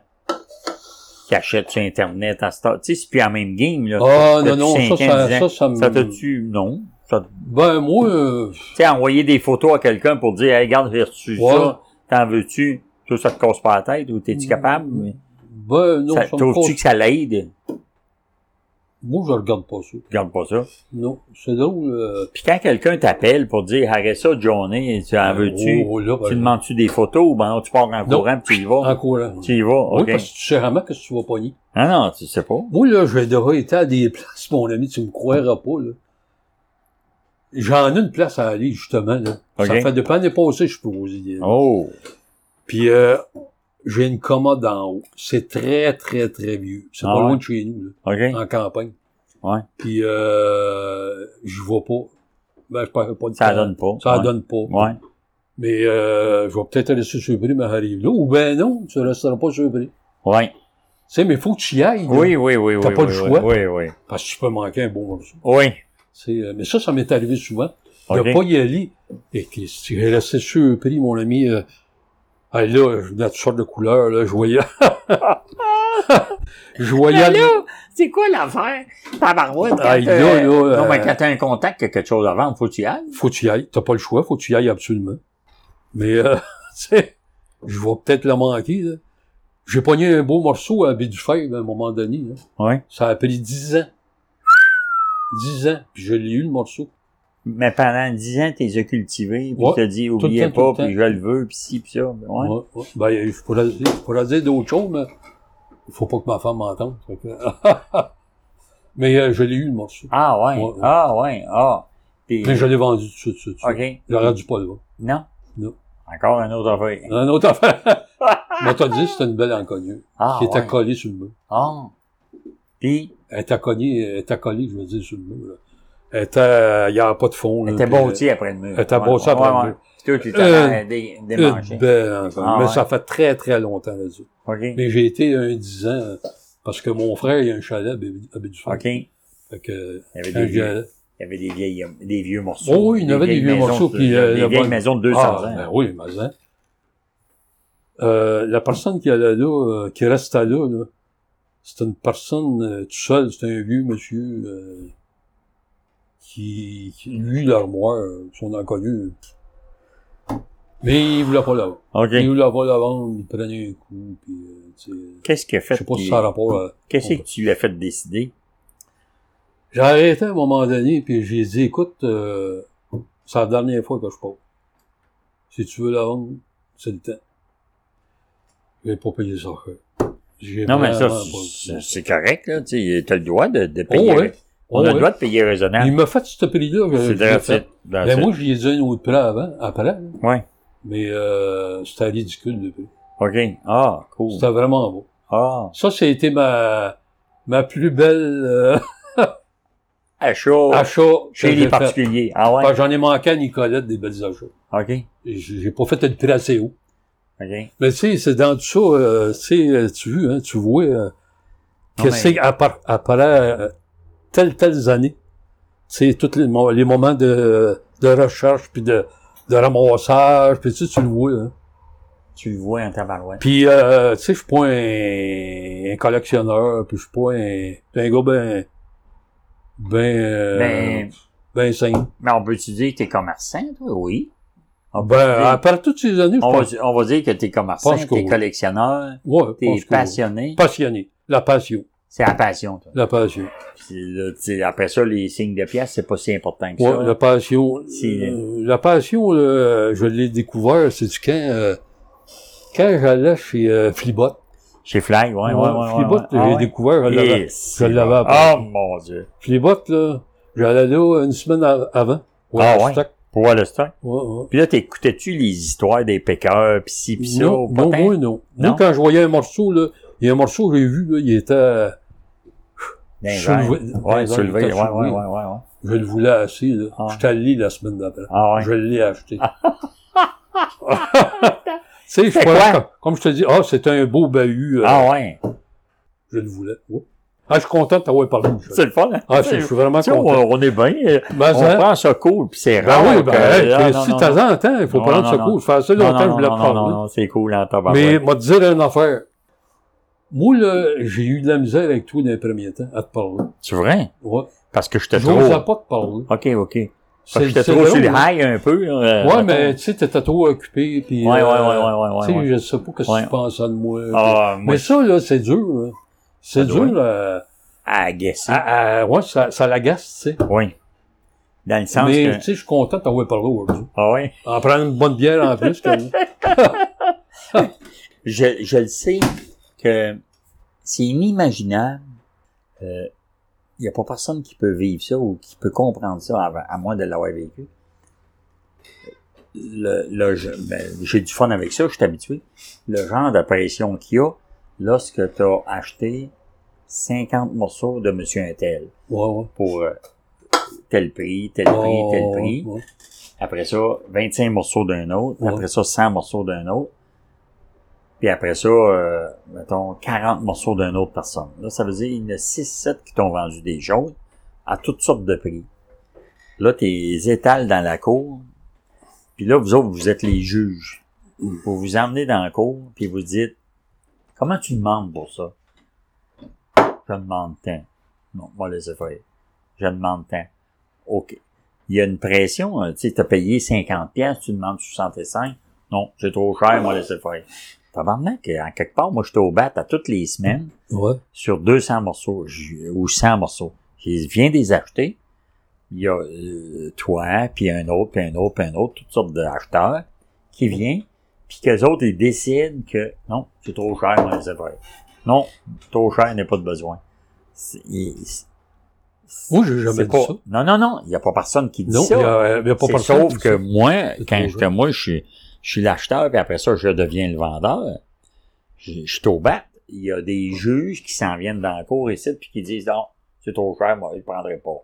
Speaker 1: qui achètent sur Internet à Star. Tu sais, c'est plus la même game, là.
Speaker 2: Ah, non,
Speaker 1: Depuis
Speaker 2: non, ça,
Speaker 1: cinq ans, dix
Speaker 2: ça,
Speaker 1: ans,
Speaker 2: ça, ça me...
Speaker 1: Ça t'a-tu. Non. Ça-
Speaker 2: Ben, moi, euh,
Speaker 1: Tu sais, envoyer des photos à quelqu'un pour dire, hey, regarde, j'ai reçu
Speaker 2: Ouais.
Speaker 1: ça, t'en veux-tu? Toi, ça te casse pas la tête ou t'es-tu capable?
Speaker 2: ben, non,
Speaker 1: Mm. Ça-
Speaker 2: ça, me
Speaker 1: Trouves-tu
Speaker 2: cause-
Speaker 1: que ça l'aide?
Speaker 2: Moi, je regarde pas ça.
Speaker 1: Regarde pas ça.
Speaker 2: Non, c'est drôle. euh,
Speaker 1: Puis quand quelqu'un t'appelle pour dire, arrête ça, Johnny, tu en veux-tu?
Speaker 2: oh, là, ben,
Speaker 1: Tu demandes-tu des photos ou ben non, tu pars en courant puis tu y vas?
Speaker 2: En courant.
Speaker 1: Tu y vas,
Speaker 2: Oui,
Speaker 1: ok.
Speaker 2: parce que tu sais vraiment que tu vas pogner.
Speaker 1: Non, non, tu sais pas.
Speaker 2: Moi, là, j'ai déjà été à des places, mon ami, tu me croiras pas, là. J'en ai une place à aller, justement, là.
Speaker 1: Ok.
Speaker 2: Ça fait depuis l'année passée, je peux vous dire.
Speaker 1: Oh!
Speaker 2: Puis, euh, j'ai une commode en haut. C'est très, très, très vieux. C'est
Speaker 1: Ah
Speaker 2: pas
Speaker 1: ouais?
Speaker 2: loin de chez nous,
Speaker 1: OK?
Speaker 2: là, en campagne.
Speaker 1: Ouais.
Speaker 2: Puis, euh, je vois pas. Ben, je parle pas de
Speaker 1: Ça donne pas.
Speaker 2: Ça
Speaker 1: ouais.
Speaker 2: donne pas.
Speaker 1: Ouais.
Speaker 2: Mais, euh, je vais peut-être rester surpris, mais arrive là. Ou ben non, tu resteras pas surpris. Tu
Speaker 1: Ouais.
Speaker 2: sais, mais faut que tu y ailles, là,
Speaker 1: Oui, oui, oui, oui.
Speaker 2: T'as pas
Speaker 1: oui,
Speaker 2: le
Speaker 1: oui,
Speaker 2: choix.
Speaker 1: Oui, oui.
Speaker 2: parce que tu peux manquer un beau morceau.
Speaker 1: Oui.
Speaker 2: C'est, euh, mais ça, ça m'est arrivé souvent.
Speaker 1: OK.
Speaker 2: De pas y aller. Et que j'ai resté surpris, mon ami. Euh, ah, là, je venais de toutes sortes de couleurs, là, je voyais. je voyais.
Speaker 1: c'est quoi l'affaire? Tabarouette, quand
Speaker 2: Aïe,
Speaker 1: t'as-
Speaker 2: là, là,
Speaker 1: Non,
Speaker 2: euh,
Speaker 1: mais quand t'as un contact, qu'il y a quelque chose à vendre, faut que tu y ailles.
Speaker 2: faut que tu y ailles. T'as pas le choix, faut que tu y ailles absolument. Mais, euh, tu sais, je vais peut-être le manquer, là. J'ai pogné un beau morceau à Bédufèvre à un moment donné, là.
Speaker 1: Oui.
Speaker 2: Ça a pris dix ans. Dix ans, puis je l'ai eu, le morceau.
Speaker 1: Mais pendant dix ans, t'es as cultivé, puis
Speaker 2: Ouais.
Speaker 1: t'as dit,
Speaker 2: le
Speaker 1: oubliez
Speaker 2: temps, tout
Speaker 1: pas,
Speaker 2: le temps.
Speaker 1: puis je le veux, puis ci, puis ça. Ouais.
Speaker 2: Ouais, ouais. Ben, je pourrais, je pourrais dire d'autres choses, mais il faut pas que ma femme m'entende. Fait que- mais euh, je l'ai eu, le morceau.
Speaker 1: Ah ouais,
Speaker 2: Ouais, ouais.
Speaker 1: ah ouais, ah. Puis,
Speaker 2: Mais je l'ai vendu tout de suite. tout de suite.
Speaker 1: OK.
Speaker 2: Il a rendu pas loin.
Speaker 1: Non?
Speaker 2: Non.
Speaker 1: Encore un autre affaire.
Speaker 2: Un autre affaire. L'autodisque, c'était une belle inconnue.
Speaker 1: Ah,
Speaker 2: qui était
Speaker 1: ouais.
Speaker 2: collée sur le mur.
Speaker 1: Ah. Puis,
Speaker 2: Elle était collée, elle était collée, je veux dire, sur le mur. Là. Elle était, euh, il n'y avait pas de fond. là,
Speaker 1: elle était
Speaker 2: puis, euh,
Speaker 1: bâtie après le mur.
Speaker 2: elle était bâtie après le mur.
Speaker 1: Puis toi, tu
Speaker 2: Euh,
Speaker 1: t'avais dé-
Speaker 2: Une
Speaker 1: démangé.
Speaker 2: belle inconnue.
Speaker 1: Ah,
Speaker 2: Mais
Speaker 1: ouais.
Speaker 2: ça fait très, très longtemps, là dessus
Speaker 1: OK.
Speaker 2: Mais j'ai été un 10 ans, parce que mon frère, il a un chalet à Bé- à Bédufort.
Speaker 1: OK. Il
Speaker 2: Fait que,
Speaker 1: y avait
Speaker 2: quand
Speaker 1: des
Speaker 2: j'y
Speaker 1: vieux,
Speaker 2: allais-
Speaker 1: il y avait des, vieilles, euh, des vieux morceaux.
Speaker 2: Oh oui, il y
Speaker 1: Des
Speaker 2: avait des
Speaker 1: vieilles
Speaker 2: vieux
Speaker 1: maisons
Speaker 2: morceaux,
Speaker 1: de-
Speaker 2: puis, euh,
Speaker 1: des
Speaker 2: la
Speaker 1: vieilles
Speaker 2: bonne-
Speaker 1: maisons de 200
Speaker 2: ah,
Speaker 1: ans.
Speaker 2: ben oui, mais hein. Euh, la personne qui allait là, euh, qui restait là, là c'était une personne euh, tout seul, c'était un vieux monsieur euh, qui, qui- lui, l'armoire, euh, son inconnu. Mais il voulait pas la vendre. Il
Speaker 1: OK.
Speaker 2: voulait pas la vendre, il prenait un coup, puis euh, tu sais,
Speaker 1: Qu'est-ce qu'il a
Speaker 2: je
Speaker 1: fait?
Speaker 2: sais pas si
Speaker 1: puis-
Speaker 2: ça a rapport à...
Speaker 1: Qu'est-ce que tu l'as fait décider?
Speaker 2: J'ai arrêté à un moment donné, puis j'ai dit, écoute, euh, c'est la dernière fois que je pars. Si tu veux la vendre, c'est le temps. J'ai pas payé ça. J'ai
Speaker 1: Non, mais ça,
Speaker 2: vraiment
Speaker 1: c'est-
Speaker 2: pas-
Speaker 1: c'est- c'est correct, là. Tu as le droit de, de
Speaker 2: Oh,
Speaker 1: payer.
Speaker 2: ouais.
Speaker 1: On
Speaker 2: Oh,
Speaker 1: a le
Speaker 2: ouais.
Speaker 1: droit de payer raisonnable.
Speaker 2: Il m'a fait ce prix-là. je-
Speaker 1: C'est
Speaker 2: je l'ai fait.
Speaker 1: drastique.
Speaker 2: Ben, moi, j'y ai dit un autre prix avant, après. là.
Speaker 1: Ouais.
Speaker 2: Mais euh, c'était ridicule le prix.
Speaker 1: OK. Ah, cool.
Speaker 2: C'était vraiment beau.
Speaker 1: Ah.
Speaker 2: Ça, ça a été ma, ma plus belle euh,
Speaker 1: À chaud.
Speaker 2: achat.
Speaker 1: Oh. Chez
Speaker 2: que
Speaker 1: les
Speaker 2: j'ai fait.
Speaker 1: particuliers. Ah ouais?
Speaker 2: Parce que J'en ai manqué à Nicolette des belles achats.
Speaker 1: OK.
Speaker 2: J'ai j'ai pas fait le prix assez haut.
Speaker 1: OK.
Speaker 2: Mais tu sais, c'est dans tout ça, euh, tu sais, euh, tu vois, hein, tu vois, euh, que
Speaker 1: mais-
Speaker 2: c'est appar- après euh, telles, telles années, tu sais, tous les, mo- les moments de, de recherche, puis de, de ramassage, puis tu sais, tu le vois, hein.
Speaker 1: Tu le vois en tabarouette.
Speaker 2: Puis, euh, tu sais, je suis pas un, un collectionneur, puis je suis pas un, un gars ben, ben, euh,
Speaker 1: Ben,
Speaker 2: ben simple.
Speaker 1: mais on peut-tu dire que t'es commerçant, toi? Oui. On peut
Speaker 2: Ben,
Speaker 1: dire-
Speaker 2: après toutes ces années, je
Speaker 1: on, va,
Speaker 2: pense,
Speaker 1: on va dire que t'es commerçant,
Speaker 2: Pense que
Speaker 1: t'es
Speaker 2: oui.
Speaker 1: collectionneur,
Speaker 2: ouais, je
Speaker 1: t'es
Speaker 2: pense que oui.
Speaker 1: passionné.
Speaker 2: passionné. La passion,
Speaker 1: C'est la passion, toi.
Speaker 2: la passion.
Speaker 1: Puis là, tu sais, après ça, les signes de pièces, c'est pas si important que
Speaker 2: Ouais,
Speaker 1: ça.
Speaker 2: la passion.
Speaker 1: C'est-
Speaker 2: euh, la passion, là, je l'ai découvert, c'est du quand, euh, quand j'allais chez euh, Flibot.
Speaker 1: Chez Fly, ouais, ouais, ouais. ouais,
Speaker 2: Flibot,
Speaker 1: ouais.
Speaker 2: j'ai
Speaker 1: Ah ouais?
Speaker 2: découvert, je l'avais-
Speaker 1: Et c'est
Speaker 2: l'avais
Speaker 1: bon.
Speaker 2: appris.
Speaker 1: Oh mon Dieu.
Speaker 2: Flibot, là, j'allais là une semaine av- avant. Ouais,
Speaker 1: Ah
Speaker 2: au
Speaker 1: ouais?
Speaker 2: stock.
Speaker 1: Pour voir le stock.
Speaker 2: Ouais, ouais.
Speaker 1: Puis là, t'écoutais-tu les histoires des péqueurs, pis ci, pis ça,
Speaker 2: Non,
Speaker 1: pas
Speaker 2: non,
Speaker 1: tant?
Speaker 2: moi, non.
Speaker 1: Non?
Speaker 2: Moi, quand je voyais un morceau, là, il y a un morceau que j'ai vu, là, il était,
Speaker 1: Dans les
Speaker 2: soulevé-
Speaker 1: airs.
Speaker 2: dans
Speaker 1: Ben, Ouais,
Speaker 2: les airs,
Speaker 1: soulevé,
Speaker 2: il
Speaker 1: ouais,
Speaker 2: était
Speaker 1: ouais, ouais,
Speaker 2: soulevé.
Speaker 1: ouais, ouais.
Speaker 2: je le voulais assez, là.
Speaker 1: Ah.
Speaker 2: Je suis allé la semaine d'après.
Speaker 1: Ah ouais.
Speaker 2: Je l'ai acheté. Tu sais, je
Speaker 1: C'est
Speaker 2: pas-
Speaker 1: quoi?
Speaker 2: comme, comme je te dis, ah, c'est un beau bahut, euh,
Speaker 1: Ah ouais.
Speaker 2: je le voulais. Ouais. Ah, je suis content de t'avoir parlé, Michel.
Speaker 1: C'est le fun, hein?
Speaker 2: Ah, je je suis vraiment
Speaker 1: Tu sais, on,
Speaker 2: content.
Speaker 1: on est bien. euh,
Speaker 2: Ben,
Speaker 1: on
Speaker 2: ça-
Speaker 1: prend ça cool, puis c'est
Speaker 2: ben
Speaker 1: rare.
Speaker 2: oui, ben,
Speaker 1: que-
Speaker 2: hey,
Speaker 1: Ah,
Speaker 2: Christy,
Speaker 1: non,
Speaker 2: de
Speaker 1: non, non.
Speaker 2: temps en temps, il faut
Speaker 1: Non,
Speaker 2: prendre
Speaker 1: non,
Speaker 2: ce
Speaker 1: non.
Speaker 2: coup. Je fais ça
Speaker 1: Non,
Speaker 2: longtemps que je
Speaker 1: non,
Speaker 2: voulais
Speaker 1: non, non,
Speaker 2: prendre.
Speaker 1: non, non, Ben c'est cool en tabarouette.
Speaker 2: Mais, m'a dire une affaire. Moi, là, j'ai eu de la misère avec toi dans les premiers temps à te parler.
Speaker 1: C'est vrai?
Speaker 2: Ouais.
Speaker 1: Parce que j'étais trop...
Speaker 2: J'osais pas te parler.
Speaker 1: OK, OK. Parce
Speaker 2: C'est-
Speaker 1: que j'étais
Speaker 2: c'est
Speaker 1: trop sur le
Speaker 2: drôle, hein.
Speaker 1: high un peu. là, euh,
Speaker 2: Ouais,
Speaker 1: mettons.
Speaker 2: mais, tu sais, t'étais trop occupé, puis...
Speaker 1: Ouais, ouais, ouais, ouais,
Speaker 2: euh,
Speaker 1: ouais,
Speaker 2: Tu
Speaker 1: ouais,
Speaker 2: sais,
Speaker 1: ouais.
Speaker 2: je sais pas qu'est-ce que
Speaker 1: Ouais.
Speaker 2: tu pensais de moi.
Speaker 1: Ah, moi,
Speaker 2: mais ça, là, c'est dur, là. C'est
Speaker 1: Ça doit.
Speaker 2: dur, là.
Speaker 1: à guesser.
Speaker 2: À- à- ouais, ça, ça l'agace, tu sais.
Speaker 1: Oui. Dans le sens
Speaker 2: Mais, tu
Speaker 1: que...
Speaker 2: sais, je suis content de t'avoir parlé aujourd'hui.
Speaker 1: Ah ouais.
Speaker 2: En prendre une bonne bière en plus, que...
Speaker 1: Je, je le sais que c'est inimaginable. Il n'y a pas personne qui peut vivre ça ou qui peut comprendre ça, avant- à, moins de l'avoir vécu. Le, le je- ben, J'ai du fun avec ça, je suis habitué. Le genre de pression qu'il y a lorsque tu as acheté 50 morceaux de Monsieur Intel
Speaker 2: Ouais, ouais.
Speaker 1: pour euh, tel prix, tel prix, tel
Speaker 2: Oh,
Speaker 1: prix.
Speaker 2: ouais.
Speaker 1: Après ça, 25 morceaux d'un autre.
Speaker 2: Ouais.
Speaker 1: Après ça, 100 morceaux d'un autre. Puis après ça, euh, mettons, 40 morceaux d'une autre personne. Là, ça veut dire qu'il y en a 6-7 qui t'ont vendu des choses à toutes sortes de prix. Là, t'es étales dans la cour. Puis là, vous autres, vous êtes les juges. Vous vous emmenez dans la cour, puis vous dites, comment tu demandes pour ça? Je demande tant. Non, on va laisser faire. Je demande tant. OK il y a une pression. hein. Tu sais, t'as payé 50 pièces, tu demandes 65. Non, c'est trop cher, moi, laissez faire. Tabarnak, en quelque part, moi, j'étais au bat à toutes les semaines
Speaker 2: Ouais.
Speaker 1: sur 200 morceaux j- ou 100 morceaux. Je viens des acheter. Il y a euh, toi, puis un autre, puis un autre, puis un autre, toutes sortes d'acheteurs qui viennent, puis qu'eux autres, ils décident que non, c'est trop cher, moi, les affaires. Non, trop cher, il n'y a pas de besoin. C'est- il-
Speaker 2: Moi, j'ai jamais
Speaker 1: C'est
Speaker 2: dit
Speaker 1: pas-
Speaker 2: ça.
Speaker 1: Non, non, non. Il n'y a pas personne qui dit
Speaker 2: Non, il
Speaker 1: ça.
Speaker 2: n'y a, il y a pas
Speaker 1: C'est
Speaker 2: personne.
Speaker 1: Sauf
Speaker 2: qui
Speaker 1: que
Speaker 2: dit
Speaker 1: moi,
Speaker 2: C'est
Speaker 1: quand
Speaker 2: trop
Speaker 1: j'étais moi, je suis, je suis l'acheteur, puis après ça, je deviens le vendeur. Je, je suis au bat. Il y a des juges qui s'en viennent dans la cour ici, puis qui disent non, c'est trop cher, moi, je le prendrai pas.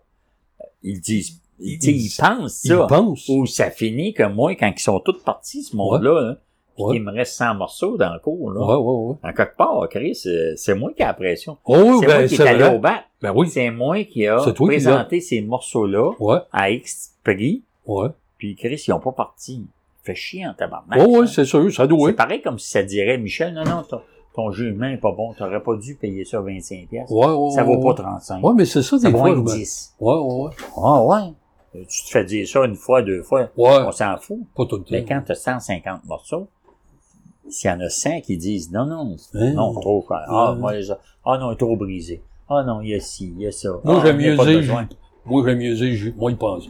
Speaker 1: Ils disent, ils, tu sais, ils pensent
Speaker 2: ça.
Speaker 1: ça.
Speaker 2: Ils pensent.
Speaker 1: Ou ça finit que moi, quand ils sont tous partis, ce monde-là, là, puis
Speaker 2: Ouais.
Speaker 1: qu'il me reste 100 morceaux dans la cour, là.
Speaker 2: Ouais, ouais, ouais.
Speaker 1: En quelque part, Chris, euh, c'est moi qui ai la pression.
Speaker 2: Oh,
Speaker 1: C'est moi
Speaker 2: ben,
Speaker 1: qui
Speaker 2: c'est
Speaker 1: est allé
Speaker 2: vrai.
Speaker 1: au bat.
Speaker 2: Ben oui.
Speaker 1: C'est moi qui a
Speaker 2: C'est toi qui
Speaker 1: présenté ces morceaux-là
Speaker 2: Ouais,
Speaker 1: à X prix,
Speaker 2: ouais.
Speaker 1: puis Chris, ils ont pas parti. Fait chier en tabarnak.
Speaker 2: Ouais, ouais,
Speaker 1: Ben, ça.
Speaker 2: c'est sûr, ça doit
Speaker 1: C'est
Speaker 2: être.
Speaker 1: pareil comme si ça dirait, Michel, non, non, ton, ton jugement est pas bon, t'aurais pas dû payer ça 25$. pièces.
Speaker 2: Ouais, ouais,
Speaker 1: ça vaut
Speaker 2: ouais.
Speaker 1: pas 35.
Speaker 2: Ouais, mais c'est ça,
Speaker 1: ça
Speaker 2: des
Speaker 1: vaut
Speaker 2: fois.
Speaker 1: un
Speaker 2: je me-
Speaker 1: 10.
Speaker 2: Ouais, ouais,
Speaker 1: Ah ouais. Tu te fais dire ça une fois, deux fois,
Speaker 2: ouais. Ouais,
Speaker 1: on s'en fout.
Speaker 2: pas tout le temps.
Speaker 1: Mais quand t'as 150 morceaux, s'il y en a 100 qui disent non, non,
Speaker 2: Hein?
Speaker 1: non, trop cher. Ah,
Speaker 2: Hein?
Speaker 1: moi, les- ah non, il est trop brisé. Ah non, il y a ci, il y a ça.
Speaker 2: Moi,
Speaker 1: Ah,
Speaker 2: j'aime
Speaker 1: il y a
Speaker 2: mieux
Speaker 1: pas de
Speaker 2: dire-
Speaker 1: besoin.
Speaker 2: Moi, j'aime mieux dire, j'ai- moi, ils pensent.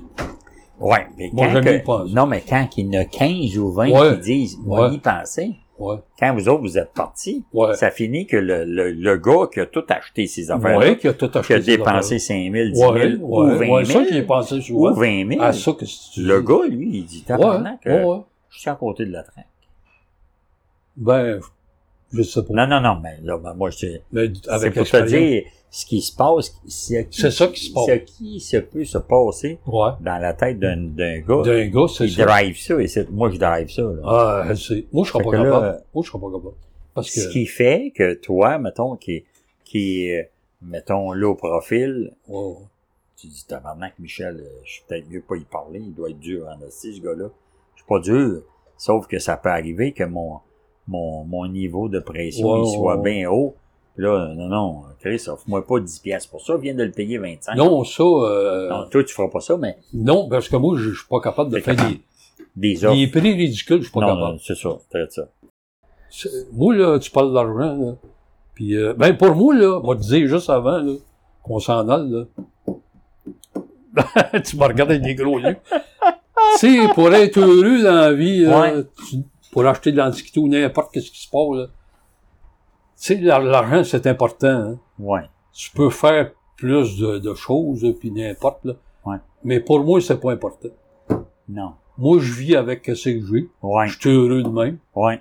Speaker 1: Ouais, mais
Speaker 2: Moi,
Speaker 1: quand
Speaker 2: j'aime
Speaker 1: que-
Speaker 2: y penser.
Speaker 1: Non, mais quand il y en a 15 ou 20
Speaker 2: Ouais.
Speaker 1: qui disent, moi,
Speaker 2: Ouais.
Speaker 1: y penser,
Speaker 2: Ouais,
Speaker 1: quand vous autres, vous êtes partis,
Speaker 2: ouais.
Speaker 1: ça finit que le, le, le gars qui a tout acheté ses affaires,
Speaker 2: Ouais, qui a tout
Speaker 1: qui a
Speaker 2: acheté. ses
Speaker 1: dépensé 5 000, 10 000
Speaker 2: affaires. Ouais,
Speaker 1: ou 20
Speaker 2: ouais, ouais.
Speaker 1: 000,
Speaker 2: Ça, qui est pensé
Speaker 1: ou
Speaker 2: souvent.
Speaker 1: 20 000,
Speaker 2: À ça, que si tu
Speaker 1: le
Speaker 2: dis.
Speaker 1: gars, lui, il dit, tabarnak,
Speaker 2: Ouais, ouais,
Speaker 1: euh,
Speaker 2: ouais.
Speaker 1: je suis à côté de la traque.
Speaker 2: Ben, je sais pas.
Speaker 1: Non, non, non, mais là, ben, moi, je sais-
Speaker 2: Mais
Speaker 1: c'est
Speaker 2: avec
Speaker 1: pour te
Speaker 2: l'expérience.
Speaker 1: dire ce qui se passe, c'est qui,
Speaker 2: C'est ça qui se passe.
Speaker 1: ce qui se peut se passer
Speaker 2: Ouais.
Speaker 1: dans la tête d'un, d'un gars
Speaker 2: D'un gars, c'est
Speaker 1: qui
Speaker 2: ça.
Speaker 1: drive ça, et c'est, moi, je drive ça, là.
Speaker 2: Ah, elle sait. Moi, je serais
Speaker 1: Fait
Speaker 2: pas
Speaker 1: que là, euh,
Speaker 2: capable. Moi, je serais pas capable. Parce que,
Speaker 1: Ce qui fait que toi, mettons, qui, qui est, mettons, là au profil, oh,
Speaker 2: ouais,
Speaker 1: tu dis, tabarnak, Michel, euh, je suis peut-être mieux pas y parler, il doit être dur en hostie, ce gars-là. Je suis pas dur, sauf que ça peut arriver que mon, mon, mon niveau de pression,
Speaker 2: Ouais,
Speaker 1: il soit
Speaker 2: ouais.
Speaker 1: bien haut. Puis là, non, non, Chris, offre-moi pas 10 piastres pour ça, viens de le payer 25.
Speaker 2: non, ça, euh,
Speaker 1: Non,
Speaker 2: non.
Speaker 1: toi, tu feras pas ça, mais
Speaker 2: parce que moi, je je suis pas capable de
Speaker 1: T'es
Speaker 2: faire des,
Speaker 1: des offres.
Speaker 2: des prix ridicules, je suis pas
Speaker 1: non,
Speaker 2: capable.
Speaker 1: non, c'est ça, traite ça.
Speaker 2: C'est- Moi, là, tu parles d'argent, là. Puis, euh, ben, pour moi, là, moi, te dire juste avant, là, qu'on s'en aille, là. tu me regardes avec des gros yeux. tu sais, pour être heureux dans la vie, là,
Speaker 1: Ouais.
Speaker 2: tu- pour acheter de l'antiquité ou n'importe qu'est-ce qui se passe, là. Tu sais, l'ar- l'argent, c'est important, hein.
Speaker 1: Ouais.
Speaker 2: Tu peux faire plus de, de choses, là, puis n'importe, là.
Speaker 1: Ouais.
Speaker 2: Mais pour moi, c'est pas important.
Speaker 1: Non.
Speaker 2: Moi, je vis avec ce que j'ai.
Speaker 1: Ouais.
Speaker 2: Je suis heureux de même,
Speaker 1: Ouais.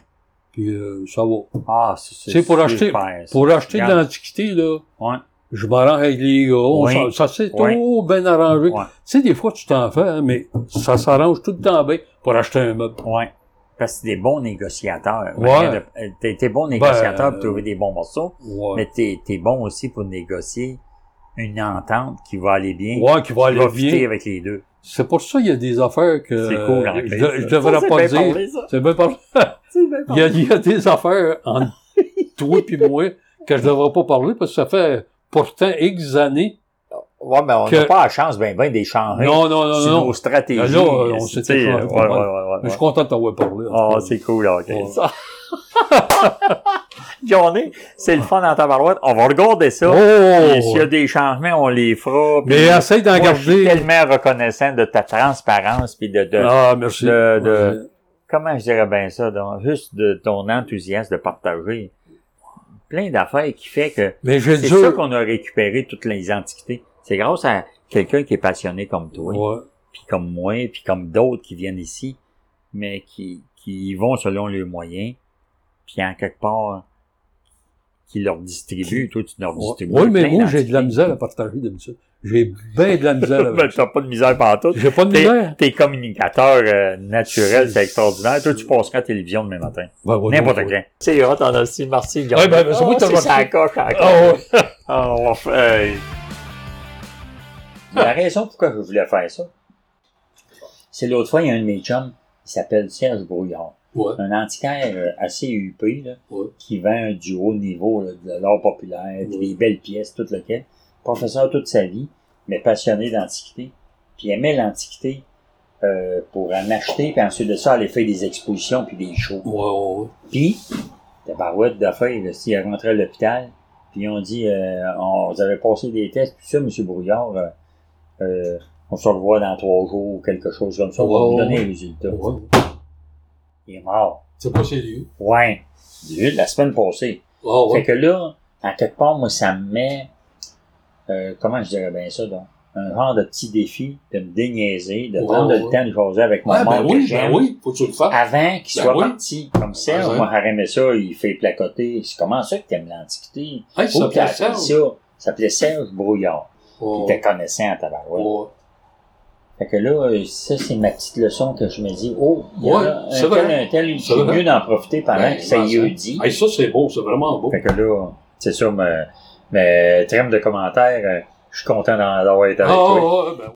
Speaker 2: puis euh, ça va.
Speaker 1: Ah, c'est, c'est,
Speaker 2: C'est pour acheter-
Speaker 1: super, ça.
Speaker 2: Pour acheter de
Speaker 1: Regarde.
Speaker 2: l'antiquité, là,
Speaker 1: Ouais.
Speaker 2: je m'arrange avec les gars, on
Speaker 1: Oui.
Speaker 2: s'en- ça s'est
Speaker 1: Oui.
Speaker 2: trop bien arrangé.
Speaker 1: Ouais.
Speaker 2: Tu sais, des fois, tu t'en fais, hein, mais ça s'arrange tout le temps bien pour acheter un meuble.
Speaker 1: Ouais. Parce que t'es des bons négociateurs.
Speaker 2: Ouais.
Speaker 1: Regarde, euh, T'es, t'es bon négociateur
Speaker 2: Ben,
Speaker 1: pour trouver des bons morceaux,
Speaker 2: Ouais,
Speaker 1: mais t'es, t'es bon aussi pour négocier une entente qui va aller bien.
Speaker 2: ouais
Speaker 1: qui
Speaker 2: qui va
Speaker 1: va
Speaker 2: aller
Speaker 1: fitter
Speaker 2: bien.
Speaker 1: avec les deux.
Speaker 2: C'est pour ça qu'il y a des affaires que
Speaker 1: C'est cool, en
Speaker 2: euh, je,
Speaker 1: fait,
Speaker 2: de-
Speaker 1: ça.
Speaker 2: je devrais
Speaker 1: Ça, c'est
Speaker 2: pas
Speaker 1: bien
Speaker 2: dire.
Speaker 1: parlé, ça.
Speaker 2: C'est bien parlé.
Speaker 1: C'est bien
Speaker 2: Il y, a, il y a des affaires entre toi puis moi que je devrais pas parler parce que ça fait pourtant X années.
Speaker 1: Ouais, mais on n'a
Speaker 2: que-
Speaker 1: pas la chance, ben, ben, d'échanger.
Speaker 2: Non, non,
Speaker 1: sur
Speaker 2: non, non. Ben,
Speaker 1: nos stratégies. euh,
Speaker 2: Là, on
Speaker 1: tu
Speaker 2: s'est
Speaker 1: sais,
Speaker 2: échangé.
Speaker 1: ouais, ouais, ouais,
Speaker 2: Mais
Speaker 1: ouais.
Speaker 2: je suis content de t'avoir parlé. en
Speaker 1: Ah,
Speaker 2: tout cas.
Speaker 1: c'est cool, OK.
Speaker 2: Ouais.
Speaker 1: Ça. Johnny, c'est le fun dans ta barouette. On va regarder ça. Et
Speaker 2: Oh!
Speaker 1: S'il y a des changements, on les fera. puis-
Speaker 2: Mais essaye d'en
Speaker 1: Moi, je suis
Speaker 2: garder.
Speaker 1: tellement reconnaissant de ta transparence puis de, de-
Speaker 2: Ah, merci.
Speaker 1: Euh, de- de- comment je dirais bien ça, donc, juste de ton enthousiasme de partager plein d'affaires qui fait que
Speaker 2: Mais j'ai
Speaker 1: c'est
Speaker 2: dit.
Speaker 1: ça qu'on a récupéré toutes les antiquités. C'est grâce à quelqu'un qui est passionné comme toi,
Speaker 2: Ouais.
Speaker 1: puis comme moi, puis comme d'autres qui viennent ici, mais qui, qui y vont selon leurs moyens, puis en quelque part, qui leur distribue, toi tu leur distribues.
Speaker 2: Oui, mais
Speaker 1: plein
Speaker 2: moi, j'ai de la
Speaker 1: d'antiquités.
Speaker 2: misère à partager d'habitude. J'ai bien de la misère
Speaker 1: Ben,
Speaker 2: avec ça.
Speaker 1: t'as pas de misère partout.
Speaker 2: J'ai pas de misère.
Speaker 1: T'es communicateur euh, naturel, c'est extraordinaire. Toi, tu passeras à la télévision demain matin.
Speaker 2: Ben, ouais,
Speaker 1: N'importe
Speaker 2: ouais.
Speaker 1: quand. C'est hot, t'en as aussi. Merci, Guillaume.
Speaker 2: Ouais, ben, ben, c'est moi qui t'en
Speaker 1: c'est
Speaker 2: remercie.
Speaker 1: sa coche, encore.
Speaker 2: Ah, ouais.
Speaker 1: Ah, on va faire- hey. La raison pourquoi je voulais faire ça, c'est l'autre fois, il y a un de mes chums, il s'appelle Serge Brouillard.
Speaker 2: Ouais.
Speaker 1: Un antiquaire euh, assez huppé, là,
Speaker 2: Ouais.
Speaker 1: qui vend du haut niveau là, de l'art populaire, puis des belles pièces, tout lequel. Professeur toute sa vie, mais passionné d'antiquité. Puis il aimait l'antiquité euh, pour en acheter, puis ensuite de ça, aller faire des expositions, puis des shows.
Speaker 2: Ouais, ouais, ouais.
Speaker 1: Puis, la barouette d'affaires, là, s'il rentrait à l'hôpital, puis on dit, euh, on, vous avez passé des tests, tout ça, M. Brouillard, euh, euh, on se revoit dans trois jours ou quelque chose comme ça, on va
Speaker 2: Ouais,
Speaker 1: vous
Speaker 2: ouais,
Speaker 1: donner
Speaker 2: ouais.
Speaker 1: les résultats.
Speaker 2: Ouais, ouais.
Speaker 1: Il est mort.
Speaker 2: C'est pas sérieux.
Speaker 1: Ouais. J'ai eu de la semaine passée.
Speaker 2: Ah,
Speaker 1: Fait
Speaker 2: ouais.
Speaker 1: que là, à quelque part, moi, ça me met, euh, comment je dirais bien ça, donc, un genre de petit défi de me déniaiser, de
Speaker 2: Ouais,
Speaker 1: prendre
Speaker 2: ouais.
Speaker 1: le temps de jaser avec mon
Speaker 2: Ouais, ben
Speaker 1: monde que
Speaker 2: oui, ben
Speaker 1: j'aime,
Speaker 2: oui, faut que tu le fasses.
Speaker 1: avant qu'il
Speaker 2: Ben
Speaker 1: soit
Speaker 2: oui.
Speaker 1: parti. Comme Serge,
Speaker 2: Ben oui.
Speaker 1: moi, j'aurais aimé ça, il fait placoter. C'est comment ça que t'aimes l'Antiquité? Où
Speaker 2: Hey, ça
Speaker 1: qu'il a
Speaker 2: plaît ça.
Speaker 1: appris ça? Ça s'appelait Serge Brouillard.
Speaker 2: Oh.
Speaker 1: Il était connaissant à tabarouette. Fait que là, euh, ça, c'est ma petite leçon que je me dis, oh, il y en a
Speaker 2: Ouais, c'est
Speaker 1: un tel,
Speaker 2: vrai.
Speaker 1: un tel,
Speaker 2: C'est
Speaker 1: c'est
Speaker 2: vrai.
Speaker 1: mieux d'en profiter pendant
Speaker 2: Ben,
Speaker 1: que ça y est
Speaker 2: ben,
Speaker 1: dit.
Speaker 2: Hey, oh. ça, c'est beau, c'est vraiment beau.
Speaker 1: Fait que là, c'est ça, mais, mais trame de commentaires, euh, je suis content d'en avoir été avec
Speaker 2: Ah,
Speaker 1: toi.
Speaker 2: ouais, ben